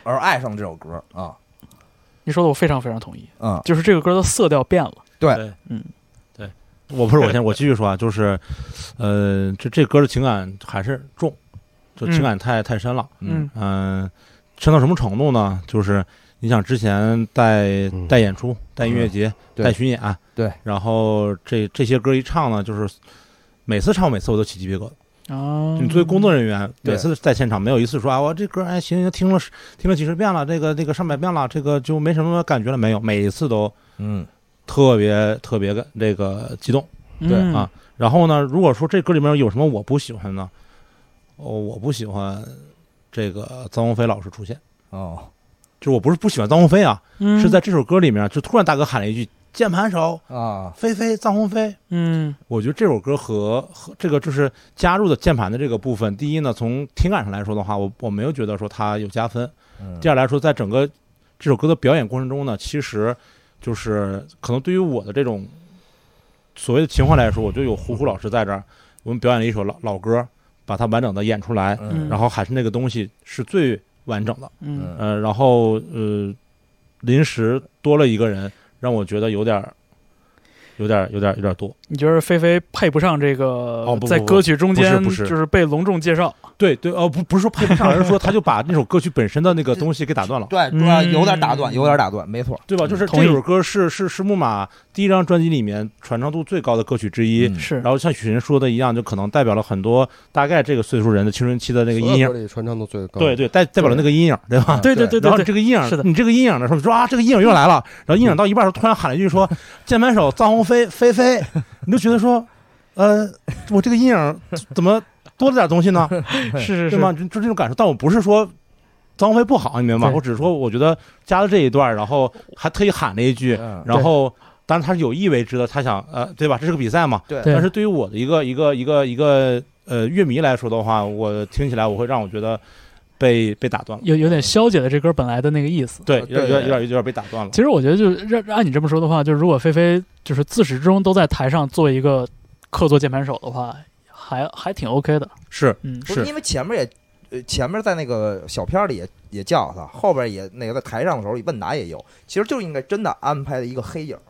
Speaker 6: 而爱上了这首歌啊，
Speaker 4: 你说的我非常非常同意，
Speaker 6: 嗯，
Speaker 4: 就是这个歌的色调变了，
Speaker 3: 我不是我先我继续说啊，就是，呃，这这歌的情感还是重，就情感太太深了，
Speaker 4: 嗯
Speaker 3: 嗯、深到什么程度呢？就是你想之前带
Speaker 5: 嗯
Speaker 3: 带演出、带音乐节、
Speaker 6: 对
Speaker 3: 带巡演，啊
Speaker 6: 对，
Speaker 3: 然后这这些歌一唱呢，就是每次唱每次我都起鸡皮疙瘩。
Speaker 4: 啊，
Speaker 3: 你作为工作人员，
Speaker 6: 对
Speaker 3: 每次在现场没有一次说啊，我这歌哎行行，听了十听了几十遍了，这个这个上百遍了，这个就没什么感觉了，没有，每一次都
Speaker 6: 嗯
Speaker 3: 特别特别的这个激动。
Speaker 4: 嗯
Speaker 3: 对啊，然后呢，如果说这歌里面有什么我不喜欢呢？哦，我不喜欢这个臧鸿飞老师出现，
Speaker 6: 哦，
Speaker 3: 就是我不是不喜欢臧鸿飞啊，
Speaker 4: 嗯
Speaker 3: 是在这首歌里面，就突然大哥喊了一句“键盘手
Speaker 6: 啊，
Speaker 3: 飞飞臧鸿飞”，
Speaker 4: 嗯
Speaker 3: 我觉得这首歌和和这个就是加入的键盘的这个部分，第一呢，从听感上来说的话，我我没有觉得说它有加分；第二
Speaker 4: 嗯
Speaker 6: 二
Speaker 3: 来说，在整个这首歌的表演过程中呢，其实就是可能对于我的这种所谓的情怀来说，我就有胡胡老师在这儿，我们表演了一首老老歌，把它完整的演出来，
Speaker 4: 嗯
Speaker 3: 然后还是那个东西是最完整的。
Speaker 4: 嗯
Speaker 3: 呃，然后呃，临时多了一个人，让我觉得有点儿有点有点有点多。
Speaker 4: 你觉得菲菲配不上这个
Speaker 3: 哦不不
Speaker 4: 在歌曲中间
Speaker 3: 不是不是
Speaker 4: 就是被隆重介绍？
Speaker 3: 对对，哦，不不是说配不上，而是说他就把那首歌曲本身的那个东西给打断了，
Speaker 6: 对，
Speaker 4: 嗯
Speaker 6: 主要有点打断，有点打断，没错。
Speaker 3: 对吧？就是
Speaker 4: 同
Speaker 3: 这
Speaker 4: 意
Speaker 3: 首歌是是是木马第一张专辑里面传唱度最高的歌曲之一。
Speaker 5: 嗯
Speaker 4: 是
Speaker 3: 然后像许晨说的一样，就可能代表了很多大概这个岁数人的青春期的那个阴
Speaker 5: 所有
Speaker 3: 影
Speaker 5: 歌，里传唱度最高。
Speaker 3: 对，对，代代表了那个阴影，对吧？
Speaker 4: 对嗯对对
Speaker 6: 嗯
Speaker 3: 然后
Speaker 4: 对
Speaker 3: 你
Speaker 4: 对，
Speaker 3: 这个阴影，
Speaker 4: 是的
Speaker 3: 你这个阴影的时候，说啊，这个阴影又来了。然后阴影到一半的时候，突然喊了一句
Speaker 4: <laughs>
Speaker 3: 说：“键盘手臧鸿飞飞飞。”你就觉得说，呃，我这个阴影怎么多了点东西呢？
Speaker 4: 是
Speaker 3: 对
Speaker 4: 是是
Speaker 3: 吗？就就这种感受。但我不是说臧鸿飞不好，你明白吗？
Speaker 4: 对
Speaker 3: 我只是说，我觉得加了这一段，然后还特意喊了一句，
Speaker 6: 嗯，
Speaker 3: 然后当然他是有意为之的，他想呃，对吧？这是个比赛嘛。
Speaker 6: 对
Speaker 4: 对
Speaker 3: 但是对于我的一个一个一个一个呃乐迷来说的话，我听起来我会让我觉得被被打断了。
Speaker 4: 有有点消解了这歌本来的那个意思。
Speaker 3: 对，有
Speaker 6: 呃
Speaker 3: 点有
Speaker 6: 对
Speaker 3: 点有点有点被打断了。
Speaker 4: 其实我觉得就是让按你这么说的话，就是如果菲菲就是自始至终都在台上做一个客座键盘手的话，还还挺 OK 的。
Speaker 3: 是
Speaker 4: 嗯，
Speaker 6: 不是
Speaker 3: 是
Speaker 6: 因为前面也。呃，前面在那个小片儿里也也叫他，后边也那个在台上的时候问答也有，其实就应该真的安排了一个黑影儿，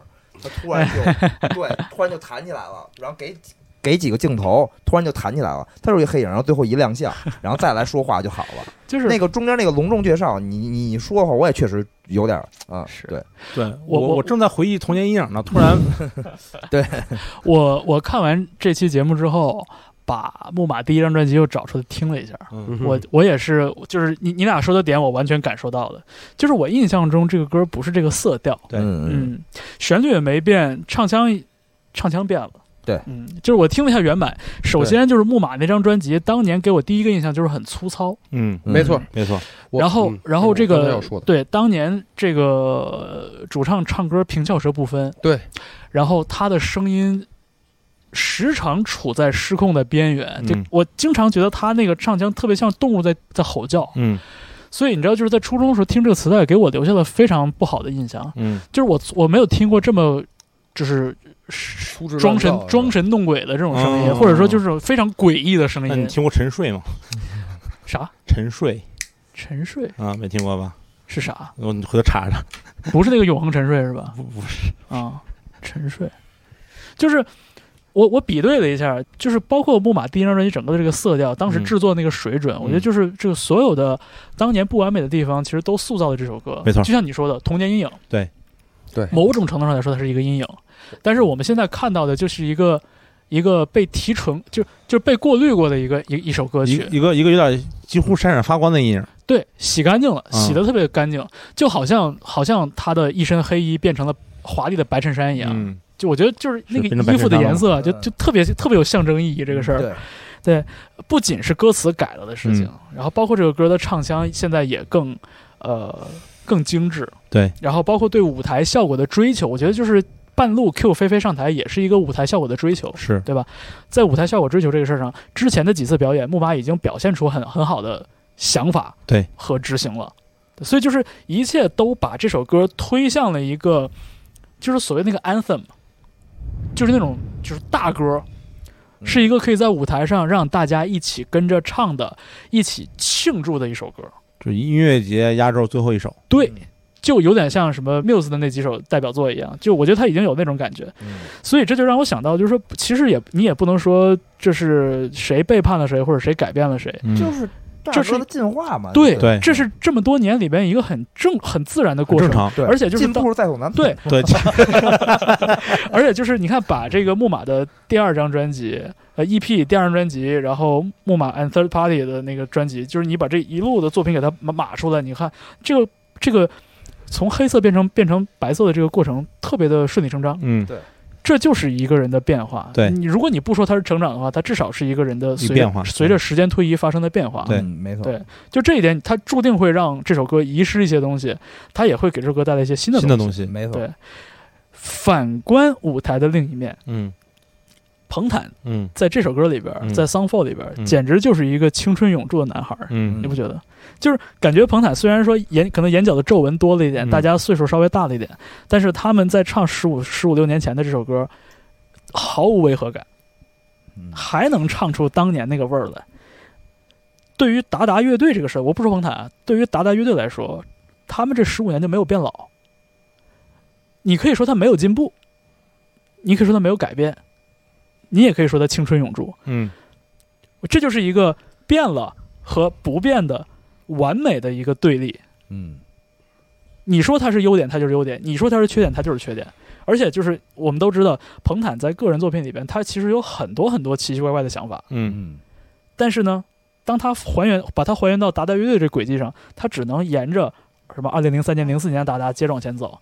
Speaker 6: 他突然就对，突然就弹起来了，然后给给几个镜头，突然就弹起来了，他就是一黑影，然后最后一亮相，然后再来说话就好了。
Speaker 4: 就是
Speaker 6: 那个中间那个隆重介绍，你你你说的话，我也确实有点儿啊，
Speaker 4: 是
Speaker 6: 对，
Speaker 3: 对我
Speaker 4: 我我
Speaker 3: 正在回忆童年阴影呢，突然
Speaker 4: 我我看完这期节目之后，把木马第一张专辑又找出来听了一下。
Speaker 3: 嗯
Speaker 4: 我我也是，就是你你俩说的点，我完全感受到的。就是我印象中这个歌不是这个色调，
Speaker 3: 对
Speaker 6: 嗯嗯，
Speaker 4: 嗯，旋律也没变，唱腔唱腔变了。
Speaker 6: 对，
Speaker 4: 嗯，就是我听了一下原版，首先就是木马那张专辑，当年给我第一个印象就是很粗糙，
Speaker 3: 嗯，
Speaker 5: 没错。
Speaker 3: 没错，
Speaker 5: 我
Speaker 4: 然后
Speaker 5: 嗯
Speaker 4: 然后
Speaker 5: 我
Speaker 4: 这
Speaker 5: 刚才
Speaker 4: 个
Speaker 5: 要说的，
Speaker 4: 对，当年这个呃主唱唱歌平翘舌不分，
Speaker 5: 对，
Speaker 4: 然后他的声音时常处在失控的边缘，呃就
Speaker 3: 嗯
Speaker 4: 我经常觉得他那个唱腔特别像动物在在吼叫，
Speaker 3: 嗯
Speaker 4: 所以你知道，就是在初中的时候听这个磁带，给我留下了非常不好的印象。
Speaker 3: 嗯
Speaker 4: 就是我我没有听过这么就是是
Speaker 5: 粗制
Speaker 4: 装
Speaker 5: 滥
Speaker 4: 神
Speaker 5: 造是吧
Speaker 4: 装神弄鬼的这种声音，
Speaker 3: 嗯
Speaker 4: 或者说就是非常诡异的声
Speaker 3: 那你
Speaker 4: 音。
Speaker 3: 听过沉睡吗？
Speaker 4: 啥
Speaker 3: 沉睡
Speaker 4: 沉睡
Speaker 3: 啊，没听过吧？
Speaker 4: 是啥？
Speaker 3: 我你回头查查。
Speaker 4: 不是那个永恒沉睡是吧？
Speaker 3: 不不是，
Speaker 4: 啊，沉睡，就是我我比对了一下，就是包括木马第一张专辑整个的这个色调，当时
Speaker 3: 嗯
Speaker 4: 制作那个水准，我觉得就是这个所有的当年不完美的地方，其实都塑造了这首歌。
Speaker 3: 没错
Speaker 4: 就像你说的童年阴影，
Speaker 3: 对
Speaker 5: 对
Speaker 4: 某种程度上来说它是一个阴影，但是我们现在看到的就是一个。一个被提纯，就就是被过滤过的一个一一首歌
Speaker 3: 一
Speaker 4: 曲，
Speaker 3: 一个一个有点几乎闪闪发光的阴影。
Speaker 4: 对，洗干净了，
Speaker 3: 嗯
Speaker 4: 洗的特别干净，就好像好像他的一身黑衣变成了华丽的白衬衫一样，
Speaker 3: 嗯，
Speaker 4: 就我觉得就是那个
Speaker 3: 是变成白
Speaker 4: 衣服的
Speaker 3: 衬衫了
Speaker 4: 颜色啊，
Speaker 6: 嘛
Speaker 4: 就
Speaker 6: 嗯
Speaker 4: 就特别特别有象征意义。这个事儿
Speaker 6: 对，
Speaker 4: 不仅是歌词改了的事情，然后包括这个歌的唱腔现在也更呃更精致，
Speaker 3: 对。
Speaker 4: 然后包括对舞台效果的追求，我觉得就是半路 Q 菲菲上台也是一个舞台效果的追求。
Speaker 3: 是
Speaker 4: 在舞台效果追求这个事儿上，之前的几次表演，木马已经表现出很很好的想法
Speaker 3: 对
Speaker 4: 和执行了，所以就是一切都把这首歌推向了一个，就是所谓那个 anthem，就是那种就是大歌，
Speaker 6: 嗯
Speaker 4: 是一个可以在舞台上让大家一起跟着唱的、一起庆祝的一首歌。
Speaker 3: 就音乐节压轴最后一首。
Speaker 4: 对
Speaker 6: 嗯，
Speaker 4: 就有点像什么 Muse 的那几首代表作一样，就我觉得他已经有那种感觉，
Speaker 6: 嗯
Speaker 4: 所以这就让我想到，就是说，其实也你也不能说这是谁背叛了谁，或者谁改变了谁，
Speaker 3: 嗯
Speaker 6: 就是
Speaker 4: 这
Speaker 6: 大
Speaker 4: 是
Speaker 6: 哥的进化嘛，
Speaker 4: 对
Speaker 3: 对
Speaker 4: 这是这么多年里边一个很正、很自然的过程
Speaker 3: 正，常。
Speaker 6: 对，
Speaker 4: 而且就是
Speaker 6: 进
Speaker 4: 到
Speaker 6: 步是在所难免
Speaker 3: 对，
Speaker 4: 对，而且就是你看，把这个木马的第二张专辑，呃，EP 第二张专辑，然后木马 and third party 的那个专辑，就是你把这一路的作品给它码码出来，你看这个这个从黑色变成变成白色的这个过程，特别的顺理成章。
Speaker 3: 嗯，
Speaker 4: 这就是一个人的变化。
Speaker 3: 对
Speaker 4: 你如果你不说它是成长的话，它至少是一个人的随着
Speaker 3: 变化
Speaker 4: 随着时间推移发生的变化。
Speaker 3: 对
Speaker 6: 嗯没错，
Speaker 4: 对就这一点，它注定会让这首歌遗失一些东西，它也会给这首歌带来一些新的
Speaker 3: 新
Speaker 4: 东
Speaker 3: 的东
Speaker 4: 西。
Speaker 3: 西。
Speaker 6: 没错，
Speaker 4: 对，反观舞台的另一面，
Speaker 3: 嗯
Speaker 4: 彭坦
Speaker 3: 嗯
Speaker 4: 在这首歌里边，
Speaker 3: 嗯
Speaker 4: 在《Song Four》里边，
Speaker 3: 嗯
Speaker 4: 简直就是一个青春永驻的男孩儿。
Speaker 3: 嗯
Speaker 4: 你不觉得？就是感觉彭坦虽然说眼可能眼角的皱纹多了一点，
Speaker 3: 嗯
Speaker 4: 大家岁数稍微大了一点，但是他们在唱十五十五六年前的这首歌，毫无违和感，
Speaker 6: 嗯
Speaker 4: 还能唱出当年那个味儿来。对于达达乐队这个事儿，我不说彭坦啊，对于达达乐队来说，他们这十五年就没有变老。你可以说他没有进步，你可以说它没有改变，你也可以说它青春永驻。
Speaker 3: 嗯
Speaker 4: 这就是一个变了和不变的完美的一个对立。
Speaker 6: 嗯，
Speaker 4: 你说它是优点，它就是优点；你说它是缺点，它就是缺点。而且就是我们都知道，彭坦在个人作品里边，他其实有很多很多奇奇怪怪的想法，
Speaker 3: 嗯
Speaker 6: 嗯
Speaker 4: 但是呢，当他还原把它还原到达达乐队这轨迹上，他只能沿着什么二零零三年、零四年的达达接着往前走，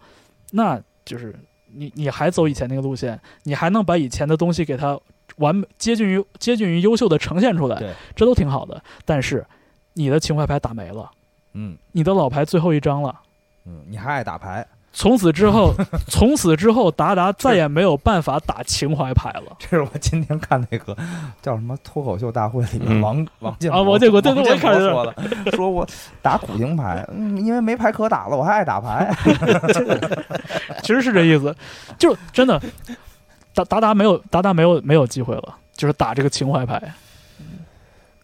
Speaker 4: 那就是你你还走以前那个路线，你还能把以前的东西给它完美接近于接近于优秀的呈现出来
Speaker 6: 对，
Speaker 4: 这都挺好的。但是你的情怀牌打没了，
Speaker 6: 嗯
Speaker 4: 你的老牌最后一张了。
Speaker 6: 嗯，你还爱打牌，
Speaker 4: 从此之后，从此之后，达达再也没有办法打情怀牌了。
Speaker 6: 这是我今天看那个叫什么脱口秀大会里面
Speaker 3: 嗯
Speaker 6: 王王建
Speaker 4: 啊王建国对对
Speaker 6: 王建
Speaker 4: 我看着
Speaker 6: 说的，说我打苦情牌，嗯，因为没牌可打了，我还爱打牌。
Speaker 4: 其实是这意思，就是真的，达达达没有达达没有没有机会了，就是打这个情怀牌。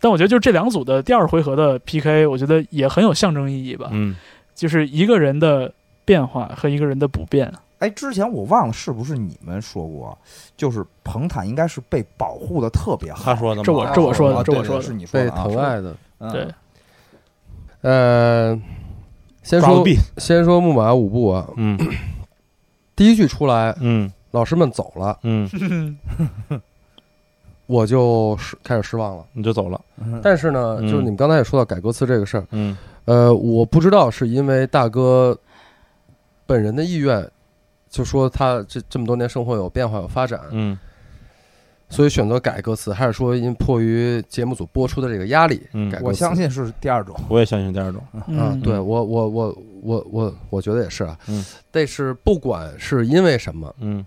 Speaker 4: 但我觉得就是这两组的第二回合的 PK，我觉得也很有象征意义吧，
Speaker 3: 嗯
Speaker 4: 就是一个人的变化和一个人的不变。
Speaker 6: 哎，之前我忘了是不是你们说过，就是彭坦应该是被保护的特别好。
Speaker 3: 他说的
Speaker 4: 这我
Speaker 3: 嘛
Speaker 4: 这我说的
Speaker 5: 哦
Speaker 6: 啊
Speaker 4: 这我
Speaker 6: 对对
Speaker 4: 说的
Speaker 6: 是你说
Speaker 5: 被
Speaker 6: 的啊
Speaker 5: 疼爱的。
Speaker 6: 嗯
Speaker 4: 对，
Speaker 5: 呃，先
Speaker 3: 抓个
Speaker 5: 说 <laughs>
Speaker 3: 币，
Speaker 5: 先说木马五部啊，
Speaker 3: 嗯
Speaker 5: 第一句出来，
Speaker 3: 嗯
Speaker 5: 老师们走了，
Speaker 3: 嗯，
Speaker 5: 我就失开始失望了。
Speaker 3: 你就走了，
Speaker 6: 嗯
Speaker 5: 但是呢，
Speaker 3: 嗯
Speaker 5: 就是你们刚才也说到改歌词这个事儿，
Speaker 3: 嗯
Speaker 5: 呃，我不知道是因为大哥本人的意愿，就说他这这么多年生活有变化有发展，
Speaker 3: 嗯
Speaker 5: 所以选择改歌词，还是说因迫于节目组播出的这个压力
Speaker 3: 嗯
Speaker 5: 改歌词？
Speaker 6: 我相信是第二种。
Speaker 3: 我也相信第二种，
Speaker 5: 啊
Speaker 4: 嗯，，
Speaker 5: 对我我我我我我觉得也是啊，
Speaker 3: 嗯
Speaker 5: 但是不管是因为什么，
Speaker 3: 嗯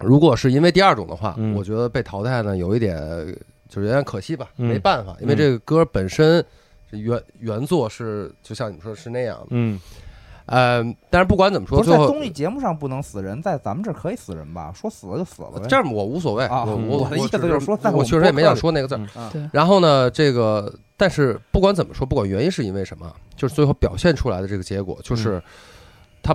Speaker 5: 如果是因为第二种的话，
Speaker 3: 嗯
Speaker 5: 我觉得被淘汰呢有一点就是有点可惜吧，
Speaker 3: 嗯
Speaker 5: 没办法，因为
Speaker 3: 嗯
Speaker 5: 这个歌本身是原原作是就像你们说是那样的，
Speaker 3: 嗯
Speaker 5: 嗯，但是不管怎么说，
Speaker 6: 不是
Speaker 5: 最
Speaker 6: 在
Speaker 5: 后
Speaker 6: 综艺节目上不能死人，在咱们这儿可以死人吧？说死了就死了呗。
Speaker 5: 呃这样我无所谓，
Speaker 6: 啊
Speaker 5: 我
Speaker 3: 嗯
Speaker 5: 我
Speaker 6: 我的意
Speaker 5: 只
Speaker 6: 思就是说在我
Speaker 5: 我
Speaker 6: 们
Speaker 5: 确实也没想说那个字儿。然后呢，这个但是不管怎么说，不管原因是因为什么，就是最后表现出来的这个结果，就是它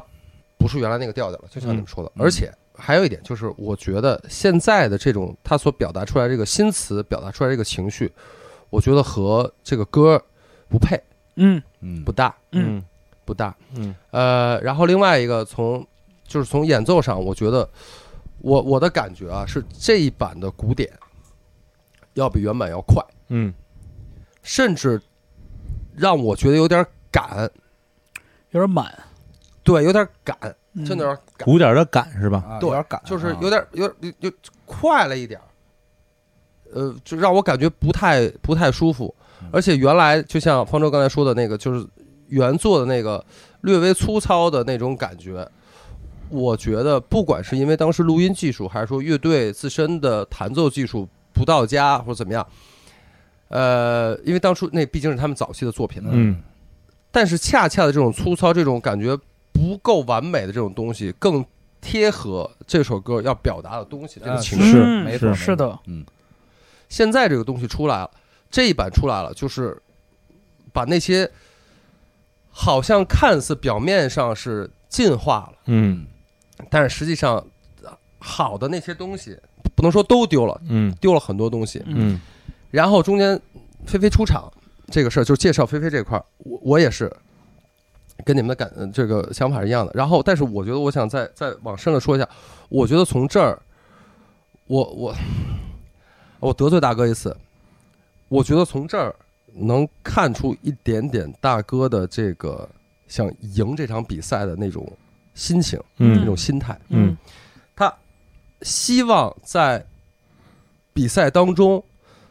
Speaker 5: 不是原来那个调调了，就像你们说的。
Speaker 6: 嗯嗯
Speaker 5: 而且还有一点就是，我觉得现在的这种他所表达出来这个新词，表达出来这个情绪，我觉得和这个歌不配，
Speaker 4: 嗯
Speaker 6: 嗯
Speaker 5: 不搭，
Speaker 4: 嗯，
Speaker 5: 不搭。
Speaker 3: 嗯
Speaker 5: 呃，然后另外一个从就是从演奏上，我觉得我我的感觉啊是这一版的古典要比原版要快，
Speaker 3: 嗯
Speaker 5: 甚至让我觉得有点赶，
Speaker 4: 有点满，
Speaker 5: 对，有点赶，
Speaker 4: 嗯
Speaker 5: 真的有点赶，
Speaker 3: 古典的赶是吧？
Speaker 6: 啊
Speaker 5: 对
Speaker 6: 有点赶，
Speaker 5: 就是
Speaker 6: 啊
Speaker 5: 有点有点有有快了一点儿，呃，就让我感觉不太不太舒服
Speaker 6: 嗯，
Speaker 5: 而且原来就像方舟刚才说的那个，就是原作的那个略微粗糙的那种感觉。我觉得，不管是因为当时录音技术，还是说乐队自身的弹奏技术不到家，或者怎么样，呃，因为当初那毕竟是他们早期的作品了，
Speaker 3: 嗯
Speaker 5: 但是恰恰的这种粗糙、这种感觉不够完美的这种东西，更贴合这首歌要表达的东西，这个
Speaker 6: 啊
Speaker 5: 情绪。
Speaker 3: 是
Speaker 4: 嗯
Speaker 6: 没
Speaker 3: 是
Speaker 6: 错，
Speaker 4: 是的，
Speaker 6: 嗯，
Speaker 5: 现在这个东西出来了，这一版出来了，就是把那些好像看似表面上是进化了，
Speaker 3: 嗯
Speaker 5: 但是实际上呃好的那些东西，不能说都丢了，
Speaker 3: 嗯
Speaker 5: 丢了很多东西。
Speaker 3: 嗯
Speaker 5: 然后中间菲菲出场这个事儿，就是介绍菲菲这块儿，我我也是跟你们的感呃这个想法是一样的。然后，但是我觉得我想再再往深了说一下，我觉得从这儿，我我我得罪大哥一次，我觉得从这儿能看出一点点大哥的这个想赢这场比赛的那种心情，那
Speaker 3: 嗯
Speaker 5: 种心态。
Speaker 3: 嗯
Speaker 5: 他希望在比赛当中，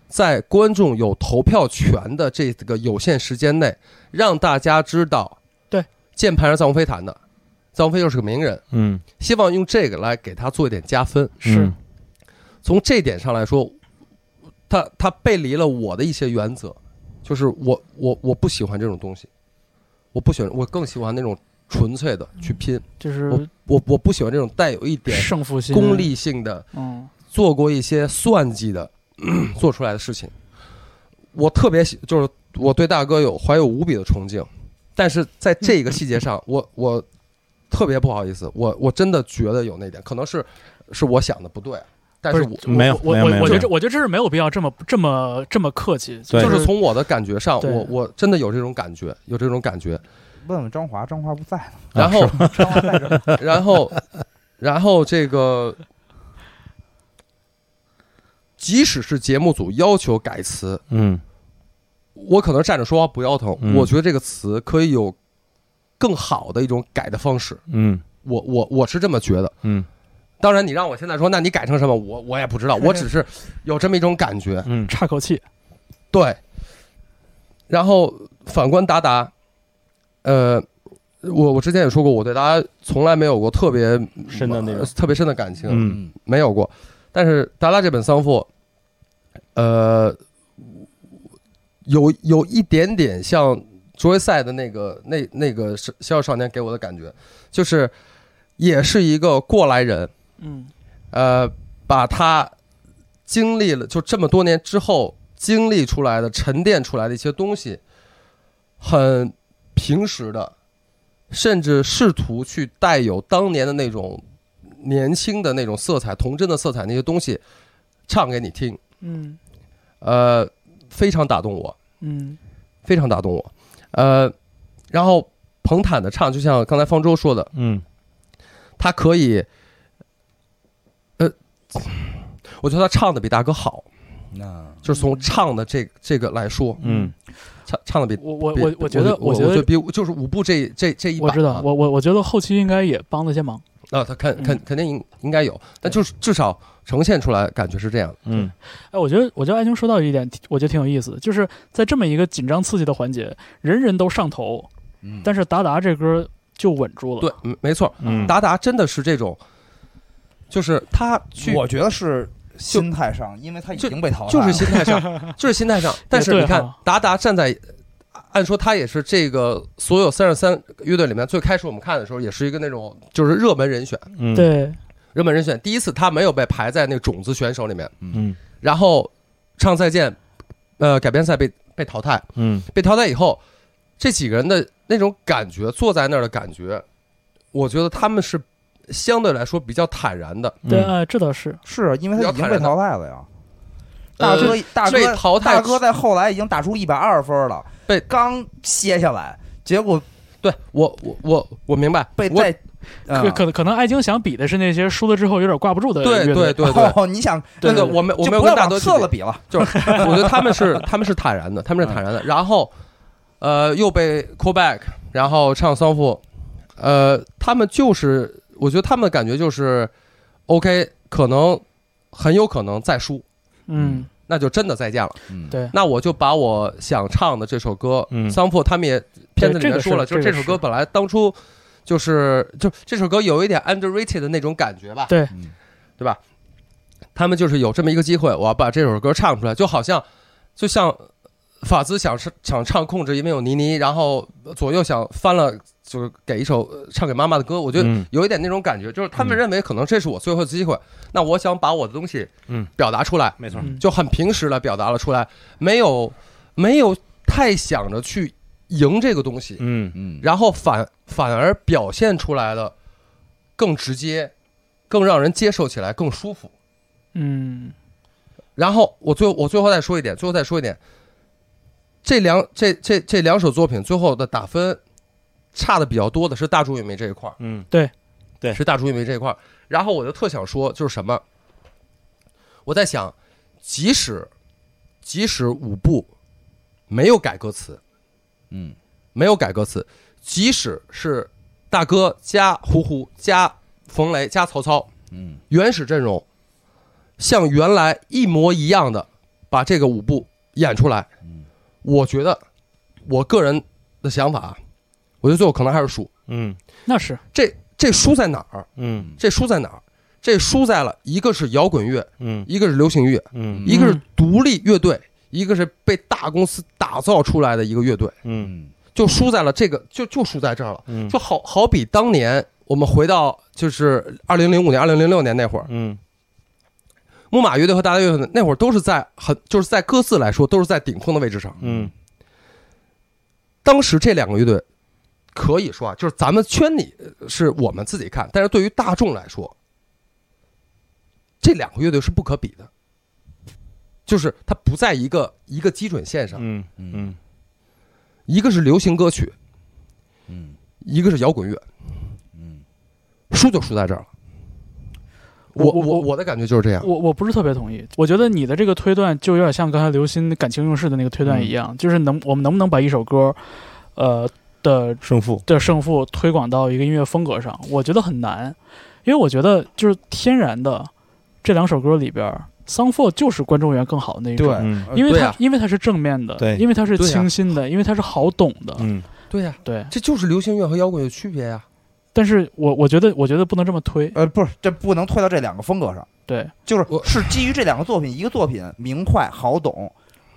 Speaker 5: 在观众有投票权的这个有限时间内，让大家知道，
Speaker 4: 对，
Speaker 5: 键盘是臧飞弹的，臧飞又是个名人，
Speaker 3: 嗯
Speaker 5: 希望用这个来给他做一点加分。
Speaker 4: 是
Speaker 5: 从这点上来说，他他背离了我的一些原则，就是我我我不喜欢这种东西，我不喜欢，我更喜欢那种纯粹的去拼，
Speaker 4: 就是
Speaker 5: 我我不喜欢这种带有一点
Speaker 4: 胜负心、
Speaker 5: 功，利性的。
Speaker 4: 嗯
Speaker 5: 做过一些算计的 <clears throat> 做出来的事情。我特别喜，就是我对大哥有怀有无比的崇敬，但是在这个细节上，我我特别不好意思，我我真的觉得有那点，可能是是我想的不对，但是我
Speaker 4: 我
Speaker 3: 没有
Speaker 4: 我
Speaker 3: 没有没有
Speaker 4: 我我觉
Speaker 3: 没
Speaker 4: 得
Speaker 3: 有
Speaker 4: 这我觉得这是没有必要这么这么这么客气，
Speaker 3: 对
Speaker 4: 就
Speaker 5: 就是是从我的感觉上，
Speaker 4: 对
Speaker 5: 我我真的有这种感觉，有这种感觉。
Speaker 6: 问问张华，张华不在了，
Speaker 5: 然后，
Speaker 6: 张华在这儿。
Speaker 5: <laughs> 然后，然后这个，即使是节目组要求改词，
Speaker 3: 嗯
Speaker 5: 我可能站着说话不腰疼，
Speaker 3: 嗯
Speaker 5: 我觉得这个词可以有更好的一种改的方式。
Speaker 3: 嗯
Speaker 5: 我我我是这么觉得。
Speaker 3: 嗯
Speaker 5: 当然，你让我现在说，那你改成什么？我我也不知道，我只是有这么一种感觉。
Speaker 3: 嗯
Speaker 4: 岔口气，
Speaker 5: 对，然后反观达达，呃，我我之前也说过，我对达达从来没有过特别
Speaker 3: 深的那种
Speaker 5: 呃特别深的感情，
Speaker 3: 嗯，
Speaker 5: 没有过。但是达达这本《丧父》，呃，有有一点点像卓维赛的那个那那个是《小小少年》给我的感觉，就是也是一个过来人，
Speaker 4: 嗯
Speaker 5: 呃，把他经历了就这么多年之后经历出来的、沉淀出来的一些东西，很平实的，甚至试图去带有当年的那种年轻的那种色彩、童真的色彩那些东西，唱给你听，
Speaker 4: 嗯
Speaker 5: 呃，非常打动我，
Speaker 4: 嗯
Speaker 5: 非常打动我，呃，然后彭坦的唱，就像刚才方舟说的，
Speaker 3: 嗯
Speaker 5: 他可以，呃，我觉得他唱的比大哥好，
Speaker 6: 那
Speaker 5: 就是从唱的这这个来说，
Speaker 3: 嗯
Speaker 5: 唱唱的比
Speaker 4: 我我
Speaker 5: 比
Speaker 4: 我我觉得
Speaker 5: 我
Speaker 4: 觉
Speaker 5: 我
Speaker 4: 得
Speaker 5: 比就是舞步这这这一把
Speaker 4: 我
Speaker 5: 啊，
Speaker 4: 知道，我我我觉得后期应该也帮了些忙。
Speaker 5: 啊，他肯肯
Speaker 4: 嗯
Speaker 5: 肯定应应该有，但就是至少呈现出来感觉是这样的，
Speaker 3: 嗯
Speaker 4: 哎，我觉得我觉得艾青说到一点，我觉得挺有意思，就是在这么一个紧张刺激的环节，人人都上头，
Speaker 6: 嗯
Speaker 4: 但是达达这歌就稳住了。
Speaker 5: 嗯对，嗯没错，
Speaker 3: 嗯，
Speaker 5: 达达真的是这种，就是他去
Speaker 6: 我觉得是心态上，因为他已经被淘汰
Speaker 5: 就
Speaker 6: 了，
Speaker 5: 是心态上，
Speaker 6: <laughs>
Speaker 5: 就是心态上，但是
Speaker 4: 哎对啊
Speaker 5: 你看
Speaker 4: 哈
Speaker 5: 达达站在。按说他也是这个所有三十三乐队里面最开始我们看的时候，也是一个那种就是热门人选，
Speaker 3: 嗯
Speaker 4: 对
Speaker 5: 热门人选。第一次他没有被排在那个种子选手里面，
Speaker 3: 嗯
Speaker 5: 然后唱再见，呃，改编赛被被淘汰，
Speaker 3: 嗯
Speaker 5: 被淘汰以后，这几个人的那种感觉，坐在那儿的感觉，我觉得他们是相对来说比较坦然的。
Speaker 4: 对，
Speaker 3: 嗯
Speaker 4: 哎，这倒是。
Speaker 6: 是因为他已经被淘汰了呀。大哥
Speaker 5: 呃，
Speaker 6: 大
Speaker 5: 被
Speaker 6: 哥，
Speaker 5: 淘汰
Speaker 6: 大哥在后来已经打出一百二十分了，
Speaker 5: 被
Speaker 6: 刚歇下来，结果
Speaker 5: 对我我我我明白，
Speaker 6: 被
Speaker 5: 我
Speaker 6: 再
Speaker 4: 可
Speaker 5: 啊
Speaker 6: 嗯
Speaker 4: 可可能艾青想比的是那些输了之后有点挂不住的
Speaker 5: 对
Speaker 4: 乐队
Speaker 5: 对对对。
Speaker 6: 哦， <laughs> 你想
Speaker 5: 对对，
Speaker 6: 就
Speaker 5: 我没我
Speaker 6: 就
Speaker 5: 没有
Speaker 6: 不
Speaker 5: 跟
Speaker 6: 要
Speaker 5: 大
Speaker 6: 往
Speaker 5: 多去
Speaker 6: 次了比了，
Speaker 5: 就是
Speaker 6: <laughs>
Speaker 5: 我觉得他们是他们是坦然的，他们是坦然的。然后，呃，又被 call back，然后唱丧父，呃，他们就是我觉得他们的感觉就是，OK，可能很有可能再输，
Speaker 4: 嗯，
Speaker 5: 那就真的再见了。
Speaker 6: 嗯
Speaker 4: 对
Speaker 5: 那我就把我想唱的这首歌
Speaker 3: 嗯
Speaker 5: 《丧父》，他们也片子里面说了，
Speaker 4: 这
Speaker 5: 就
Speaker 4: 个是
Speaker 5: 是这首歌本来当初就是就这首歌有一点 underrated 的那种感觉吧，
Speaker 4: 对
Speaker 6: 嗯
Speaker 5: 对吧？他们就是有这么一个机会，我要把这首歌唱出来，就好像就像法兹想是想唱《控制》，因为有倪妮，然后左右想翻了，就是给一首呃唱给妈妈的歌，我觉得
Speaker 3: 嗯
Speaker 5: 有一点那种感觉，就是他们
Speaker 3: 嗯
Speaker 5: 认为可能这是我最后的机会，那我想把我的东西
Speaker 3: 嗯
Speaker 5: 表达出来，
Speaker 3: 没错
Speaker 4: 嗯
Speaker 5: 就很平实的表达了出来，没有没有太想着去赢这个东西，
Speaker 3: 嗯
Speaker 6: 嗯，
Speaker 5: 然后反反而表现出来的更直接，更让人接受起来更舒服。
Speaker 4: 嗯
Speaker 5: 然后我最我最后再说一点，最后再说一点，这两这这这两首作品最后的打分差的比较多的是大众影迷这一块儿，
Speaker 3: 嗯对
Speaker 5: 是大众影迷这一块儿。然后我就特想说，就是什么？我在想，即使即使五部没有改歌词，
Speaker 6: 嗯，
Speaker 5: 没有改歌词，即使是大哥加胡胡加冯雷加曹操，
Speaker 6: 嗯，
Speaker 5: 原始阵容，像原来一模一样的把这个舞步演出来，
Speaker 6: 嗯
Speaker 5: 我觉得我个人的想法啊，我觉得最后可能还是输。
Speaker 3: 嗯
Speaker 4: 那是
Speaker 5: 这这输在哪儿？
Speaker 3: 嗯
Speaker 5: 这输在哪儿？这输在了一个是摇滚乐，
Speaker 3: 嗯
Speaker 5: 一个是流行乐，
Speaker 3: 嗯
Speaker 5: 一个是
Speaker 4: 嗯
Speaker 5: 独立乐队，一个是被大公司打造出来的一个乐队，
Speaker 3: 嗯
Speaker 6: 嗯
Speaker 5: 就输在了这个，就就输在这儿了。
Speaker 3: 嗯
Speaker 5: 就好好比当年我们回到就是二零零五年、二零零六年那会儿，
Speaker 3: 嗯
Speaker 5: 木马乐队和大家乐队那会儿都是在很就是在各自来说都是在顶峰的位置上。
Speaker 3: 嗯
Speaker 5: 当时这两个乐队可以说啊，就是咱们圈里呃是我们自己看，但是对于大众来说，这两个乐队是不可比的，就是它不在一个一个基准线上，
Speaker 3: 嗯嗯
Speaker 5: 一个是流行歌曲，
Speaker 6: 嗯
Speaker 5: 一个是摇滚乐，
Speaker 6: 嗯
Speaker 5: 输就输在这儿了。
Speaker 4: 我
Speaker 5: 我
Speaker 4: 我
Speaker 5: 我我的感觉就是这样，
Speaker 4: 我我不是特别同意，我觉得你的这个推断就有点像刚才刘鑫感情用事的那个推断
Speaker 5: 嗯
Speaker 4: 一样，就是能我们能不能把一首歌，呃的
Speaker 3: 胜负，
Speaker 4: 的胜负推广到一个音乐风格上，我觉得很难，因为我觉得就是天然的这两首歌里边，《桑霍》就是观众缘更好的那一种，
Speaker 6: 对
Speaker 3: 嗯
Speaker 6: 呃
Speaker 4: 因为
Speaker 5: 对
Speaker 4: 它、
Speaker 5: 呀
Speaker 4: 因为它是正面的，
Speaker 3: 对
Speaker 4: 因为它是
Speaker 5: 对呀
Speaker 4: 清新的，因为它是好懂的，
Speaker 3: 嗯，
Speaker 5: 对呀、
Speaker 4: 对。
Speaker 5: 这就是流行乐和摇滚乐区别呀、
Speaker 4: 但是我我觉得我觉得不能这么推，
Speaker 6: 呃，不是，这不能推到这两个风格上，
Speaker 4: 对
Speaker 6: 就是
Speaker 5: 我
Speaker 6: 是基于这两个作品，一个作品明快好懂，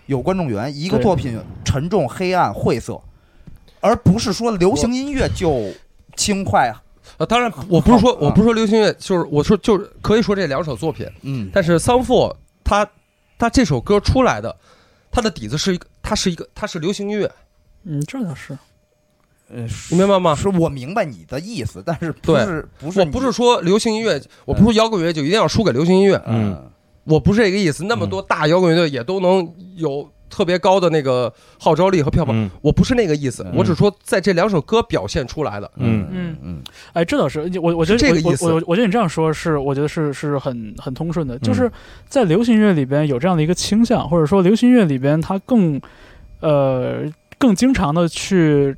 Speaker 6: 有观众缘；一个
Speaker 4: 对
Speaker 6: 作品沉重黑暗晦涩，而不是说流行音乐就轻快。
Speaker 5: 啊，当然，我不是啊说
Speaker 6: 好
Speaker 5: 我不是说流行乐，就是我说就是可以说这两首作品，
Speaker 6: 嗯
Speaker 5: 但是桑富他他这首歌出来的，他的底子是一个，他是一个，他是流行乐，
Speaker 4: 嗯，这倒是，
Speaker 6: 呃，
Speaker 5: 你明白吗？
Speaker 6: 是我明白你的意思，但是不
Speaker 5: 对
Speaker 6: 是不是
Speaker 5: 我
Speaker 6: 你
Speaker 5: 不是说流行音乐，我不是说摇滚乐就一定要输给流行音乐，
Speaker 6: 嗯
Speaker 5: 我不是这个意思。那么多大摇滚乐队也都能有特别高的那个号召力和票房，
Speaker 3: 嗯
Speaker 5: 我不是那个意思
Speaker 6: 嗯，
Speaker 5: 我只说在这两首歌表现出来的。
Speaker 3: 嗯
Speaker 6: 嗯嗯
Speaker 4: 哎，这倒是，我我觉得
Speaker 5: 是这个意思
Speaker 4: 我我我觉得你这样说是，我觉得是是很很通顺的，
Speaker 3: 嗯
Speaker 4: 就是在流行乐里边有这样的一个倾向，或者说流行乐里边它更呃更经常的去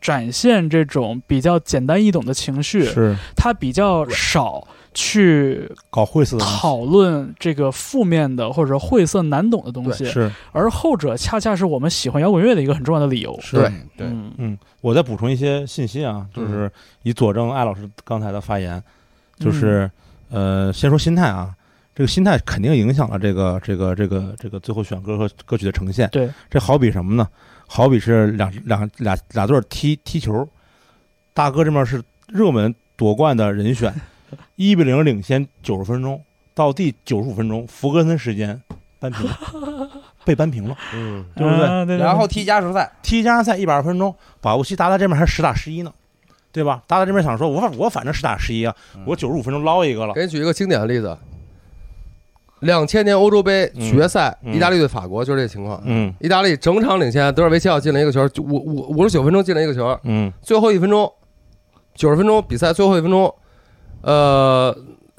Speaker 4: 展现这种比较简单易懂的情绪，
Speaker 3: 是
Speaker 4: 它比较少去
Speaker 3: 搞晦涩的东西，
Speaker 4: 讨论这个负面的或者晦涩难懂的东西，
Speaker 3: 是
Speaker 4: 而后者恰恰是我们喜欢摇滚乐的一个很重要的理由。
Speaker 3: 是
Speaker 5: 对对
Speaker 4: 嗯，
Speaker 3: 嗯，我再补充一些信息啊，就是以佐证艾老师刚才的发言，
Speaker 4: 嗯
Speaker 3: 就是、呃，先说心态啊，这个心态肯定影响了这个这个这个这个最后选歌和歌曲的呈现。
Speaker 4: 对，
Speaker 3: 这好比什么呢？好比是两两俩俩队儿踢踢球，大哥这边是热门夺冠的人选，一比零领先九十分钟，到第九十五分钟，弗格森时间扳平，被扳平了，
Speaker 5: 嗯，
Speaker 3: 对不对？
Speaker 4: 啊对对
Speaker 6: 然后踢加时赛，
Speaker 3: 踢加时赛一百二分钟，保不齐达达这边还十打十一呢，对吧？达达这边想说，我反我反正十打十一啊，我九十五分钟捞一个了，
Speaker 5: 嗯给你举一个经典的例子，两千年欧洲杯决赛，
Speaker 3: 嗯嗯
Speaker 5: 意大利对法国就是这情况。
Speaker 3: 嗯
Speaker 5: 意大利整场领先，德尔维奇奥进了一个球，就五五五十九分钟进了一个球，
Speaker 3: 嗯
Speaker 5: 最后一分钟，九十分钟比赛最后一分钟，呃，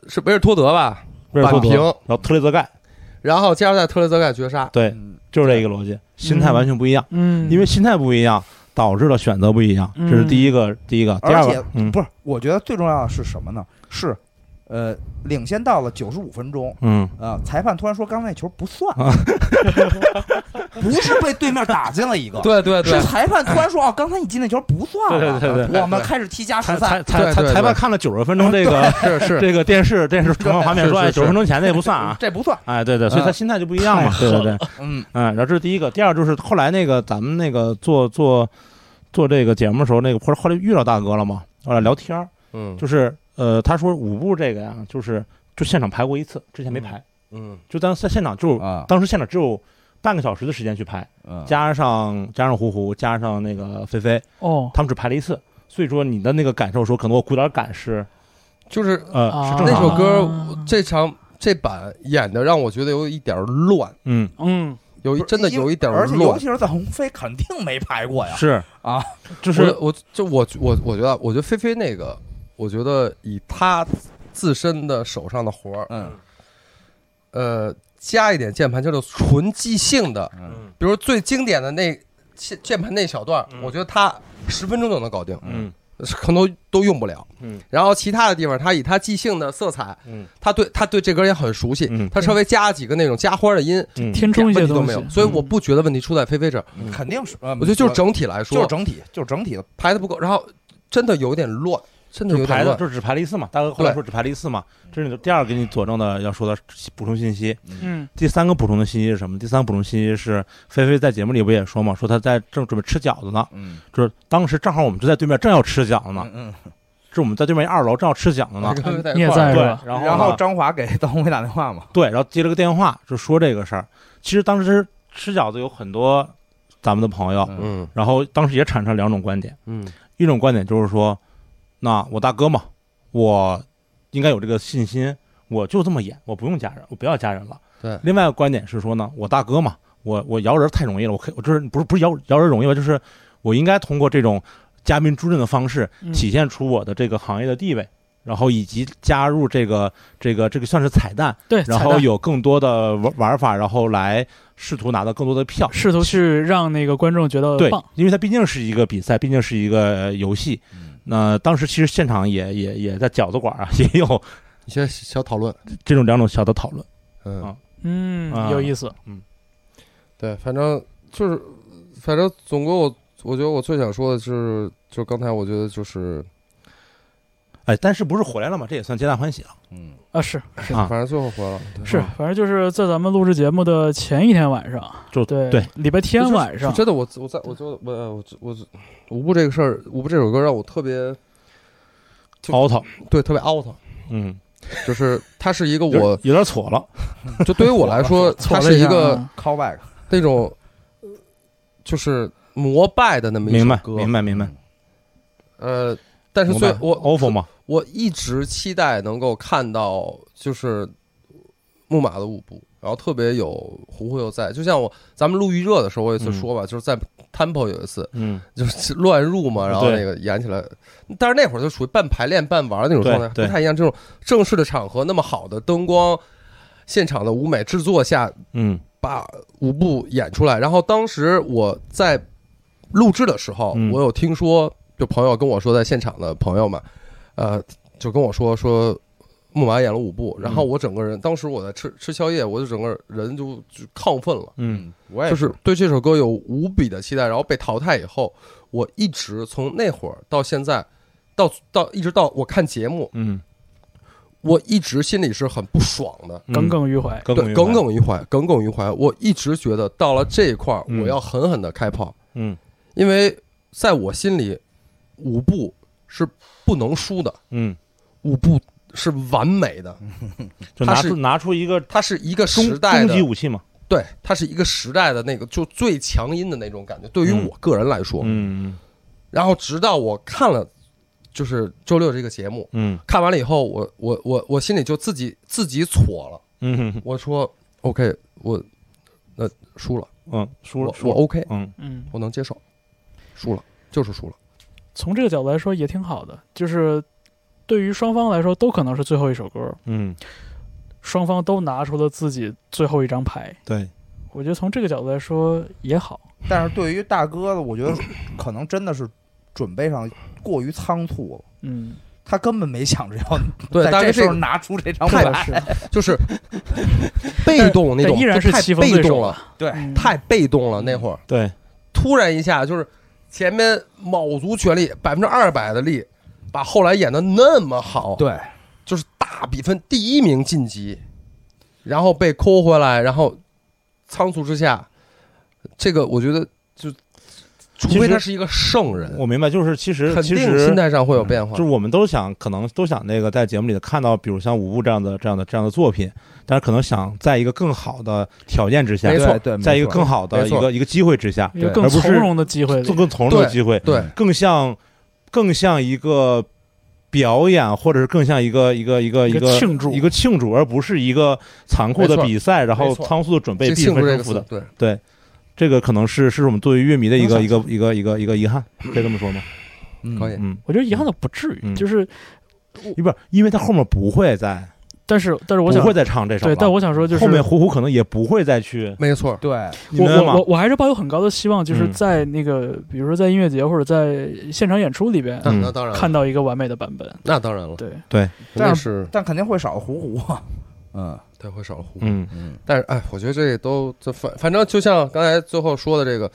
Speaker 5: 是维尔托德吧？
Speaker 3: 威尔
Speaker 5: 扳
Speaker 3: 托德
Speaker 5: 平
Speaker 3: 然后特雷泽盖，
Speaker 5: 然后加时赛特雷泽盖绝杀，
Speaker 3: 对，就是这一个逻辑，心态完全不一样，
Speaker 4: 嗯，
Speaker 3: 因为心态不一样，导致了选择不一样，这
Speaker 4: 嗯
Speaker 3: 是第一个，第一个，第
Speaker 6: 而
Speaker 3: 二
Speaker 6: 且
Speaker 3: 个，嗯
Speaker 6: 不是，我觉得最重要的是什么呢？是，呃，领先到了九十五分钟，
Speaker 3: 嗯，
Speaker 6: 啊，裁判突然说刚才那球不算 <laughs>
Speaker 3: 啊，
Speaker 6: 不是被对面打进了一个，
Speaker 5: 对对
Speaker 6: 是
Speaker 5: 对，
Speaker 6: 裁判突然说哦，刚才你进那球不算
Speaker 3: 对
Speaker 6: 了，
Speaker 3: 对对
Speaker 5: 对
Speaker 6: 我们开始踢加时
Speaker 3: 裁裁
Speaker 6: 赛，
Speaker 3: 裁
Speaker 5: 对
Speaker 3: 裁
Speaker 5: 对
Speaker 3: 裁判
Speaker 5: 对
Speaker 3: 看了九十分钟这个
Speaker 5: 是 <laughs> 是，
Speaker 3: <laughs> 这个电视电视重放画面
Speaker 5: 是
Speaker 3: 说，哎，
Speaker 5: 是
Speaker 3: 九十分钟前那不算啊。
Speaker 6: 嗯这不算，
Speaker 3: <laughs> 哎，对对，所以他心态就不一样 <laughs> 嘛，对对对，
Speaker 6: 嗯
Speaker 3: 嗯，然后这是第一个，第二就是后来那个咱们那个做做做这个节目的时候，那个后来后来遇到大哥了嘛，后来聊天儿，
Speaker 5: 嗯
Speaker 3: 就是呃，他说舞步这个呀，就是就现场排过一次，之前没排，
Speaker 5: 嗯
Speaker 3: 就当时在现场就
Speaker 6: 啊
Speaker 3: 当时现场只有半个小时的时间去排，加上加上胡胡，加上那个菲菲，
Speaker 4: 哦，
Speaker 3: 他们只排了一次，所以说你的那个感受说，可能我鼓点感是
Speaker 5: 就是
Speaker 3: 呃
Speaker 4: 啊
Speaker 3: 是正
Speaker 5: 那
Speaker 3: 常
Speaker 5: 首
Speaker 3: 的，
Speaker 6: 哦
Speaker 5: 歌这场这版演的让我觉得有一点乱，
Speaker 3: 嗯，
Speaker 4: 嗯，
Speaker 5: 有一真的有一点
Speaker 6: 而且尤
Speaker 5: 乱
Speaker 6: 其。是在鸿飞肯定没排过呀，
Speaker 3: 是
Speaker 6: 啊，
Speaker 3: 就是
Speaker 5: 我我就我我我觉得啊，我觉得菲菲那个，我觉得以她自身的手上的活儿，
Speaker 6: 嗯
Speaker 5: 呃，加一点键盘，就是纯即兴的，
Speaker 6: 嗯
Speaker 5: 比如最经典的那键键盘那小段儿，
Speaker 3: 嗯
Speaker 5: 我觉得他十分钟就能搞定，
Speaker 3: 嗯
Speaker 5: 可能都用不了。
Speaker 3: 嗯
Speaker 5: 然后其他的地方，他以他即兴的色彩，
Speaker 3: 嗯
Speaker 5: 他对他对这歌也很熟悉，
Speaker 3: 嗯
Speaker 5: 他稍微加几个那种加花的音，
Speaker 3: 嗯
Speaker 4: 填充一些
Speaker 5: 问题都
Speaker 4: 东
Speaker 5: 没
Speaker 4: 西
Speaker 5: 有。，所以我不觉得问题出在菲菲这儿，
Speaker 3: 嗯
Speaker 6: 肯定是，呃
Speaker 5: 我觉得就是，整体来
Speaker 6: 就是
Speaker 5: 说
Speaker 6: 整体，就是整体的，
Speaker 5: 排的不够，然后真的有点乱，真的
Speaker 3: 就
Speaker 5: 有
Speaker 3: 排
Speaker 5: 点
Speaker 3: 的
Speaker 5: 乱。
Speaker 3: 就只排了一次嘛，大哥后来说只排了一次嘛，这是你第二个给你佐证的要说的补充信息。
Speaker 4: 嗯
Speaker 3: 第三个补充的信息是什么？第三个补充信息是菲菲在节目里不也说嘛，说她在正准备吃饺子呢，
Speaker 6: 嗯
Speaker 3: 就是当时正好我们就在对面正要吃饺子呢，
Speaker 6: 嗯嗯，
Speaker 3: 是我们在对面二楼正要吃饺子呢
Speaker 5: 这。个
Speaker 4: 嗯你也
Speaker 5: 一块
Speaker 4: 在
Speaker 5: 儿
Speaker 3: 对
Speaker 4: 是吧，
Speaker 3: 然后
Speaker 6: 嗯
Speaker 3: 然
Speaker 6: 然后张华给邓鸿飞打电话嘛，
Speaker 3: 对，然后接了个电话就说这个事儿。其实当时吃饺子有很多咱们的朋友，
Speaker 6: 嗯
Speaker 5: 嗯
Speaker 3: 然后当时也产生两种观点，
Speaker 5: 嗯
Speaker 3: 一种观点就是说，那我大哥嘛，我应该有这个信心，我就这么演，我不用家人，我不要家人了。
Speaker 5: 对
Speaker 3: 另外一个观点是说呢，我大哥嘛，我我摇人太容易了，我可以，我就是不是不是摇摇人容易吧，就是我应该通过这种嘉宾助阵的方式，
Speaker 4: 嗯
Speaker 3: 体现出我的这个行业的地位，然后以及加入这个这个这个算是彩蛋，
Speaker 4: 对，
Speaker 3: <laughs> 然
Speaker 4: 彩
Speaker 3: 后
Speaker 4: 蛋
Speaker 3: 有更多的玩玩法，然后来试图拿到更多的票。
Speaker 4: 试图去让那个观众觉得
Speaker 3: 对
Speaker 4: 棒，，
Speaker 3: 因为它毕竟是一个比赛，毕竟是一个呃游戏。
Speaker 5: 嗯
Speaker 3: 那当时其实现场也也也在饺子馆啊，也有
Speaker 5: 一些小讨论，
Speaker 3: 这种两种小的讨论。
Speaker 5: 嗯，
Speaker 3: 啊
Speaker 4: 嗯，
Speaker 3: 啊
Speaker 4: 有意思，
Speaker 5: 对，反正就是，反正总共我我觉得我最想说的是，就是刚才我觉得就是，
Speaker 3: 哎，但是不是回来了嘛？这也算皆大欢喜了。
Speaker 6: 嗯，
Speaker 4: 啊，是
Speaker 3: 啊
Speaker 5: 反正最后回来了，对
Speaker 4: 是，反正就是在咱们录制节目的前一天晚上，
Speaker 3: 就
Speaker 4: 对
Speaker 3: 对，
Speaker 4: 礼拜天晚上
Speaker 5: 就，真的，我我在我就我呃我我舞步这个事儿，舞步这首歌让我特别就
Speaker 3: out，
Speaker 5: 对特别 out，
Speaker 3: 嗯，
Speaker 5: 就是它是一个
Speaker 3: 有
Speaker 5: 我
Speaker 3: 有点错了。
Speaker 5: 就对于我来
Speaker 4: <laughs>
Speaker 5: 说，
Speaker 4: 错
Speaker 5: 它
Speaker 4: 了
Speaker 5: 是
Speaker 4: 一
Speaker 5: 一
Speaker 4: 下
Speaker 5: 个
Speaker 4: 啊
Speaker 6: callback，
Speaker 5: 那种就是膜拜的那么一
Speaker 3: 明
Speaker 5: 首
Speaker 3: 白，
Speaker 5: 歌，
Speaker 3: 明白，明白。
Speaker 5: 呃，但是
Speaker 3: 明
Speaker 5: 最
Speaker 3: 白
Speaker 5: 我
Speaker 3: offer 嘛，
Speaker 5: 我一直期待能够看到就是木马的舞步，然后特别有胡忽悠在，就像我咱们录预热的时候，
Speaker 4: 嗯
Speaker 5: 我有一次说吧，就是在 Temple 有一次
Speaker 3: 嗯，
Speaker 5: 就是乱入嘛，然后那个演起来，但是那会儿就属于半排练半玩儿那种状态，
Speaker 3: 对对
Speaker 5: 不太一样。这种正式的场合，那么好的灯光，现场的舞美制作下，
Speaker 3: 嗯
Speaker 5: 把舞步演出来。然后当时我在录制的时候，
Speaker 3: 嗯
Speaker 5: 我有听说，就朋友跟我说，在现场的朋友们，呃，就跟我说说木马演了舞步，然后
Speaker 3: 嗯
Speaker 5: 我整个人，当时我在吃吃宵夜，我就整个人就就亢奋了，
Speaker 3: 嗯，
Speaker 6: 我也
Speaker 5: 就是对这首歌有无比的期待。然后被淘汰以后，我一直从那会儿到现在，到到一直到我看节目，
Speaker 3: 嗯
Speaker 5: 我一直心里是很不爽的。
Speaker 3: 嗯，
Speaker 4: 耿耿于怀，
Speaker 3: 耿耿
Speaker 5: 对，
Speaker 3: 于
Speaker 5: 耿
Speaker 3: 怀，
Speaker 5: 耿于怀，耿耿于怀。我一直觉得到了这一块儿，
Speaker 3: 嗯
Speaker 5: 我要狠狠的开炮，
Speaker 3: 嗯
Speaker 5: 因为在我心里，舞步是不能输的，
Speaker 3: 嗯，
Speaker 5: 舞步是完美的，
Speaker 3: 就
Speaker 5: 他
Speaker 3: 拿
Speaker 5: 是
Speaker 3: 出拿出一个
Speaker 5: 它是一个
Speaker 3: 终
Speaker 5: 时代
Speaker 3: 终
Speaker 5: 的
Speaker 3: 极，武器嘛。
Speaker 5: 对，它是一个时代的那个就最强音的那种感觉。对于
Speaker 3: 嗯
Speaker 5: 我个人来说，
Speaker 3: 嗯
Speaker 5: 然后直到我看了就是周六这个节目，
Speaker 3: 嗯
Speaker 5: 看完了以后，我我我我心里就自己自己错了，
Speaker 3: 嗯嗯
Speaker 5: 我说 OK，我呃输了，
Speaker 3: 嗯，输了
Speaker 5: 我
Speaker 3: 输
Speaker 5: 我
Speaker 3: 了，
Speaker 5: OK，
Speaker 3: 嗯
Speaker 4: 嗯，
Speaker 5: 我能接受，输了就是输了。
Speaker 4: 从这个角度来说也挺好的，就是对于双方来说都可能是最后一首歌，
Speaker 3: 嗯，
Speaker 4: 双方都拿出了自己最后一张牌，
Speaker 3: 对，
Speaker 4: 我觉得从这个角度来说也好，
Speaker 6: 但是对于大哥，我觉得可能真的是准备上过于仓促了。
Speaker 4: 嗯，
Speaker 6: 他根本没想着要
Speaker 5: 对，
Speaker 6: 在
Speaker 5: 大
Speaker 6: 这
Speaker 5: 概
Speaker 6: 时
Speaker 5: 这
Speaker 6: 候
Speaker 5: 个
Speaker 6: 拿出这张
Speaker 5: 太
Speaker 6: 牌，
Speaker 4: 是，
Speaker 5: 就是被动
Speaker 4: <laughs>
Speaker 5: 那
Speaker 4: 但
Speaker 5: 种，
Speaker 4: 依然
Speaker 5: 就是太
Speaker 4: 棋逢
Speaker 5: 被
Speaker 4: 对
Speaker 5: 动
Speaker 4: 手
Speaker 5: 了，
Speaker 6: 对
Speaker 4: 嗯
Speaker 5: 太被动了。那会儿
Speaker 3: 对，
Speaker 5: 突然一下就是前面卯足全力，百分之二百的力，把后来演的那么好，，
Speaker 6: 对，
Speaker 5: 就是大比分第一名晋级，然后被抠回来，然后仓促之下，这个我觉得就，除
Speaker 3: 其
Speaker 5: 非
Speaker 3: 实
Speaker 5: 他是一个圣人，
Speaker 3: 我明白，就是其实
Speaker 5: 呃肯
Speaker 3: 其
Speaker 5: 定
Speaker 3: 实嗯
Speaker 5: 心态上会有变化
Speaker 3: 就是。我们都想，可能都想那个在节目里看到，比如像舞步这样的、这样的、这样的作品，但是可能想在一个更好的条件之下，
Speaker 5: 没错
Speaker 6: 对，没
Speaker 3: 在一个
Speaker 6: 错
Speaker 3: 从容好的
Speaker 5: 没
Speaker 3: 一
Speaker 5: 错
Speaker 3: 个一个机会之下，
Speaker 4: 一个
Speaker 6: 对
Speaker 4: 更
Speaker 3: 而不是
Speaker 4: 从容的机会里，
Speaker 3: 做更从容的
Speaker 5: 对
Speaker 3: 机会，
Speaker 5: 对，
Speaker 3: 更像更像一个表演，或者是更像一个一个一个
Speaker 4: 一个
Speaker 3: 个
Speaker 4: 庆祝
Speaker 3: 一个庆祝，而不是一个残酷的
Speaker 5: 没错
Speaker 3: 比赛，然后
Speaker 5: 没错
Speaker 3: 仓促的准备
Speaker 5: 这
Speaker 3: 必
Speaker 5: 庆
Speaker 3: 分
Speaker 5: 祝这
Speaker 3: 胜
Speaker 5: 个
Speaker 3: 负
Speaker 5: 词
Speaker 3: 的，，
Speaker 5: 对，
Speaker 3: 这个可能是是我们作为乐迷的一个
Speaker 4: 能
Speaker 3: 一个一个一个一个遗憾，可以这么说吗？
Speaker 6: 嗯
Speaker 5: 可以。
Speaker 3: 嗯，
Speaker 4: 我觉得遗憾的不至于，
Speaker 3: 嗯
Speaker 4: 就是，
Speaker 3: 因为因为他后面不会再
Speaker 4: 但是但是我
Speaker 3: 不
Speaker 4: 想
Speaker 3: 会再唱这首
Speaker 4: 对，
Speaker 3: 了，
Speaker 4: 但我想说就是
Speaker 3: 后面虎虎可能也不会再去，
Speaker 5: 没错，
Speaker 6: 对，
Speaker 3: 你
Speaker 4: 我
Speaker 3: 明白吗
Speaker 4: 我我我还是抱有很高的希望，就是
Speaker 3: 嗯
Speaker 4: 在那个、比如说在音乐节或者在现场演出里边、
Speaker 5: 那
Speaker 3: 嗯
Speaker 5: 那当然了，
Speaker 4: 看到一个完美的版本。
Speaker 5: 那当然了，
Speaker 4: 对，
Speaker 5: 那是
Speaker 6: 但肯定会少糊糊啊。嗯
Speaker 5: 太会少了胡。
Speaker 3: 嗯
Speaker 6: 嗯，
Speaker 5: 但是哎，我觉得这都这反反正就像刚才最后说的这个，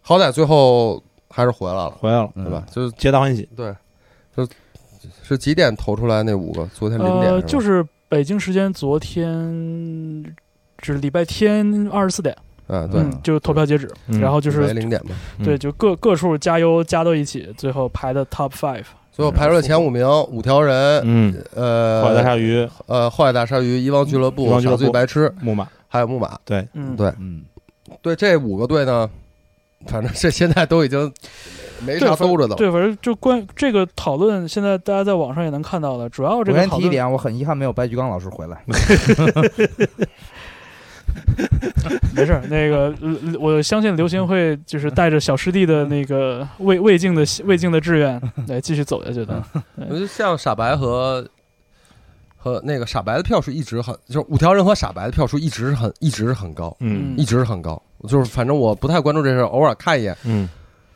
Speaker 5: 好歹最后还是回来了，
Speaker 3: 回来了，
Speaker 5: 对吧？就是
Speaker 3: 皆大嗯欢喜。
Speaker 5: 对，就是是几点投出来那五个？昨天零点
Speaker 4: 呃，就是是北京时间昨天，就是礼拜天二十四点，
Speaker 5: 吧啊，对，
Speaker 4: 嗯，就投票截止，
Speaker 3: 嗯
Speaker 4: 然后就
Speaker 5: 就是
Speaker 4: 是
Speaker 5: 零点嘛。
Speaker 3: 嗯
Speaker 4: 对，就各各处加油加到一起，最后排的 top five。
Speaker 5: 最后排出了前五名，五条人，
Speaker 3: 嗯，
Speaker 5: 呃，
Speaker 3: 后来大鲨鱼、
Speaker 5: 呃，坏大鲨鱼、遗忘俱乐部
Speaker 3: 遗、忘俱乐
Speaker 5: 傻
Speaker 3: 部
Speaker 5: 最白痴，
Speaker 3: 木马，
Speaker 5: 还有木马。
Speaker 3: 对，
Speaker 4: 嗯，
Speaker 5: 对
Speaker 6: 嗯，
Speaker 5: 对，这五个队呢，反正这现在都已经没
Speaker 4: 对
Speaker 5: 啥
Speaker 4: 反
Speaker 5: 兜着的了。
Speaker 4: 对，反正就关这个讨论，现在大家在网上也能看到了。主要这
Speaker 6: 我
Speaker 4: 个
Speaker 6: 先
Speaker 4: 讨
Speaker 6: 提一
Speaker 4: 论，嗯
Speaker 6: 点，我很遗憾没有白举纲老师回来。
Speaker 4: <laughs> 没事儿，那个呃我相信刘行会就是带着小师弟的那个未未尽的未尽的
Speaker 3: <laughs>
Speaker 4: 志愿来继续走下去的。
Speaker 3: 嗯
Speaker 5: 我就像傻白和和那个傻白的票数一直很，就是五条人和傻白的票数一直是很一直是很高，
Speaker 3: 嗯
Speaker 5: 一直是很高。就是反正我不太关注这事，偶尔看一眼。
Speaker 3: 嗯，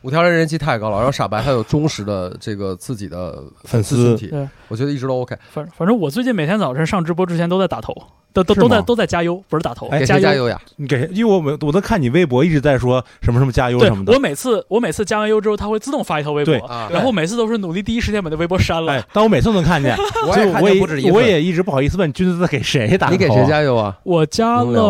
Speaker 5: 五条人人气太高了，然后傻白还有忠实的这个自己的
Speaker 3: 粉
Speaker 5: 丝群
Speaker 3: 丝
Speaker 5: 体
Speaker 4: 对，
Speaker 5: 我觉得一直都 OK。
Speaker 4: 反反正我最近每天早晨上直播之前都在打头，都都
Speaker 3: 是吗
Speaker 4: 都在都在加油，不是打头，
Speaker 3: 哎
Speaker 5: 给
Speaker 4: 加
Speaker 5: 谁
Speaker 4: 油。
Speaker 5: 加油呀？
Speaker 3: 你给，因为我们我都看你微博一直在说什么什么加油
Speaker 4: 对
Speaker 3: 什么，的
Speaker 4: 我，每次我每次加完油之后，它会自动发一条微
Speaker 3: 对
Speaker 4: 博，
Speaker 5: 啊，
Speaker 4: 然后每次都是努力第一时间把那微博删了。
Speaker 3: 哎，但我每次都能看见，
Speaker 5: <laughs> 我
Speaker 3: 所以
Speaker 5: 也看
Speaker 3: 我
Speaker 5: 见不止一
Speaker 3: 也
Speaker 5: 份
Speaker 3: 我也一直不好意思问君子给谁打头啊，
Speaker 5: 你给谁加油啊？
Speaker 4: 我加
Speaker 5: 能聊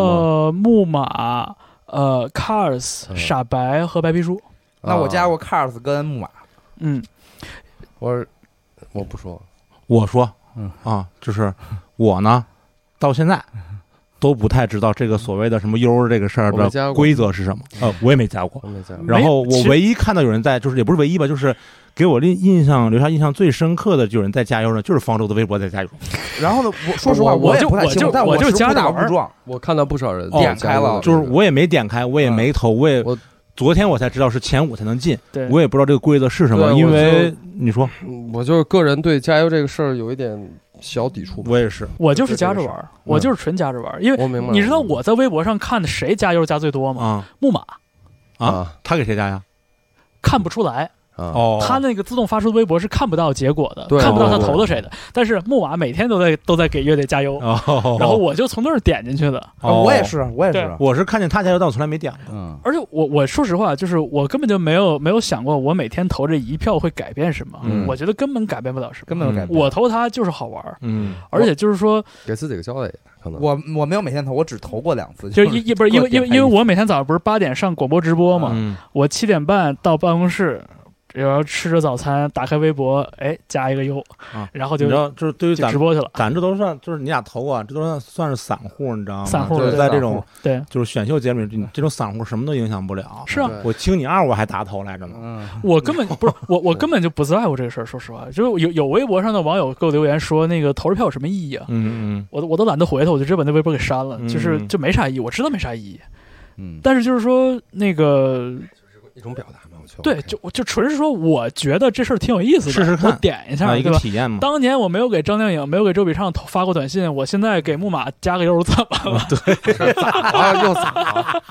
Speaker 4: 了木马、呃 Cars、
Speaker 5: 嗯
Speaker 4: 傻白和白皮书。
Speaker 6: 那我加
Speaker 5: 啊
Speaker 6: 过 Cars 跟木马，
Speaker 4: 嗯，
Speaker 5: 我是我不说，
Speaker 3: 我说，
Speaker 6: 嗯
Speaker 3: 啊，就是我呢，到现在都不太知道这个所谓的什么优儿这个事儿
Speaker 5: 嗯我没加
Speaker 3: 的
Speaker 5: 过嗯
Speaker 3: 规则是什么。呃，我也没加过。
Speaker 5: 我没加过。
Speaker 4: 没
Speaker 3: 然后我
Speaker 4: 其实
Speaker 3: 唯一看到有人在，就是也不是唯一吧，就是给我印印象留下印象最深刻的，有人在加油呢，就是方舟的微博在加油。
Speaker 6: 然后呢，我说实话
Speaker 5: 我
Speaker 6: 我也
Speaker 4: 就
Speaker 6: 不太
Speaker 4: 嗯我
Speaker 6: 清
Speaker 4: 就
Speaker 6: 楚，但
Speaker 4: 我就
Speaker 6: 我是
Speaker 4: 加
Speaker 6: 误打
Speaker 4: 着玩儿
Speaker 6: 误撞，
Speaker 5: 我看到不少人
Speaker 6: 点开
Speaker 5: 加油
Speaker 6: 了
Speaker 5: 的
Speaker 3: 哦就是
Speaker 5: 这个
Speaker 3: 我也没点开，我也没投，我也
Speaker 5: 我
Speaker 3: 昨天我才知道是前五才能进，
Speaker 4: 对，
Speaker 3: 我也不知道这个规则是什么，
Speaker 5: 对
Speaker 3: 因
Speaker 5: 我
Speaker 3: 为
Speaker 5: 就
Speaker 3: 你说
Speaker 5: 嗯我就是个人对加油这个事儿有一点小抵触吧。
Speaker 3: 我也是，
Speaker 4: 我就是加着玩儿，我就是纯加着玩儿，因为
Speaker 5: 我明白了，
Speaker 4: 你知道我在微博上看谁加油加最多吗？
Speaker 3: 啊
Speaker 4: 木马
Speaker 3: 啊
Speaker 5: 啊，
Speaker 3: 他给谁加呀？
Speaker 4: 看不出来，
Speaker 5: 啊，
Speaker 3: 哦，
Speaker 4: 他那个自动发出的微博是看不到结果的，
Speaker 5: 对
Speaker 4: 看不到他
Speaker 3: 哦
Speaker 4: 投了谁的。但是木马每天都在都在给乐队加油，
Speaker 3: 哦，
Speaker 4: 然后我就从那儿点进去的。
Speaker 6: 啊我也，是，我也
Speaker 4: 哦对
Speaker 6: 是，
Speaker 3: 我是看见他加油，但我从来没点。
Speaker 6: 嗯，
Speaker 4: 而且我我说实话，就是我根本就没有没有想过我每天投这一票会改变什么，
Speaker 3: 嗯
Speaker 4: 我觉得根本改变不了什么。
Speaker 6: 根本有改
Speaker 4: 嗯
Speaker 6: 变。
Speaker 4: 我投他就是好玩儿，
Speaker 3: 嗯，
Speaker 4: 而且就是说，
Speaker 5: 给自己个交代，可能
Speaker 6: 我我没有每天投，我只投过两次，
Speaker 4: 就是是一不是因为因为因为我每天早上不是八点上广播直播嘛，
Speaker 3: 嗯
Speaker 4: 我七点半到办公室，然后吃着早餐，打开微博，哎，加一个优，
Speaker 3: 啊
Speaker 4: 然后
Speaker 3: 你
Speaker 4: 就
Speaker 3: 知道，就是对于
Speaker 4: 就
Speaker 3: 咱
Speaker 4: 直播去了。
Speaker 3: 咱这都算，就是你俩投啊，这都算算是散户，你知道吗？
Speaker 4: 散户
Speaker 3: 就是
Speaker 4: 对
Speaker 3: 在
Speaker 6: 散
Speaker 3: 这种
Speaker 6: 户
Speaker 3: <laughs>
Speaker 4: 对，
Speaker 3: 就是选秀节目里，你这种散户什么都影响不了。
Speaker 4: 是啊，
Speaker 5: 对
Speaker 3: 我清你二，我还打头来着呢。
Speaker 6: 嗯，
Speaker 4: 我根本不是我，我根本就不在乎这个事儿。说实话，就是有有微博上的网友给我留言说，那个投着票有什么意义啊？
Speaker 3: 嗯嗯
Speaker 4: 我都我都懒得回他，我就直接把那微博给删了，
Speaker 3: 嗯
Speaker 4: 就是就没啥意义，我知道没啥意义。
Speaker 6: 嗯，
Speaker 4: 但是就是说那个
Speaker 5: 一种表达嘛，我觉得
Speaker 4: 对，就就纯是说，我觉得这事儿挺有意思的，
Speaker 3: 试试看
Speaker 4: 我点一
Speaker 3: 嗯，
Speaker 4: 下，
Speaker 3: 啊，一
Speaker 4: 对
Speaker 3: 个
Speaker 4: 吧？
Speaker 3: 体验嘛。
Speaker 4: 当年我没有给张靓颖，没有给周笔畅投发过短信，我现在给木马加个油怎么了？
Speaker 5: 啊
Speaker 6: <laughs>
Speaker 5: 又咋了？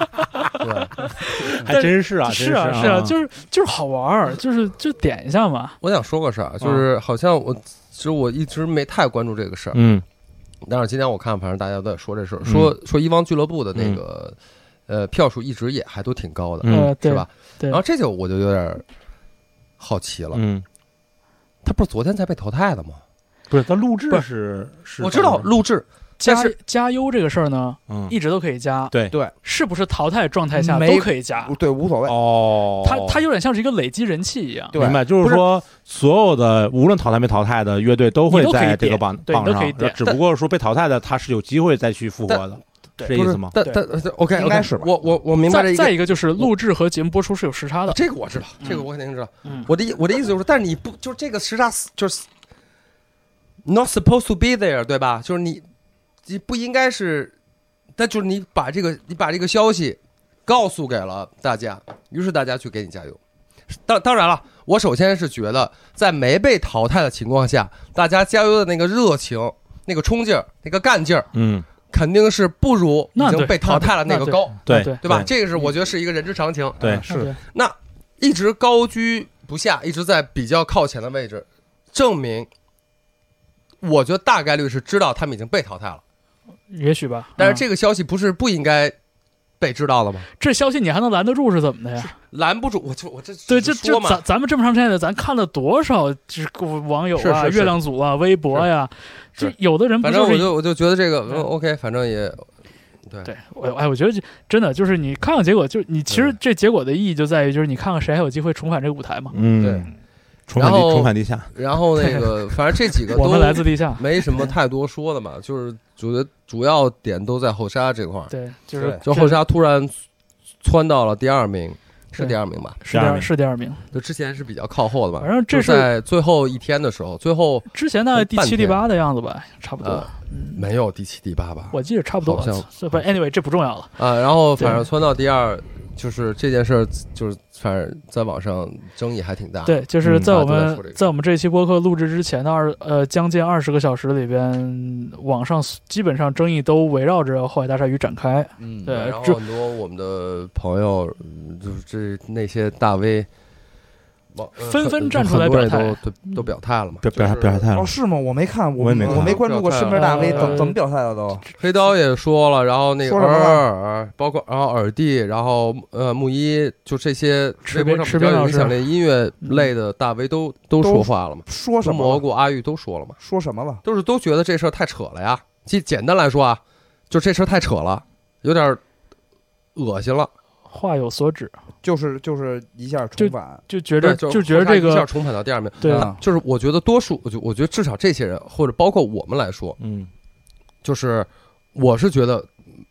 Speaker 5: 对，
Speaker 3: 还真是啊，
Speaker 4: 是
Speaker 3: 啊
Speaker 4: 啊，是啊，就是就是好玩儿，就是就点一下嘛。
Speaker 5: 我想说个事儿啊，就是好像我其实我一直没太关注这个事儿，
Speaker 3: 嗯
Speaker 5: 但是今天我看反正大家都在说这事儿，说说一汪俱乐部的那个呃票数一直也还都挺高的，
Speaker 3: 嗯
Speaker 4: 呃，对
Speaker 5: 是吧？
Speaker 4: 对
Speaker 5: 然后这就我就有点好奇了，
Speaker 3: 嗯，
Speaker 5: 他不是昨天才被淘汰的吗？
Speaker 3: 不是，但录制
Speaker 4: 不是
Speaker 3: 是是，
Speaker 5: 我知道，录制，
Speaker 4: 加
Speaker 5: 但是
Speaker 4: 加优这个事儿呢，
Speaker 3: 嗯，
Speaker 4: 一直都可以加，
Speaker 3: 对
Speaker 6: 对，
Speaker 4: 是不是淘汰状态下
Speaker 6: 没
Speaker 4: 都可以加？
Speaker 6: 对，无所谓，
Speaker 3: 哦，
Speaker 4: 它它有点像是一个累积人气一样。
Speaker 6: 对
Speaker 3: 明白，就
Speaker 6: 不是
Speaker 3: 说所有的无论淘汰没淘汰的乐队都会在这个榜
Speaker 4: 你都可以点对
Speaker 3: 榜
Speaker 4: 你都可以
Speaker 3: 上
Speaker 4: 点，
Speaker 3: 只不过说被淘汰的他是有机会再去复活的，是
Speaker 4: 但
Speaker 3: 这
Speaker 5: 不
Speaker 3: 意
Speaker 5: 是
Speaker 3: 思吗？
Speaker 5: 但
Speaker 4: 对
Speaker 5: 但 OK，
Speaker 6: 应该是吧
Speaker 5: 我我我明白
Speaker 4: 再
Speaker 5: 这一个
Speaker 4: 再一个就是录制和节目播出是有时差的，
Speaker 5: 这个我知道，
Speaker 4: 嗯
Speaker 5: 这个我肯定知道。
Speaker 4: 嗯
Speaker 5: 我的意我的意思就是，但是你不就是这个时差死就是 not supposed to be there，对吧？就是你你不应该是，但就是你把这个你把这个消息告诉给了大家，于是大家去给你加油。当当然了，我首先是觉得，在没被淘汰的情况下，大家加油的那个热情、那个冲劲儿、那个干劲儿，
Speaker 3: 嗯，
Speaker 5: 肯定是不如已
Speaker 4: 那
Speaker 5: 经
Speaker 4: 对
Speaker 5: 被淘汰了那个
Speaker 4: 那
Speaker 5: 高，
Speaker 3: 对
Speaker 4: 啊对啊
Speaker 5: 对吧？这个是我觉得是一个人之常情。
Speaker 3: 对
Speaker 6: 嗯，
Speaker 4: 是的，
Speaker 5: 一直高居不下，一直在比较靠前的位置，证明，我觉得大概率是知道他们已经被淘汰了。
Speaker 4: 也许吧。
Speaker 5: 但是
Speaker 4: 嗯
Speaker 5: 这个消息不是不应该被知道了吗？
Speaker 4: 这消息你还能拦得住是怎么的呀？
Speaker 5: 拦不住，我就我这
Speaker 4: 对，这
Speaker 5: 只是说
Speaker 4: 这咱
Speaker 5: 嘛，
Speaker 4: 咱们这么长时间的，咱看了多少就是网友啊、
Speaker 5: 是是是
Speaker 4: 月亮组啊、微博呀、
Speaker 5: 是
Speaker 4: 这有的人不
Speaker 5: 反正
Speaker 4: 就
Speaker 5: 我
Speaker 4: 是嗯
Speaker 5: 就我就觉得这个、
Speaker 4: 对
Speaker 5: OK，反正也
Speaker 4: 对我哎，我觉得这真的就是你看看结果，就是你其实
Speaker 5: 对
Speaker 4: 这结果的意义就在于就是你看看谁还有机会重返这个舞台嘛。
Speaker 5: 对
Speaker 3: 嗯，重返
Speaker 5: 然
Speaker 3: 地
Speaker 5: 后
Speaker 3: 重返地下，
Speaker 5: 然后那
Speaker 4: <laughs>
Speaker 5: 个反正这几个
Speaker 4: 我
Speaker 5: 嗯都
Speaker 4: 们来自地下，
Speaker 5: 没什么太多说的嘛，就是主要主要点都在后沙这块儿，
Speaker 4: 对，就是
Speaker 5: 就
Speaker 4: 这
Speaker 5: 后沙突然窜到了第二名，是第二名吧？
Speaker 4: 是
Speaker 3: 第
Speaker 4: 第
Speaker 3: 二名
Speaker 4: 二是第二名。
Speaker 5: 就之前是比较靠后的吧。
Speaker 4: 反正这
Speaker 5: 就是在最后一天的时候，最后
Speaker 4: 之前大概第
Speaker 5: 半
Speaker 4: 七、第
Speaker 5: 天
Speaker 4: 八的样子吧，差不多。
Speaker 5: 呃没有第七、第八吧？
Speaker 4: 我记得差不多。
Speaker 5: 好像
Speaker 4: 这不，anyway，这不重要了。
Speaker 5: 啊，然后反正窜到第二，就是这件事儿，就是反正在网上争议还挺大。，
Speaker 4: 对，就是
Speaker 3: 嗯
Speaker 4: 在我
Speaker 5: 大家啊都在
Speaker 4: 们、
Speaker 5: 说这个
Speaker 4: 在我们这期播客录制之前的二呃将近二十个小时里边，网上基本上争议都围绕着《后海大鲨鱼》展开。
Speaker 7: 嗯，
Speaker 4: 对
Speaker 5: 然后
Speaker 4: 这
Speaker 5: 很多我们的朋友，嗯就是这那些大 V，网呃
Speaker 4: 纷纷
Speaker 5: 很
Speaker 4: 站出来
Speaker 5: 很多人
Speaker 4: 表态
Speaker 5: 都都都表态了嘛。
Speaker 3: 表表
Speaker 5: 就是
Speaker 3: 表态了
Speaker 6: 哦，。是吗？我没看，
Speaker 3: 我
Speaker 6: 我
Speaker 3: 也没看
Speaker 6: 我没关注过身边大 V
Speaker 4: 呃
Speaker 6: 怎么怎么表态的都。
Speaker 5: 黑刀也说了，然后那个
Speaker 6: 说
Speaker 5: 尔
Speaker 6: 什么了
Speaker 5: 尔，包括然后耳帝，然后呃木一，就这些
Speaker 4: 池
Speaker 5: 微博
Speaker 4: 边
Speaker 5: 上
Speaker 4: 池
Speaker 5: 比较
Speaker 4: 边
Speaker 5: 有
Speaker 4: 老
Speaker 5: 影
Speaker 4: 师
Speaker 5: 响力音乐类的大 V 都都
Speaker 6: 都
Speaker 5: 说话了嘛，
Speaker 6: 说什
Speaker 5: 说
Speaker 6: 么
Speaker 5: 蘑
Speaker 6: 了？
Speaker 5: 菇阿玉都说了嘛，
Speaker 6: 说什么了？
Speaker 5: 都是都觉得这事儿太扯了呀。其实简单来说啊，就这事儿太扯了，有点儿恶心了，
Speaker 4: 话有所指，
Speaker 6: 就是就是一下重
Speaker 3: 啊
Speaker 6: 返，
Speaker 4: 就觉着
Speaker 5: 对
Speaker 4: 就觉着这
Speaker 5: 一下
Speaker 4: 个
Speaker 5: 重返到第二名。
Speaker 4: 对
Speaker 6: 啊
Speaker 5: 就是我觉得多数，我就我觉得至少这些人，或者包括我们来说，
Speaker 3: 嗯，
Speaker 5: 就是我是觉得，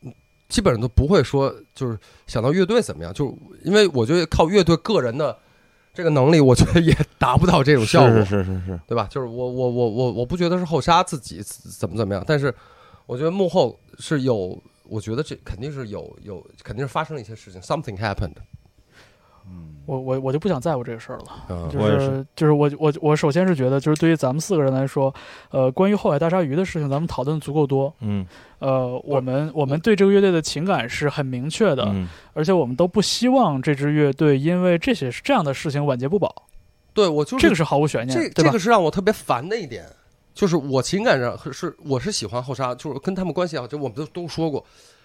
Speaker 5: 嗯基本上都不会说，就是想到乐队怎么样，就是因为我觉得靠乐队个人的这个能力，我觉得也达不到这种效果，
Speaker 3: 是是是是是，
Speaker 5: 对吧？就是我我我我我不觉得是后沙自己怎么怎么样，但是我觉得幕后是有，我觉得这肯定是有有，肯定是发生了一些事情，something happened，
Speaker 4: 我我我就不想在乎这个事儿了。
Speaker 5: 嗯
Speaker 4: 就
Speaker 3: 啊我也
Speaker 4: 是
Speaker 3: 是
Speaker 4: 就是我我我首先是觉得，就是对于咱们四个人来说，呃，关于《后海大鲨鱼》的事情，咱们讨论足够多。
Speaker 3: 嗯
Speaker 4: 呃，我们我们对这个乐队的情感是啊很明确的，
Speaker 3: 嗯，
Speaker 4: 而且我们都不希望这支乐队因为这些这样的事情晚节不保，
Speaker 5: 对我就是
Speaker 4: 这个是毫无悬念，
Speaker 5: 嗯这
Speaker 4: 对
Speaker 5: 这
Speaker 4: 吧？
Speaker 5: 个是让我特别烦的一点，就是我情感上是是我是喜欢后沙，就是跟他们关系好，就我们都都说过。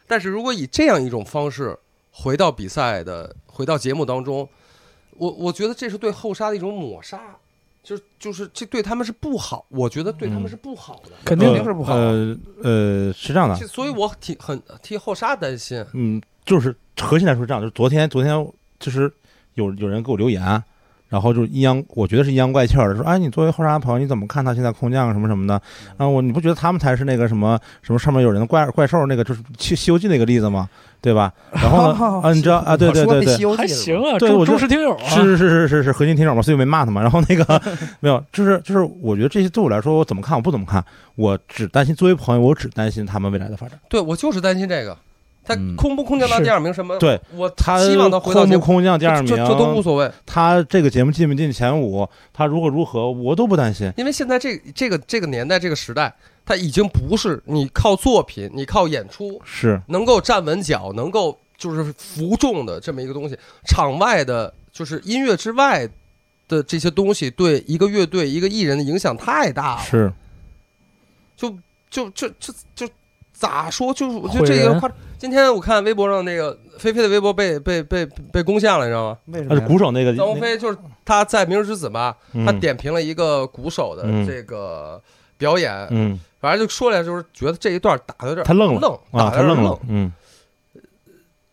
Speaker 5: 但是如果以这样一种方式回到比赛的，回到节目当中，我我觉得这是对后沙的一种抹杀，就是就是这对他们是不好，我觉得对他们
Speaker 3: 嗯
Speaker 5: 是不好的。
Speaker 4: 肯定
Speaker 6: 定是不好啊
Speaker 3: 呃呃，是这样的
Speaker 5: 这，所以我挺很替后沙担心。
Speaker 3: 嗯，就是核心来说是这样，就是昨天昨天就是有有人给我留言，然后就是阴阳，我觉得是阴阳怪气儿的，说哎，你作为后沙朋友，你怎么看他现在空降什么什么的？啊，我你不觉得他们才是那个什么什么上面有人的怪怪兽那个就是西西游记那个例子吗？对吧？然后呢，
Speaker 6: <laughs>
Speaker 3: 啊，你知道啊，对对
Speaker 6: 我说
Speaker 3: 对
Speaker 6: 比
Speaker 3: 对
Speaker 6: 西。游记
Speaker 4: 还
Speaker 6: 了
Speaker 4: 行啊，
Speaker 3: 对
Speaker 4: 忠
Speaker 3: 我觉
Speaker 4: 忠
Speaker 3: 得
Speaker 4: 实听友啊，
Speaker 3: 是是是是是核心听友嘛，所以没骂他嘛。然后那
Speaker 6: <laughs>
Speaker 3: 个没有，就是就是，我觉得这些对我来说，我怎么看我不怎么看，我只担心作为朋友，我只担心他们未来的发展。
Speaker 5: 对我就是担心这个，他
Speaker 3: 嗯
Speaker 5: 空不空降到
Speaker 4: 是
Speaker 5: 第二名什么？
Speaker 3: 对
Speaker 5: 我
Speaker 3: 他
Speaker 5: 希望他回到
Speaker 3: 空
Speaker 5: 节
Speaker 3: 不
Speaker 5: 目
Speaker 3: 空降第二名，
Speaker 5: 这这这都无所谓。
Speaker 3: 他这个节目进不进前五，他如何如何，我都不担心。
Speaker 5: 因为现在这这个这个年代这个时代，它已经不是你靠作品、你靠演出
Speaker 3: 是，
Speaker 5: 能够站稳脚、能够就是服众的这么一个东西。场外的，就是音乐之外的这些东西，对一个乐队、一个艺人的影响太大了。
Speaker 3: 是，
Speaker 5: 就就这这就咋说？就是我觉
Speaker 4: 毁
Speaker 5: 得这个
Speaker 4: 人
Speaker 5: 夸。今天我看微博上那个菲菲的微博被被被被攻下了，你知道吗？
Speaker 6: 为什
Speaker 3: 他
Speaker 6: 么
Speaker 3: 是
Speaker 6: 呀？
Speaker 3: 鼓手那个，
Speaker 5: 张鸿飞就是他在《明日之子》嘛，
Speaker 3: 嗯
Speaker 5: 他点评了一个鼓手的
Speaker 3: 嗯
Speaker 5: 这个表演，
Speaker 3: 嗯，
Speaker 5: 反正就说来就是觉得这一段打的有点
Speaker 3: 他愣了
Speaker 5: 愣，
Speaker 3: 啊，
Speaker 5: 打的
Speaker 3: 他
Speaker 5: 有点
Speaker 3: 愣
Speaker 5: 愣
Speaker 3: 了，嗯，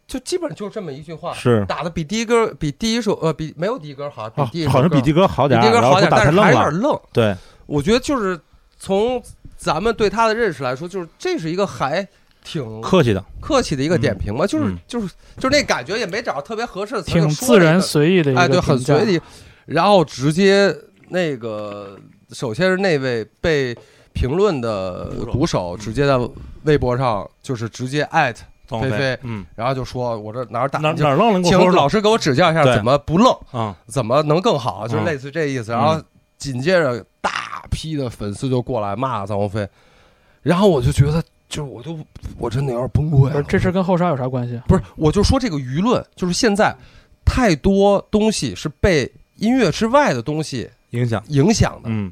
Speaker 5: 就基本就是这么一句话，
Speaker 3: 是，
Speaker 5: 打的比第一歌比第一首呃比没有第一歌好，比
Speaker 3: 啊
Speaker 5: 啊第一首
Speaker 3: 好像比
Speaker 5: 第
Speaker 3: 迪哥好
Speaker 5: 比
Speaker 3: 点
Speaker 5: 第一
Speaker 3: 儿，
Speaker 5: 歌
Speaker 3: 然后
Speaker 5: 好
Speaker 3: 我
Speaker 5: 点，
Speaker 3: 打
Speaker 5: 但
Speaker 3: 太
Speaker 5: 是
Speaker 3: 愣
Speaker 5: 还是有
Speaker 3: 了，
Speaker 5: 点愣。
Speaker 3: 对，
Speaker 5: 我觉得就是从咱们对他的认识来说，就是这是一个还挺
Speaker 3: 客气的，
Speaker 5: 客气的一个点评吧，就是
Speaker 3: 嗯
Speaker 5: 就是就是那感觉也没找到特别合适的词，
Speaker 4: 挺
Speaker 5: 就说
Speaker 4: 自
Speaker 5: 了一
Speaker 4: 然
Speaker 5: 个
Speaker 4: 随意的一个
Speaker 5: 哎，对，很
Speaker 4: 评价
Speaker 5: 随意。然后直接那个，首先是那位被评论的鼓
Speaker 3: 嗯
Speaker 5: 手，直接在微博上就是直接艾特，
Speaker 3: 张
Speaker 5: 飞
Speaker 3: 鸿
Speaker 5: 飞
Speaker 3: 飞，嗯，
Speaker 5: 然后就说我这哪儿打
Speaker 3: 哪
Speaker 5: 的
Speaker 3: 哪儿愣了？你给
Speaker 5: 请
Speaker 3: 我说
Speaker 5: 老
Speaker 3: 说，
Speaker 5: 师给我指教一下
Speaker 3: 对
Speaker 5: 怎么不愣，
Speaker 3: 啊，
Speaker 5: 怎么能更好，就是
Speaker 3: 嗯
Speaker 5: 类似这意思。然后紧接着大批的粉丝就过来骂臧鸿飞，然后我就觉得，就是我都我真的有点崩溃
Speaker 4: 不
Speaker 5: 啊
Speaker 4: 是
Speaker 5: 了。
Speaker 4: 这事跟后沙有啥关系？啊
Speaker 5: 不是，我就说这个舆论，就是现在太多东西是被音乐之外的东西
Speaker 3: 影响，
Speaker 5: 影响的。
Speaker 3: 嗯，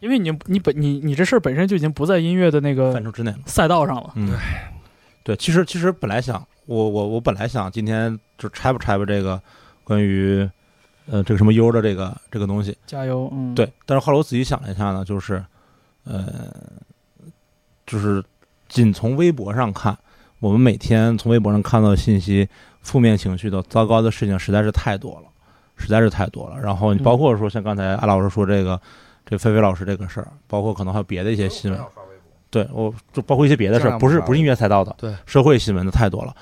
Speaker 4: 因为你你本你你这事儿本身就已经不在音乐的那个
Speaker 3: 范畴之内了，
Speaker 4: 赛道上了，
Speaker 3: 嗯，对，其实其实本来想，我我我本来想今天就拆吧拆吧这个关于呃这个什么优的这个这个东西，
Speaker 4: 加油，嗯，，
Speaker 3: 对，但是后来我仔细想了一下呢，就是，呃，就是仅从微博上看，我们每天从微博上看到的信息，负面情绪的、糟糕的事情实在是太多了，实在是太多了。然后你包
Speaker 4: 嗯
Speaker 3: 括说像刚才艾老师说这个，这菲菲老师这个事儿，包括可能还有别的一些新闻，对我就包括一些别的事
Speaker 6: 尽
Speaker 3: 儿，
Speaker 6: 量
Speaker 3: 不是
Speaker 6: 不刷
Speaker 3: 不是音乐赛道的，
Speaker 5: 对
Speaker 3: 社会新闻的太多了。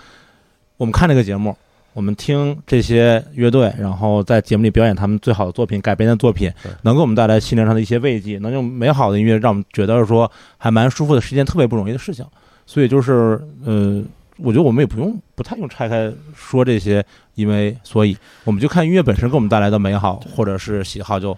Speaker 3: 我们看这个节目，我们听这些乐队，然后在节目里表演他们最好的作品、改编的作品
Speaker 5: 对，
Speaker 3: 能给我们带来心灵上的一些慰藉，能用美好的音乐让我们觉得说还蛮舒服的，是一件特别不容易的事情。所以就是，呃，我觉得我们也不用不太用拆开说这些，因为所以我们就看音乐本身给我们带来的美好或者是喜好就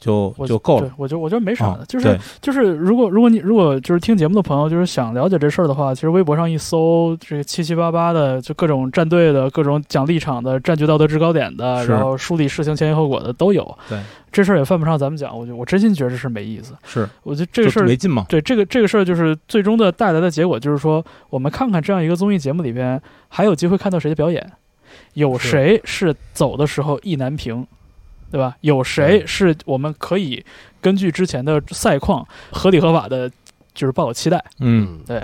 Speaker 3: 就
Speaker 4: 我
Speaker 3: 就够
Speaker 4: 对
Speaker 3: 了。
Speaker 4: 我觉得我觉得没啥
Speaker 3: 啊
Speaker 4: 的，就是
Speaker 3: 对
Speaker 4: 就是如果如果你如果就是听节目的朋友，就是想了解这事儿的话，其实微博上一搜，这个七七八八的，就各种站队的、各种讲立场的、占据道德制高点的，
Speaker 3: 是
Speaker 4: 然后梳理事情前因后果的都有。
Speaker 3: 对，
Speaker 4: 这事儿也犯不上咱们讲，我就我真心觉得这事儿没意思。
Speaker 3: 是
Speaker 4: 我觉得这
Speaker 3: 就
Speaker 4: 个事儿
Speaker 3: 没劲嘛。
Speaker 4: 对这个这个事儿，就是最终的带来的结果，就是说，我们看看这样一个综艺节目里边，还有机会看到谁的表演，有
Speaker 3: 是
Speaker 4: 谁是走的时候意难平，对吧？有谁是我们可以根据之前的赛况合理合法的，就是抱有期待。
Speaker 3: 嗯，
Speaker 4: 对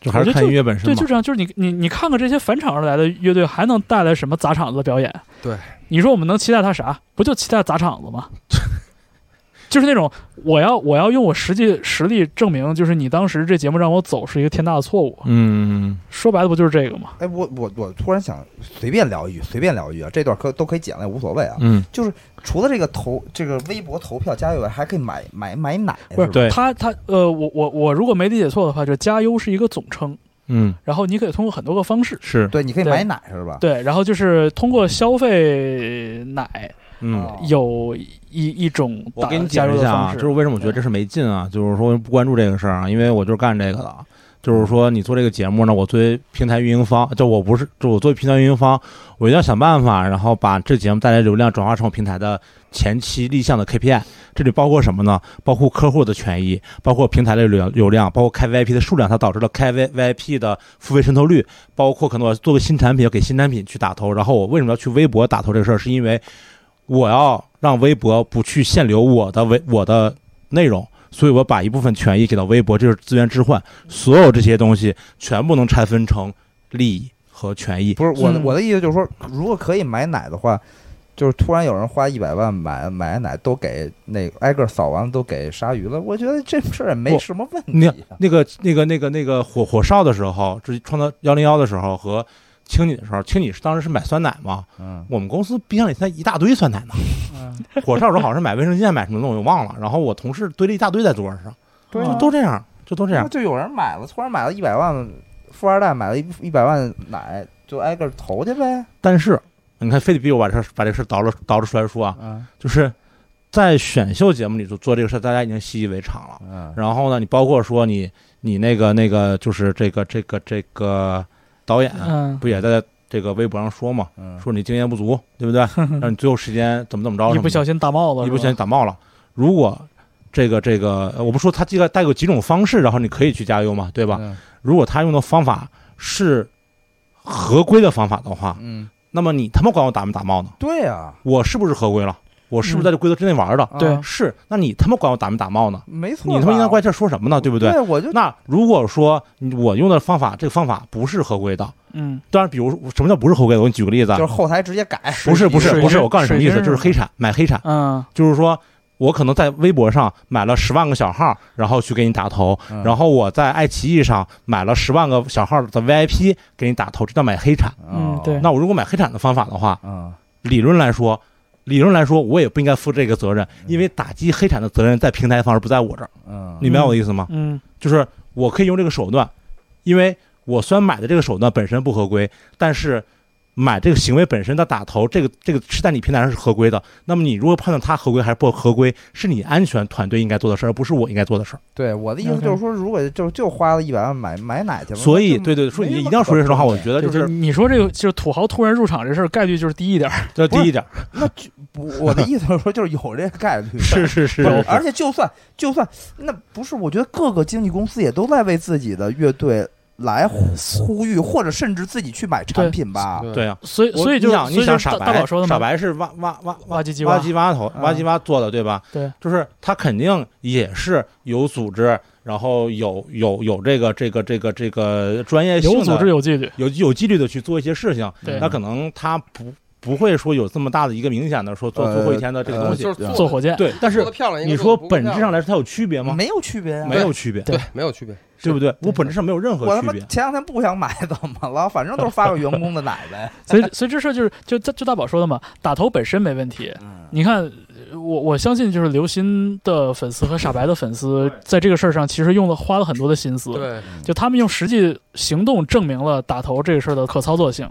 Speaker 3: 就还
Speaker 4: 我觉
Speaker 3: 是
Speaker 4: 得
Speaker 3: 看音乐本身
Speaker 4: 对，
Speaker 3: 嘛。
Speaker 4: 就这样，就是你你你看看这些返场而来的乐队还能带来什么砸场子的表演？
Speaker 5: 对，
Speaker 4: 你说我们能期待他啥？不就期待砸场子吗？ <laughs> 就是那种我要我要用我实际实力证明，就是你当时这节目让我走是一个天大的错误。
Speaker 3: 嗯，
Speaker 4: 说白了不就是这个吗？
Speaker 6: 哎，我我我突然想随便聊一句，随便聊一句啊，这段可都可以剪了，无所谓啊。
Speaker 3: 嗯，
Speaker 6: 除了这个投这个微博投票加以外，还可以买买买奶，
Speaker 4: 不是，
Speaker 6: 吧
Speaker 3: 对
Speaker 4: 他他呃，我我我如果没理解错的话，就加优是一个总称，
Speaker 3: 嗯，
Speaker 4: 然后你可以通过很多个方式，
Speaker 3: 是，
Speaker 6: 对，你可以
Speaker 4: 对
Speaker 6: 买奶是吧？
Speaker 4: 对，然后就是通过消费奶
Speaker 3: 嗯
Speaker 6: 哦，
Speaker 4: 有一一种
Speaker 3: 我
Speaker 4: 打
Speaker 3: 给你解
Speaker 4: 加
Speaker 3: 释
Speaker 4: 入
Speaker 3: 一
Speaker 4: 的
Speaker 3: 下
Speaker 4: 方
Speaker 3: 啊，
Speaker 4: 式，
Speaker 3: 就是为什么我觉得这事没劲啊，就是说不关注这个事儿啊，因为我就是干这个的。就是说，你做这个节目呢，我作为平台运营方，就我不是，就我作为平台运营方，我一定要想办法，然后把这节目带来流量转化成我平台的前期立项的 KPI。这里包括什么呢？包括客户的权益，包括平台的流流量，包括开 VIP 的数量，它导致了开 V VIP 的付费渗透率，包括可能我做个新产品，要给新产品去打头。然后我为什么要去微博打头这个事儿？是因为我要让微博不去限流我的微我的内容，所以我把一部分权益给到微博，这就是资源置换。所有这些东西全部能拆分成利益和权益。
Speaker 6: 不是我的
Speaker 4: 嗯
Speaker 6: 我的意思就是说，如果可以买奶的话，就是突然有人花一百万买买奶，都给那个挨个扫完了都给鲨鱼了，我觉得这事儿也没
Speaker 3: 不
Speaker 6: 什么问题
Speaker 3: 你
Speaker 6: 啊、
Speaker 3: 那个那个那个那个火火烧的时候，就是创造幺零幺的时候和青你的时候，青你是当时是买酸奶嘛？
Speaker 6: 嗯，
Speaker 3: 我们公司冰箱里现在一大堆酸奶呢。
Speaker 4: 嗯
Speaker 3: 火烧的时候好像是买卫生巾买什么东西我忘了，然后我同事堆了一大堆在桌上，
Speaker 6: 对啊
Speaker 3: 就都这样，就都这样
Speaker 4: 嗯
Speaker 6: 那。就有人买了，突然买了一百万，富二代买了一一百万奶，就挨个投去呗。
Speaker 3: 但是你看，非得逼我把这事把这事倒了倒了出来说啊，
Speaker 6: 嗯
Speaker 3: 就是在选秀节目里就做这个事儿，大家已经习以为常了。
Speaker 6: 嗯
Speaker 3: 然后呢，你包括说你你那个那个就是这个这个这个导演啊
Speaker 4: 嗯，
Speaker 3: 不也在这个微博上说嘛，
Speaker 6: 嗯，
Speaker 3: 说你经验不足，对
Speaker 4: <laughs>
Speaker 3: 不对？让你最后时间怎么怎么着什么
Speaker 4: 一
Speaker 3: 的，
Speaker 4: 不小心打帽子，
Speaker 3: 一不小
Speaker 4: 是
Speaker 3: 心
Speaker 4: 吧
Speaker 3: 感冒了，如果这个这个，呃我不说他这个带有几种方式，然后你可以去加油嘛，对吧？
Speaker 6: 嗯
Speaker 3: 如果他用的方法是合规的方法的话，
Speaker 6: 嗯，
Speaker 3: 那么你他妈管我打没打冒呢？
Speaker 6: 对啊，
Speaker 3: 我是不是合规了？我
Speaker 6: 嗯
Speaker 3: 是不是在这规则之内玩的？
Speaker 6: 啊
Speaker 4: 对
Speaker 3: 是，那你他妈管我打没打冒呢？
Speaker 6: 没错吧，
Speaker 3: 你他妈应该怪这说什么呢？对不对？
Speaker 6: 啊对，我就
Speaker 3: 那如果说你我用的方法，这个方法不是合规的，
Speaker 4: 嗯，
Speaker 3: 当然，比如说什么叫不是合规的？我给你举个例子啊
Speaker 6: 就是，后台直接改，嗯
Speaker 3: 不是不是
Speaker 4: 水
Speaker 3: 不是，
Speaker 4: 军
Speaker 3: 我告诉你什么意思，
Speaker 4: 水军
Speaker 3: 就是黑产买黑产，
Speaker 4: 嗯，
Speaker 3: 就是说我可能在微博上买了十万个小号，然后去给你打头，
Speaker 6: 嗯
Speaker 3: 然后我在爱奇艺上买了十万个小号的 VIP 给你打头，这叫买黑产。
Speaker 4: 嗯对
Speaker 3: 那我如果买黑产的方法的话，
Speaker 6: 嗯
Speaker 3: 理论来说，理论来说我也不应该负这个责任，因为打击黑产的责任在平台方，而不在我这儿。
Speaker 6: 嗯，
Speaker 3: 你明白我的意思吗？
Speaker 4: 嗯，
Speaker 3: 就是我可以用这个手段，因为我虽然买的这个手段本身不合规，但是买这个行为本身的打头，这个这个是在你平台上是合规的。那么你如何判断它合规还是不合规，是你安全团队应该做的事儿，而不是我应该做的事儿。
Speaker 6: 对，我的意思就是说，如果就就花了一百万买买奶去了，
Speaker 3: 所以，
Speaker 6: 那就
Speaker 3: 对对，说你
Speaker 6: 没
Speaker 3: 一
Speaker 6: 什么
Speaker 3: 定要说这事的话，
Speaker 6: 可
Speaker 3: 我觉得就
Speaker 4: 对
Speaker 3: 是
Speaker 4: 你说这个就是土豪突然入场这事儿概率就是低一点儿，
Speaker 3: 这第一点，
Speaker 6: 那就不，我的意思就是说，就是有这个
Speaker 3: <laughs>
Speaker 6: 概率
Speaker 3: 是是是
Speaker 6: 不是
Speaker 3: 是，
Speaker 6: 而且就算就算那不是，我觉得各个经纪公司也都在为自己的乐队来呼
Speaker 5: 嗯
Speaker 6: 呼吁，或者甚至自己去买产品吧。
Speaker 3: 对啊。
Speaker 4: 所以
Speaker 3: 我
Speaker 4: 所以就
Speaker 3: 你想
Speaker 4: 所
Speaker 3: 你
Speaker 4: 以就
Speaker 3: 想
Speaker 4: 是大
Speaker 3: 傻
Speaker 4: 大
Speaker 3: 白
Speaker 4: 宝说的
Speaker 3: 傻
Speaker 4: 嘛，
Speaker 3: 白是挖挖挖挖
Speaker 4: 唧唧
Speaker 3: 挖
Speaker 4: 挖
Speaker 3: 机挖头
Speaker 6: 嗯
Speaker 3: 挖机挖做的对吧？
Speaker 4: 对，
Speaker 3: 就是他肯定也是有组织，然后有有有这个这个这个这个专业性的
Speaker 4: 有组织有纪律，
Speaker 3: 有有纪律的去做一些事情。
Speaker 4: 对
Speaker 3: 那可能他不不会说有这么大的一个明显的说做最后一天的这个东西。
Speaker 5: 就是做
Speaker 4: 坐火箭，
Speaker 3: 对，但是
Speaker 5: 做得漂亮，一个
Speaker 3: 你
Speaker 5: 做
Speaker 3: 说
Speaker 5: 得不够
Speaker 3: 本质上来说它有区别吗？
Speaker 6: 没有区别啊。
Speaker 3: 没有区别，
Speaker 5: 漂亮对没有区别，
Speaker 3: 对不对？我本质上没有任
Speaker 6: 我
Speaker 3: 何
Speaker 6: 他
Speaker 3: 区
Speaker 6: 妈
Speaker 3: 别。
Speaker 6: 前两天不想买， <laughs> 怎么了？反正都是发给员工的奶呗。
Speaker 4: 所以所以这事儿就是就就就大宝说的嘛，打头本身没问题。
Speaker 3: 嗯
Speaker 4: 你看，呃我我相信就是刘鑫的粉丝和傻白的粉丝在这个事儿上其实用了花了很多的心思，
Speaker 5: 对，
Speaker 4: 就他们用实际行动证明了打头这个事儿的可操作性。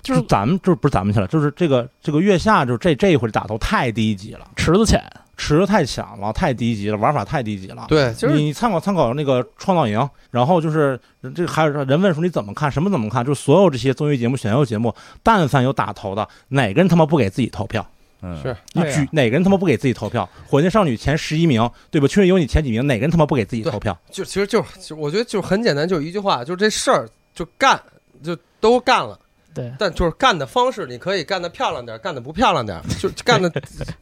Speaker 3: 就是咱们，就是不是咱们去了，就是这个这个月下，就是这这一回打头太低级了，
Speaker 4: 池子浅，
Speaker 3: 池子太浅了，太低级了，玩法太低级了。
Speaker 5: 对，就是
Speaker 3: 你参考参考那个创造营，然后就是这还有人问说你怎么看，什么怎么看？就是所有这些综艺节目、选秀节目，但凡有打头的，哪个人他妈不给自己投票？
Speaker 6: 嗯
Speaker 5: 是
Speaker 3: 你
Speaker 5: 对啊
Speaker 3: 举哪个人他妈不给自己投票？火箭少女前十一名，对吧？确实有你前几名，哪个人他妈不给自己投票？
Speaker 5: 就其实就就我觉得就很简单，就一句话，就这事儿就干，就都干了。
Speaker 4: 对
Speaker 5: 但就是干的方式，你可以干的漂亮点，干的不漂亮点， <laughs> 就就干的，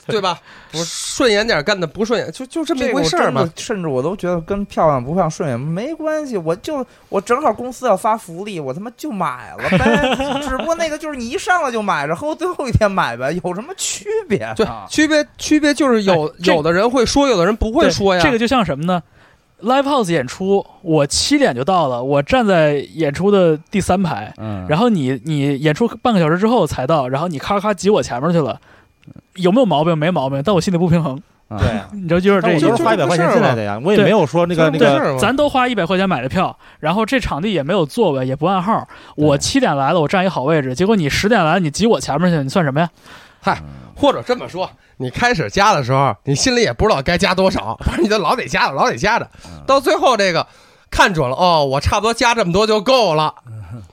Speaker 5: 对吧？不顺眼点，干的不顺眼， <laughs> 就就这么一
Speaker 6: 这
Speaker 5: 回
Speaker 6: 个
Speaker 5: 事儿嘛。，
Speaker 6: 甚至我都觉得跟漂亮不漂亮顺眼没关系，我就我正好公司要发福利，我他妈就买了
Speaker 5: <laughs>
Speaker 6: 呗。只不过那个就是你一上来就买着，和最后一天买呗，有什么区别啊？
Speaker 5: 对，区别区别就是有、
Speaker 4: 哎这
Speaker 5: 有的人会说，有的人不会
Speaker 4: 对
Speaker 5: 说呀。
Speaker 4: 这个就像什么呢？Live House 演出，我七点就到了，我站在演出的第三排，
Speaker 6: 嗯
Speaker 4: 然后你你演出半个小时之后才到，然后你咔咔挤我前面去了，有没有毛病？没毛病，但我心里不平衡，
Speaker 6: 后
Speaker 3: 对啊，
Speaker 4: 你知道就是
Speaker 3: 但
Speaker 4: 这
Speaker 3: 我
Speaker 4: 意
Speaker 5: 就
Speaker 3: 都
Speaker 4: 思。
Speaker 3: 是花一百块钱进来的呀，我也
Speaker 4: 对
Speaker 3: 没有说那个那
Speaker 5: 就这么回事
Speaker 3: 个
Speaker 5: 儿嘛
Speaker 4: 咱都花一百块钱买的票，然后这场地也没有座位，也不按号。我七点来了，我占一好位置，结果你十点来了，你挤我前面去，你算什么呀？
Speaker 5: 或者这么说，你开始加的时候，你心里也不知道该加多少，反正你就老得加着，老得加着，
Speaker 3: 嗯
Speaker 5: 到最后这个看准了，哦，我差不多加这么多就够了。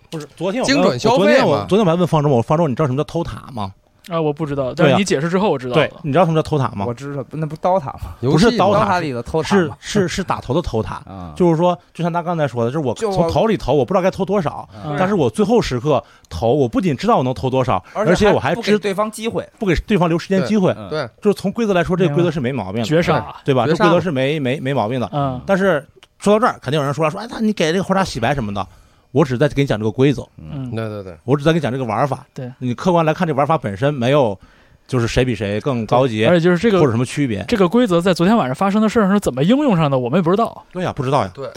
Speaker 3: 不是昨天我
Speaker 5: 精
Speaker 3: 跟
Speaker 5: 准
Speaker 3: 我
Speaker 5: 消
Speaker 3: 昨
Speaker 5: 费
Speaker 3: 天我
Speaker 5: 嘛
Speaker 3: 昨天我还问方舟，我说方舟你知道什么叫偷塔吗？
Speaker 4: 啊，我不知道，但
Speaker 3: 对
Speaker 4: 是
Speaker 3: 啊
Speaker 4: 你解释之后我知道
Speaker 3: 对
Speaker 4: 了，。
Speaker 3: 你知道什么叫偷塔吗
Speaker 6: 我？知道，那不刀塔吗？
Speaker 5: 游
Speaker 3: 不是
Speaker 5: 戏
Speaker 3: 刀塔
Speaker 5: 嘛
Speaker 6: 刀塔里的偷塔
Speaker 3: 是
Speaker 6: 吗？
Speaker 3: 是是打头的偷塔，
Speaker 6: 啊，
Speaker 3: 就是说，就像他刚才说的，就是我
Speaker 6: 就我
Speaker 3: 从头里投，我不知道该投多少，
Speaker 6: 嗯
Speaker 3: 但是我最后时刻投，我不仅知道我能投多少，
Speaker 6: 而
Speaker 3: 而且我
Speaker 6: 还
Speaker 3: 还
Speaker 6: 不给
Speaker 3: 知
Speaker 6: 对方机会，
Speaker 3: 不给对方留时间机会。
Speaker 6: 嗯
Speaker 5: 对，
Speaker 3: 就是从规则来说，这个规则是没毛病的，
Speaker 4: 绝杀，
Speaker 3: 对吧？
Speaker 5: 绝
Speaker 3: 这
Speaker 5: 杀
Speaker 3: 规则是没没没毛病的。
Speaker 4: 嗯，
Speaker 3: 但是说到这儿，肯定有人说了，说哎，那你给这个花茶洗白什么的，我只是在给你讲这个规则，
Speaker 4: 嗯，
Speaker 5: 对对对，
Speaker 3: 我只是在给你讲这个玩法。
Speaker 4: 对
Speaker 3: 你客观来看，这玩法本身没有，就是谁比谁更高级
Speaker 4: 而且就是这
Speaker 3: 或者
Speaker 4: 个
Speaker 3: 什么区别。
Speaker 4: 这个规则在昨天晚上发生的事儿上是怎么应用上的，我们也不知道。
Speaker 3: 对呀，不知道呀。
Speaker 4: 对，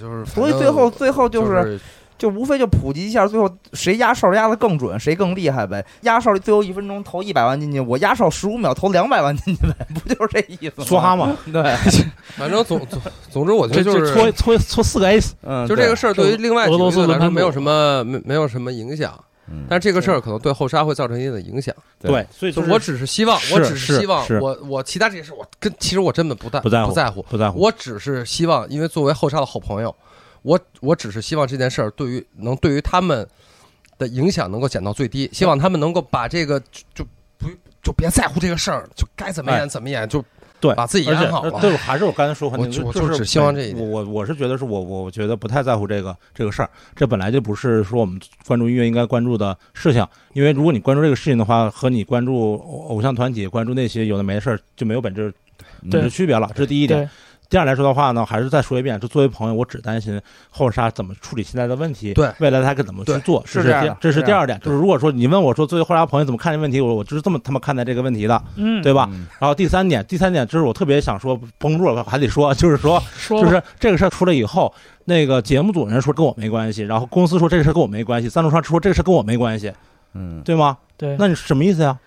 Speaker 5: 就是反正
Speaker 6: 所以最后最后
Speaker 5: 嗯就
Speaker 6: 就是就无非就普及一下，最后谁压哨压的更准，谁更厉害呗。压哨最后一分钟投一百万进去，我压哨十五秒投两百万进去呗， <laughs> 不就是这意思吗？
Speaker 3: 梭哈嘛，
Speaker 4: <laughs>
Speaker 6: 对，
Speaker 5: 反正总总总之，我觉
Speaker 3: 这
Speaker 5: 得就
Speaker 3: 这
Speaker 5: 是
Speaker 3: 搓搓搓四个 A
Speaker 6: 嗯，
Speaker 5: 就这个事儿，对于另外
Speaker 4: 俄
Speaker 5: 几个
Speaker 4: 罗
Speaker 5: 乐
Speaker 4: 斯
Speaker 5: 队来
Speaker 4: 轮
Speaker 5: 说
Speaker 4: 盘
Speaker 5: 没有
Speaker 4: 赌
Speaker 5: 什么没没有什么影响，
Speaker 6: 嗯
Speaker 5: 但是这个事儿可能对后沙会造成一定的影响。
Speaker 6: 对
Speaker 3: 对，所以
Speaker 5: 就
Speaker 3: 就是
Speaker 5: 我只是希望，我
Speaker 3: 是
Speaker 5: 只
Speaker 3: 是
Speaker 5: 希望
Speaker 3: 是，
Speaker 5: 我我其他这些事儿，我跟其实我根本不在
Speaker 3: 不在乎
Speaker 5: 不在乎，
Speaker 3: 不
Speaker 4: 啊
Speaker 3: 在乎。
Speaker 5: 我只是希望，因为作为后沙的好朋友，我我只是希望这件事儿对于能对于他们的影响能够减到最低，希望他们能够把这个就就不就别在乎这个事儿，就该怎么
Speaker 3: 哎
Speaker 5: 演怎么演，就
Speaker 3: 对
Speaker 5: 把自己
Speaker 3: 而且呃
Speaker 5: 演好了。
Speaker 3: 对，还是我刚才说的
Speaker 5: 我
Speaker 3: 那
Speaker 5: 就
Speaker 3: 个，
Speaker 5: 我
Speaker 3: 就
Speaker 5: 就只希望这一点
Speaker 3: 我我我是觉得是我我我觉得不太在乎这个这个事儿，这本来就不是说我们关注音乐应该关注的事情，因为如果你关注这个事情的话，和你关注偶偶像团体、关注那些有的没的事儿就没有本质本
Speaker 4: 对
Speaker 3: 质区别了，这是第一点
Speaker 4: 对。
Speaker 3: 第二来说的话呢，还是再说一遍，就作为朋友，我只担心后沙怎么处理现在的问题，
Speaker 5: 对
Speaker 3: 未来他该怎么去
Speaker 5: 对
Speaker 3: 做，
Speaker 6: 是
Speaker 3: 这
Speaker 6: 这样
Speaker 3: 第
Speaker 6: 的
Speaker 3: 这
Speaker 6: 是
Speaker 3: 是
Speaker 6: 这
Speaker 3: 第
Speaker 6: 样
Speaker 3: 二点。就是如果说你问我说作为后沙朋友怎么看这个问题，我我就是这么他妈看待这个问题的，
Speaker 4: 嗯，
Speaker 3: 对吧？然后第三点，第三点就是我特别想说，绷不住了还得说，就是说，
Speaker 4: 说
Speaker 3: 就
Speaker 4: 吧
Speaker 3: 是这个事儿出来以后，那个节目组人说跟我没关系，然后公司说这个事儿跟我没关系，赞助商说这个事儿跟我没关系，
Speaker 6: 嗯，
Speaker 3: 对吗？
Speaker 4: 对，
Speaker 3: 那你什么意思呀？
Speaker 4: 啊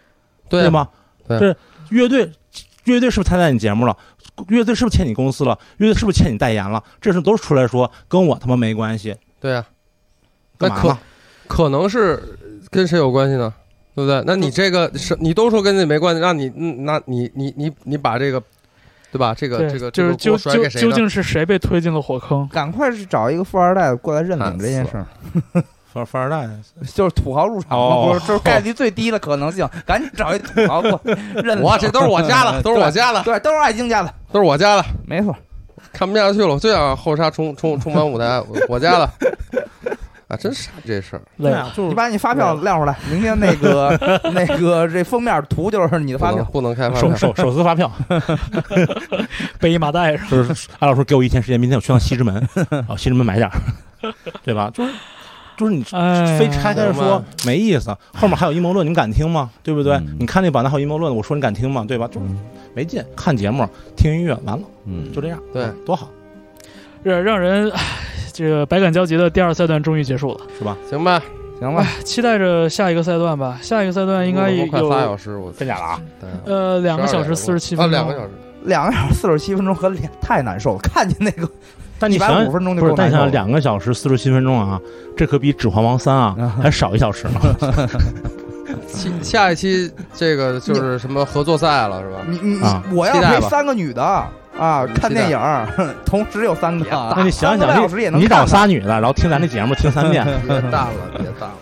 Speaker 5: 对
Speaker 3: 吗？
Speaker 5: 对
Speaker 3: 这乐队，乐队是不是参加你节目了？乐队是不是欠你公司了？乐队是不是欠你代言了？这事都是出来说跟我他妈没关系，
Speaker 5: 对啊，那
Speaker 3: 干嘛
Speaker 5: 可
Speaker 3: 呢？
Speaker 5: 可能是跟谁有关系呢？对不对？那你这个是你都说跟你没关系，那你嗯那你你你你把这个对吧？这个
Speaker 4: 对
Speaker 5: 这个
Speaker 4: 就是
Speaker 5: 这个
Speaker 4: 究
Speaker 5: 锅甩
Speaker 4: 究
Speaker 5: 给谁
Speaker 4: 究
Speaker 5: 呢
Speaker 4: 竟是谁被推进了火坑？
Speaker 6: 赶快去找一个富二代过来认领这件事儿，
Speaker 3: 富富二代，
Speaker 6: 就是土豪入场嘛，
Speaker 3: 哦
Speaker 6: 不是，就是概率最低的可能性，赶紧找一土豪过来认领。
Speaker 5: 哇，这都是我家的，都是我家的，
Speaker 6: 对，都是爱京家的，
Speaker 5: 都是我家的，
Speaker 6: 没错。
Speaker 5: 看不下去了，我就想后沙冲冲冲满舞台，我我家的。啊，真傻这事儿，
Speaker 4: 累
Speaker 3: 啊，就
Speaker 6: 你
Speaker 3: 是
Speaker 6: 把你发票亮出来，明天那个 <laughs> 那个这封面图就是你的发
Speaker 5: 不能
Speaker 6: 票。
Speaker 5: 不能开发
Speaker 3: 手
Speaker 5: 票，
Speaker 3: 手手撕发
Speaker 4: <laughs>
Speaker 3: 票，
Speaker 4: 背一麻袋上。
Speaker 3: <laughs> 就是艾老师给我一天时间，明天我去趟西直门，啊，西直门买点儿，对吧？就是就是你
Speaker 4: 哎，
Speaker 6: 嗯
Speaker 3: 非拆开了
Speaker 5: 明
Speaker 3: 说
Speaker 5: 白
Speaker 3: 没意思，后面还有阴谋论，你们敢听吗？对不对
Speaker 7: 嗯？
Speaker 3: 你看那版的还有阴谋论，我说你敢听吗？对吧？
Speaker 6: 嗯
Speaker 3: 就是没劲，看节目听音乐完了
Speaker 7: 嗯，
Speaker 3: 就这样，
Speaker 5: 对，
Speaker 3: 多好
Speaker 4: 让让人唉这个百感交集的第二赛段终于结束了，
Speaker 3: 是吧？
Speaker 5: 行吧，
Speaker 6: 行吧，
Speaker 4: 期待着下一个赛段吧。下一个赛段应该
Speaker 5: 录了快
Speaker 4: 有
Speaker 5: 仨小嗯时，我
Speaker 3: 真假的啊？
Speaker 5: 对
Speaker 4: 呃两个小时四
Speaker 5: 12
Speaker 4: 十七分
Speaker 5: 啊，
Speaker 4: 钟，
Speaker 5: 两个小时，
Speaker 6: 两个小时四十七分钟和两太难受了，看见那个
Speaker 3: 但
Speaker 6: 一
Speaker 3: 你
Speaker 6: 百
Speaker 3: 想
Speaker 6: 五
Speaker 3: 想，
Speaker 6: 分钟就
Speaker 3: 不是
Speaker 6: 够，
Speaker 3: 但
Speaker 6: 难
Speaker 3: 你想
Speaker 6: 受了
Speaker 3: 想。两个小时四十七分钟啊，这可比《指环王三》啊还少一小时呢。
Speaker 5: 期下一期这个就是什么合作赛了是
Speaker 4: 嗯
Speaker 5: 吧？
Speaker 6: 你你
Speaker 3: 啊
Speaker 6: 你，我要
Speaker 5: 期待
Speaker 6: 陪
Speaker 5: 吧
Speaker 6: 三个女的啊，
Speaker 5: 嗯期待
Speaker 6: 看电影儿， <laughs> 同时有三个，啊
Speaker 5: 大
Speaker 3: <laughs> 那你想想，
Speaker 6: 三个小时也
Speaker 3: 你
Speaker 6: 能
Speaker 3: 你
Speaker 6: 看
Speaker 3: 找
Speaker 6: 啊呢
Speaker 3: 仨女的，然后听咱这节目听三
Speaker 6: <laughs>
Speaker 3: 遍
Speaker 5: 别淡
Speaker 4: <laughs>
Speaker 5: 了，别淡了。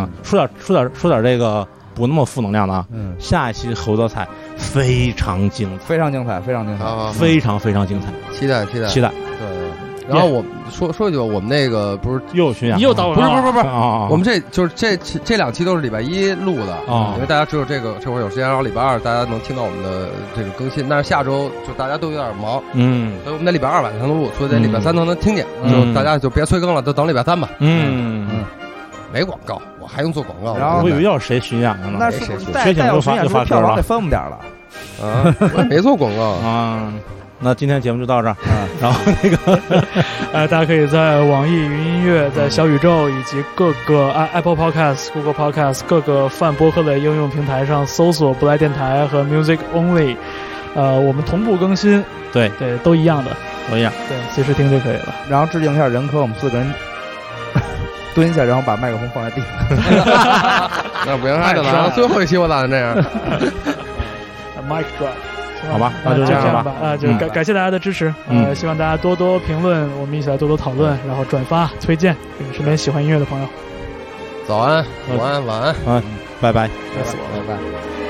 Speaker 3: 啊，说点说点说点这个不那么负能量的啊。
Speaker 6: 嗯，
Speaker 3: 下一期猴子菜非常精彩，
Speaker 6: 非常精彩，非常精彩。
Speaker 5: 啊，
Speaker 3: 非常非常精彩，
Speaker 5: 期待期待
Speaker 3: 期待
Speaker 5: 对对。然后我说说一句吧，我们那个不是
Speaker 3: 又有巡演
Speaker 4: 你
Speaker 3: 了，
Speaker 4: 又打
Speaker 5: 不
Speaker 4: 我
Speaker 5: 是
Speaker 4: 广告了
Speaker 5: 不是不是，
Speaker 3: 啊，
Speaker 5: 我们这就是这这两期都是礼拜一录的
Speaker 3: 哦
Speaker 5: 因为大家只有这个这会儿有时间，然后礼拜二大家能听到我们的这个更新，但是下周就大家都有点忙，
Speaker 3: 嗯
Speaker 5: 所以我们在礼拜二晚上录，所以在礼拜三都能听见，
Speaker 3: 嗯
Speaker 5: 就大家就别催更了，就等礼拜三吧。
Speaker 3: 嗯，
Speaker 5: 没广告，我还用做广告？
Speaker 6: 然后
Speaker 3: 我以为
Speaker 5: 呢
Speaker 3: 要是谁巡演了呢
Speaker 6: 那是不是
Speaker 5: 谁
Speaker 6: 再
Speaker 3: 谁
Speaker 6: 再
Speaker 3: 想就
Speaker 6: 有巡
Speaker 3: 发
Speaker 6: 演，
Speaker 3: 就是
Speaker 6: 不
Speaker 3: 发
Speaker 6: 是票
Speaker 3: 歌
Speaker 6: 房
Speaker 3: 了。
Speaker 6: 得分我们点儿了？
Speaker 5: 啊，我也没做广告
Speaker 3: <laughs> 啊。那今天节目就到这儿，
Speaker 6: 嗯，
Speaker 3: 然后那个
Speaker 4: 呃，大家可以在网易云音乐、在小宇宙以及各个 i- Apple Podcast、Google Podcast 各个泛播客类应用平台上搜索“不来电台”和 “Music Only”，呃，我们同步更新，
Speaker 3: 对
Speaker 4: 对，都一样的，
Speaker 3: 哎呀，
Speaker 4: 对，随时听就可以了。
Speaker 6: 然后致敬一下任科，我们四个人 <laughs> 蹲下，然后把麦克风放在地上。
Speaker 5: 那不行，还得来。最后一期我打算这
Speaker 3: <laughs>
Speaker 5: 样。
Speaker 4: <laughs> Mic <laughs> Drop，
Speaker 3: 好吧
Speaker 4: 那
Speaker 3: 那就
Speaker 4: 这
Speaker 3: 这样
Speaker 4: 样
Speaker 3: 吧
Speaker 4: 啊、就
Speaker 3: 嗯
Speaker 4: 感感谢大家的支持，呃，
Speaker 3: 嗯
Speaker 4: 希望大家多多评论，我们一起来多多讨论，然后转发、推荐给身边喜欢音乐的朋友。
Speaker 3: 嗯
Speaker 5: 早安，午安，晚安。
Speaker 3: 拜拜。
Speaker 4: 累死我了。
Speaker 6: 拜拜。